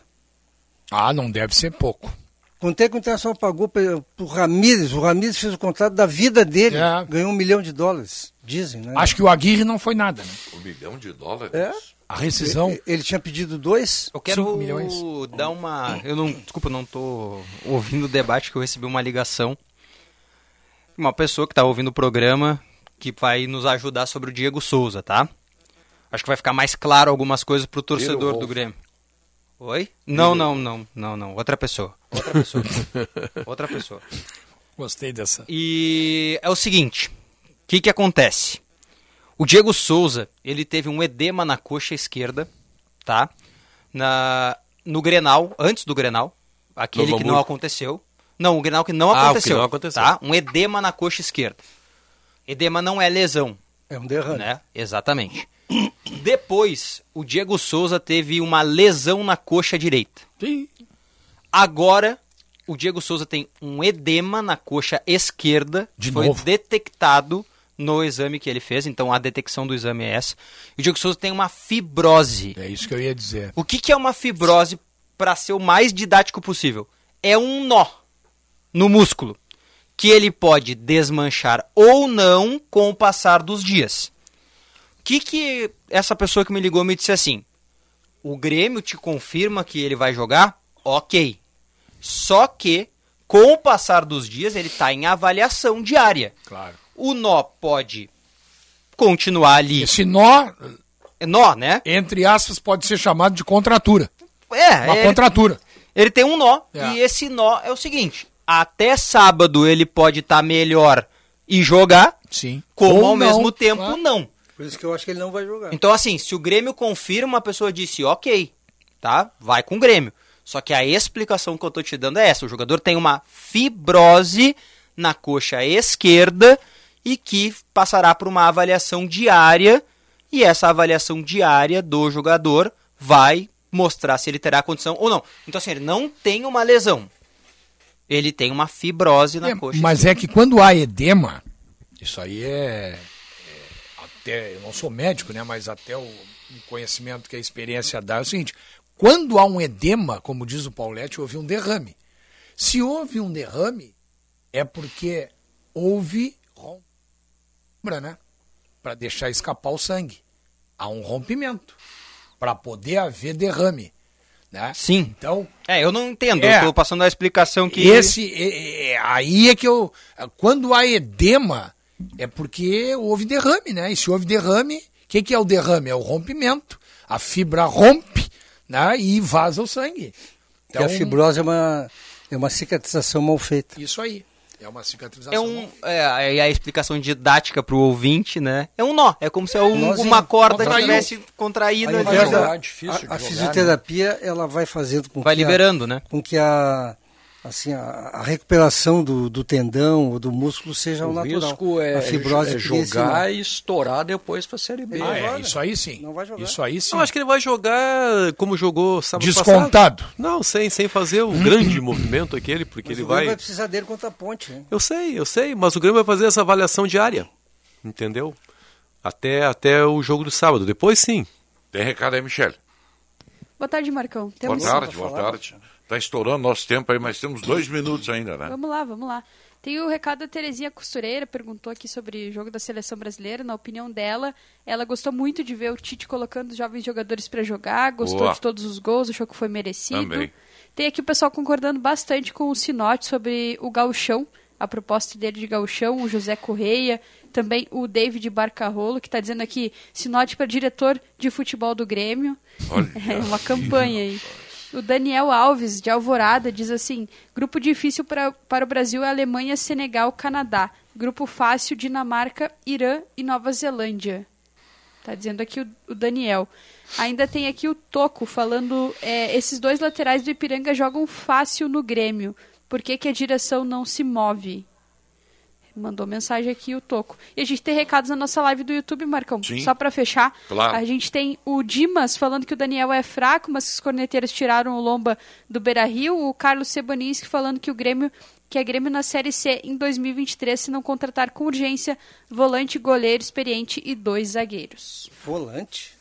[SPEAKER 4] Ah, não deve ser pouco.
[SPEAKER 3] Quanto é que o Internacional pagou para o Ramírez? O Ramírez fez o contrato da vida dele.
[SPEAKER 4] É.
[SPEAKER 3] Ganhou um milhão de dólares, dizem, né?
[SPEAKER 4] Acho que o Aguirre não foi nada, né?
[SPEAKER 2] Um milhão de dólares?
[SPEAKER 3] É.
[SPEAKER 4] A rescisão.
[SPEAKER 3] Ele, ele tinha pedido dois,
[SPEAKER 6] Eu quero
[SPEAKER 3] cinco milhões.
[SPEAKER 6] dar uma. Eu não. Desculpa, eu não tô ouvindo o debate que eu recebi uma ligação. Uma pessoa que tá ouvindo o programa que vai nos ajudar sobre o Diego Souza, tá? Acho que vai ficar mais claro algumas coisas pro torcedor do
[SPEAKER 14] Wolff.
[SPEAKER 6] Grêmio. Oi? Não, não, não, não, não. Outra pessoa. Outra pessoa. Outra pessoa.
[SPEAKER 4] Gostei dessa.
[SPEAKER 6] E é o seguinte, o que que acontece? O Diego Souza, ele teve um edema na coxa esquerda, tá? Na no Grenal, antes do Grenal, aquele
[SPEAKER 7] Novo
[SPEAKER 6] que
[SPEAKER 7] Hamburgo.
[SPEAKER 6] não aconteceu. Não, o Grenal que não
[SPEAKER 7] Ah, o que
[SPEAKER 6] aconteceu,
[SPEAKER 7] não aconteceu.
[SPEAKER 6] tá? Um edema na coxa esquerda. Edema não é lesão,
[SPEAKER 3] É um derrame.
[SPEAKER 6] né? Exatamente. Depois, o Diego Souza teve uma lesão na coxa direita. Agora, o Diego Souza tem um edema na coxa esquerda.
[SPEAKER 4] De
[SPEAKER 6] foi
[SPEAKER 4] novo?
[SPEAKER 6] detectado no exame que ele fez, então a detecção do exame é essa. E o Diego Souza tem uma fibrose.
[SPEAKER 4] É isso que eu ia dizer.
[SPEAKER 6] O que, que é uma fibrose para ser o mais didático possível? É um nó no músculo que ele pode desmanchar ou não com o passar dos dias. O que, que essa pessoa que me ligou me disse assim? O Grêmio te confirma que ele vai jogar? Ok. Só que, com o passar dos dias, ele está em avaliação diária.
[SPEAKER 4] Claro.
[SPEAKER 6] O nó pode continuar ali.
[SPEAKER 4] Esse nó.
[SPEAKER 6] Nó, né?
[SPEAKER 4] Entre aspas, pode ser chamado de contratura.
[SPEAKER 6] É,
[SPEAKER 4] Uma
[SPEAKER 6] é-
[SPEAKER 4] contratura.
[SPEAKER 6] Ele tem um nó,
[SPEAKER 4] É.
[SPEAKER 6] e esse nó é o seguinte: até sábado ele pode estar melhor e jogar,
[SPEAKER 4] Sim.
[SPEAKER 6] como
[SPEAKER 3] Ou
[SPEAKER 6] ao
[SPEAKER 3] não,
[SPEAKER 6] mesmo tempo
[SPEAKER 4] É.
[SPEAKER 3] claro.
[SPEAKER 6] não.
[SPEAKER 3] Por isso que eu acho que ele não vai jogar.
[SPEAKER 6] Então, assim, se o Grêmio confirma, a pessoa disse, ok, tá? Vai com o Grêmio. Só que a explicação que eu tô te dando é essa: o jogador tem uma fibrose na coxa esquerda e que passará por uma avaliação diária. E essa avaliação diária do jogador vai mostrar se ele terá condição ou não. Então, assim, ele não tem uma lesão. Ele tem uma fibrose na coxa
[SPEAKER 4] Mas é que quando há edema, isso aí é, é até eu não sou médico, né, mas até o conhecimento que a experiência dá é o seguinte, quando há um edema, como diz o Pauletti, houve um derrame. Se houve um derrame, é porque houve rompura, né? Para deixar escapar o sangue. Há um rompimento para poder haver derrame, né?
[SPEAKER 6] Sim.
[SPEAKER 4] Então,
[SPEAKER 6] É, eu não entendo.
[SPEAKER 4] É.
[SPEAKER 6] Eu tô passando a explicação que.
[SPEAKER 4] esse é- é- é- aí é que eu quando há edema é porque houve derrame, né? E se houve derrame, que, que é o derrame? É o rompimento. A fibra rompe né, e vaza o sangue. Então,
[SPEAKER 3] Porque
[SPEAKER 6] Então,
[SPEAKER 3] a fibrose é uma, é uma cicatrização mal feita.
[SPEAKER 4] Isso aí. É uma cicatrização.
[SPEAKER 6] É um. É, aí a explicação didática pro ouvinte, né? É um nó. É como se um- uma corda tivesse né? contraída.
[SPEAKER 3] Ao
[SPEAKER 6] ali.
[SPEAKER 3] invés da- a, a fisioterapia ela vai fazendo com
[SPEAKER 6] né? Vai
[SPEAKER 3] que
[SPEAKER 6] liberando,
[SPEAKER 3] a,
[SPEAKER 6] né?
[SPEAKER 3] com que a assim a, a recuperação do, do tendão ou do músculo seja o,
[SPEAKER 5] o
[SPEAKER 3] natural.
[SPEAKER 5] risco é,
[SPEAKER 3] a fibrose
[SPEAKER 5] é
[SPEAKER 3] cria esse nó.
[SPEAKER 5] jogar e estourar depois para a Série B.
[SPEAKER 4] Ah, é, isso aí sim. Não vai jogar. Isso aí sim.
[SPEAKER 7] Eu acho que ele vai jogar como jogou sábado
[SPEAKER 4] Descontado. Hum.
[SPEAKER 7] passado. Não, sem, sem fazer o grande movimento aquele, porque ele
[SPEAKER 3] O Grêmio
[SPEAKER 7] vai...
[SPEAKER 3] vai precisar dele contra a ponte, né?
[SPEAKER 7] Eu sei, eu sei, mas o Grêmio vai fazer essa avaliação diária, entendeu? Até, até o jogo do sábado, depois sim.
[SPEAKER 2] Tem recado aí, Michele?
[SPEAKER 16] Boa tarde, Marcão.
[SPEAKER 2] Boa
[SPEAKER 16] Temos
[SPEAKER 2] tarde, boa tarde. Está estourando nosso tempo aí, mas temos dois minutos ainda, né?
[SPEAKER 16] Vamos lá, vamos lá. Tem o recado da Terezinha Costureira, perguntou aqui sobre o jogo da seleção brasileira. Na opinião dela, ela gostou muito de ver o Tite colocando os jovens jogadores para jogar, gostou
[SPEAKER 2] Boa.
[SPEAKER 16] de todos os gols, achou que foi merecido.
[SPEAKER 2] Também.
[SPEAKER 16] Tem aqui o pessoal concordando bastante com o Sinote sobre o Gauchão, a proposta dele de Gauchão, o José Correia, também o David Barcarolo, que está dizendo aqui, Sinote para diretor de futebol do Grêmio. É uma campanha aí. O Daniel Alves, de Alvorada, diz assim: grupo difícil pra, para o Brasil é Alemanha, Senegal, Canadá. Grupo fácil, Dinamarca, Irã e Nova Zelândia. Tá dizendo aqui o, o Daniel. Ainda tem aqui o Toco falando: é, esses dois laterais do Ipiranga jogam fácil no Grêmio. Por que, que a direção não se move? Mandou mensagem aqui o Toco. E a gente tem recados na nossa live do YouTube, Marcão.
[SPEAKER 2] Sim.
[SPEAKER 16] Só para fechar,
[SPEAKER 2] Claro.
[SPEAKER 16] a gente tem o Dimas falando que o Daniel é fraco, mas que os corneteiros tiraram o Lomba do Beira Rio. O Carlos Seboninski falando que o Grêmio que é Grêmio na Série C em 2023 se não contratar com urgência volante, goleiro experiente e dois zagueiros.
[SPEAKER 3] Volante?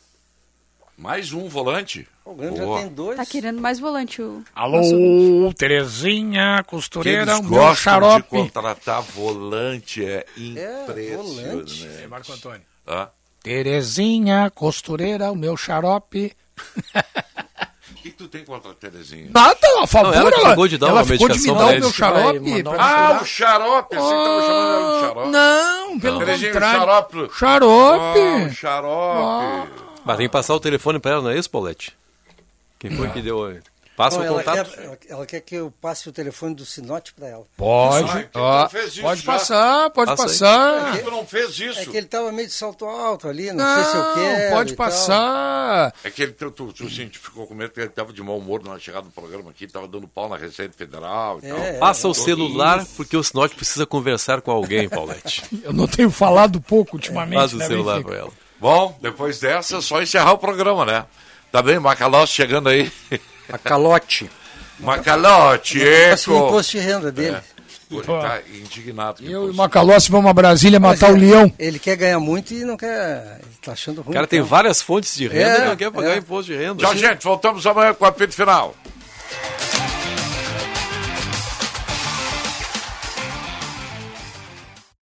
[SPEAKER 2] Mais um volante. Boa.
[SPEAKER 3] dois.
[SPEAKER 16] Tá querendo mais volante o nosso ouvinte.
[SPEAKER 4] Alô, Terezinha,
[SPEAKER 2] Que
[SPEAKER 4] costureira,
[SPEAKER 2] eles
[SPEAKER 4] o é um meu
[SPEAKER 2] gostam de
[SPEAKER 4] xarope.
[SPEAKER 2] contratar volante é impressionante.
[SPEAKER 4] volante. É, Marco Antônio.
[SPEAKER 2] Hã?
[SPEAKER 4] Terezinha, costureira, o meu xarope.
[SPEAKER 2] O que que tu tem contra a Terezinha?
[SPEAKER 4] Nada, a favor.
[SPEAKER 2] Não, ela que acabou de dar
[SPEAKER 4] ela
[SPEAKER 2] uma
[SPEAKER 4] ficou de me
[SPEAKER 2] medicação
[SPEAKER 4] dar
[SPEAKER 2] pra
[SPEAKER 4] o meu
[SPEAKER 2] eles. Vai
[SPEAKER 4] xarope. pra me cuidar.
[SPEAKER 2] mandar um xarope. Ah, o xarope, assim que tava chamando ela de xarope.
[SPEAKER 4] Não, pelo
[SPEAKER 2] Terezinha,
[SPEAKER 4] contrário.
[SPEAKER 2] xarope.
[SPEAKER 4] Xarope.
[SPEAKER 2] Ah, um xarope.
[SPEAKER 7] Mas tem que passar o telefone pra ela, não é isso, Paulette? Quem foi que deu? aí? Passa
[SPEAKER 3] Não,
[SPEAKER 7] o
[SPEAKER 3] ela,
[SPEAKER 7] contato.
[SPEAKER 3] quer, ela- ela quer que eu passe o telefone do Sinote para ela.
[SPEAKER 4] Pode, Ah, então ó, fez isso pode já. passar, pode Passa aí. passar.
[SPEAKER 3] É que-
[SPEAKER 2] não fez isso.
[SPEAKER 3] É que ele tava meio de salto alto ali, não, sei se eu
[SPEAKER 4] Não,
[SPEAKER 3] quero.
[SPEAKER 4] pode
[SPEAKER 3] e tal.
[SPEAKER 4] passar.
[SPEAKER 2] É que ele, tu, tu, tu, gente, ficou com medo porque ele estava de mau humor na chegada do programa aqui, estava dando pau na Receita Federal
[SPEAKER 4] É,
[SPEAKER 2] e tal.
[SPEAKER 7] Passa o
[SPEAKER 2] Todo
[SPEAKER 7] celular,
[SPEAKER 2] é, isso.
[SPEAKER 7] porque o Sinote precisa conversar com alguém, Paulette.
[SPEAKER 4] Eu não tenho falado pouco ultimamente.
[SPEAKER 7] Passa o
[SPEAKER 4] né,
[SPEAKER 7] celular
[SPEAKER 4] Benfica?
[SPEAKER 7] pra ela.
[SPEAKER 2] Bom, depois dessa, é só encerrar o programa, né? Tá bem, Macalossi chegando aí.
[SPEAKER 5] Macalote.
[SPEAKER 2] Macalote,
[SPEAKER 3] Passa o
[SPEAKER 2] eco.
[SPEAKER 3] imposto de renda tá dele.
[SPEAKER 2] Ele tá indignado. com
[SPEAKER 4] Eu e Macalossi vamos a Brasília matar o
[SPEAKER 3] Mas é, ele-
[SPEAKER 4] leão.
[SPEAKER 3] Ele quer ganhar muito e não quer. Ele tá achando ruim.
[SPEAKER 7] O cara tem várias fontes de renda
[SPEAKER 3] É,
[SPEAKER 7] e não quer pagar
[SPEAKER 3] é.
[SPEAKER 7] imposto de renda.
[SPEAKER 2] Tchau, gente. Voltamos amanhã com o apito final.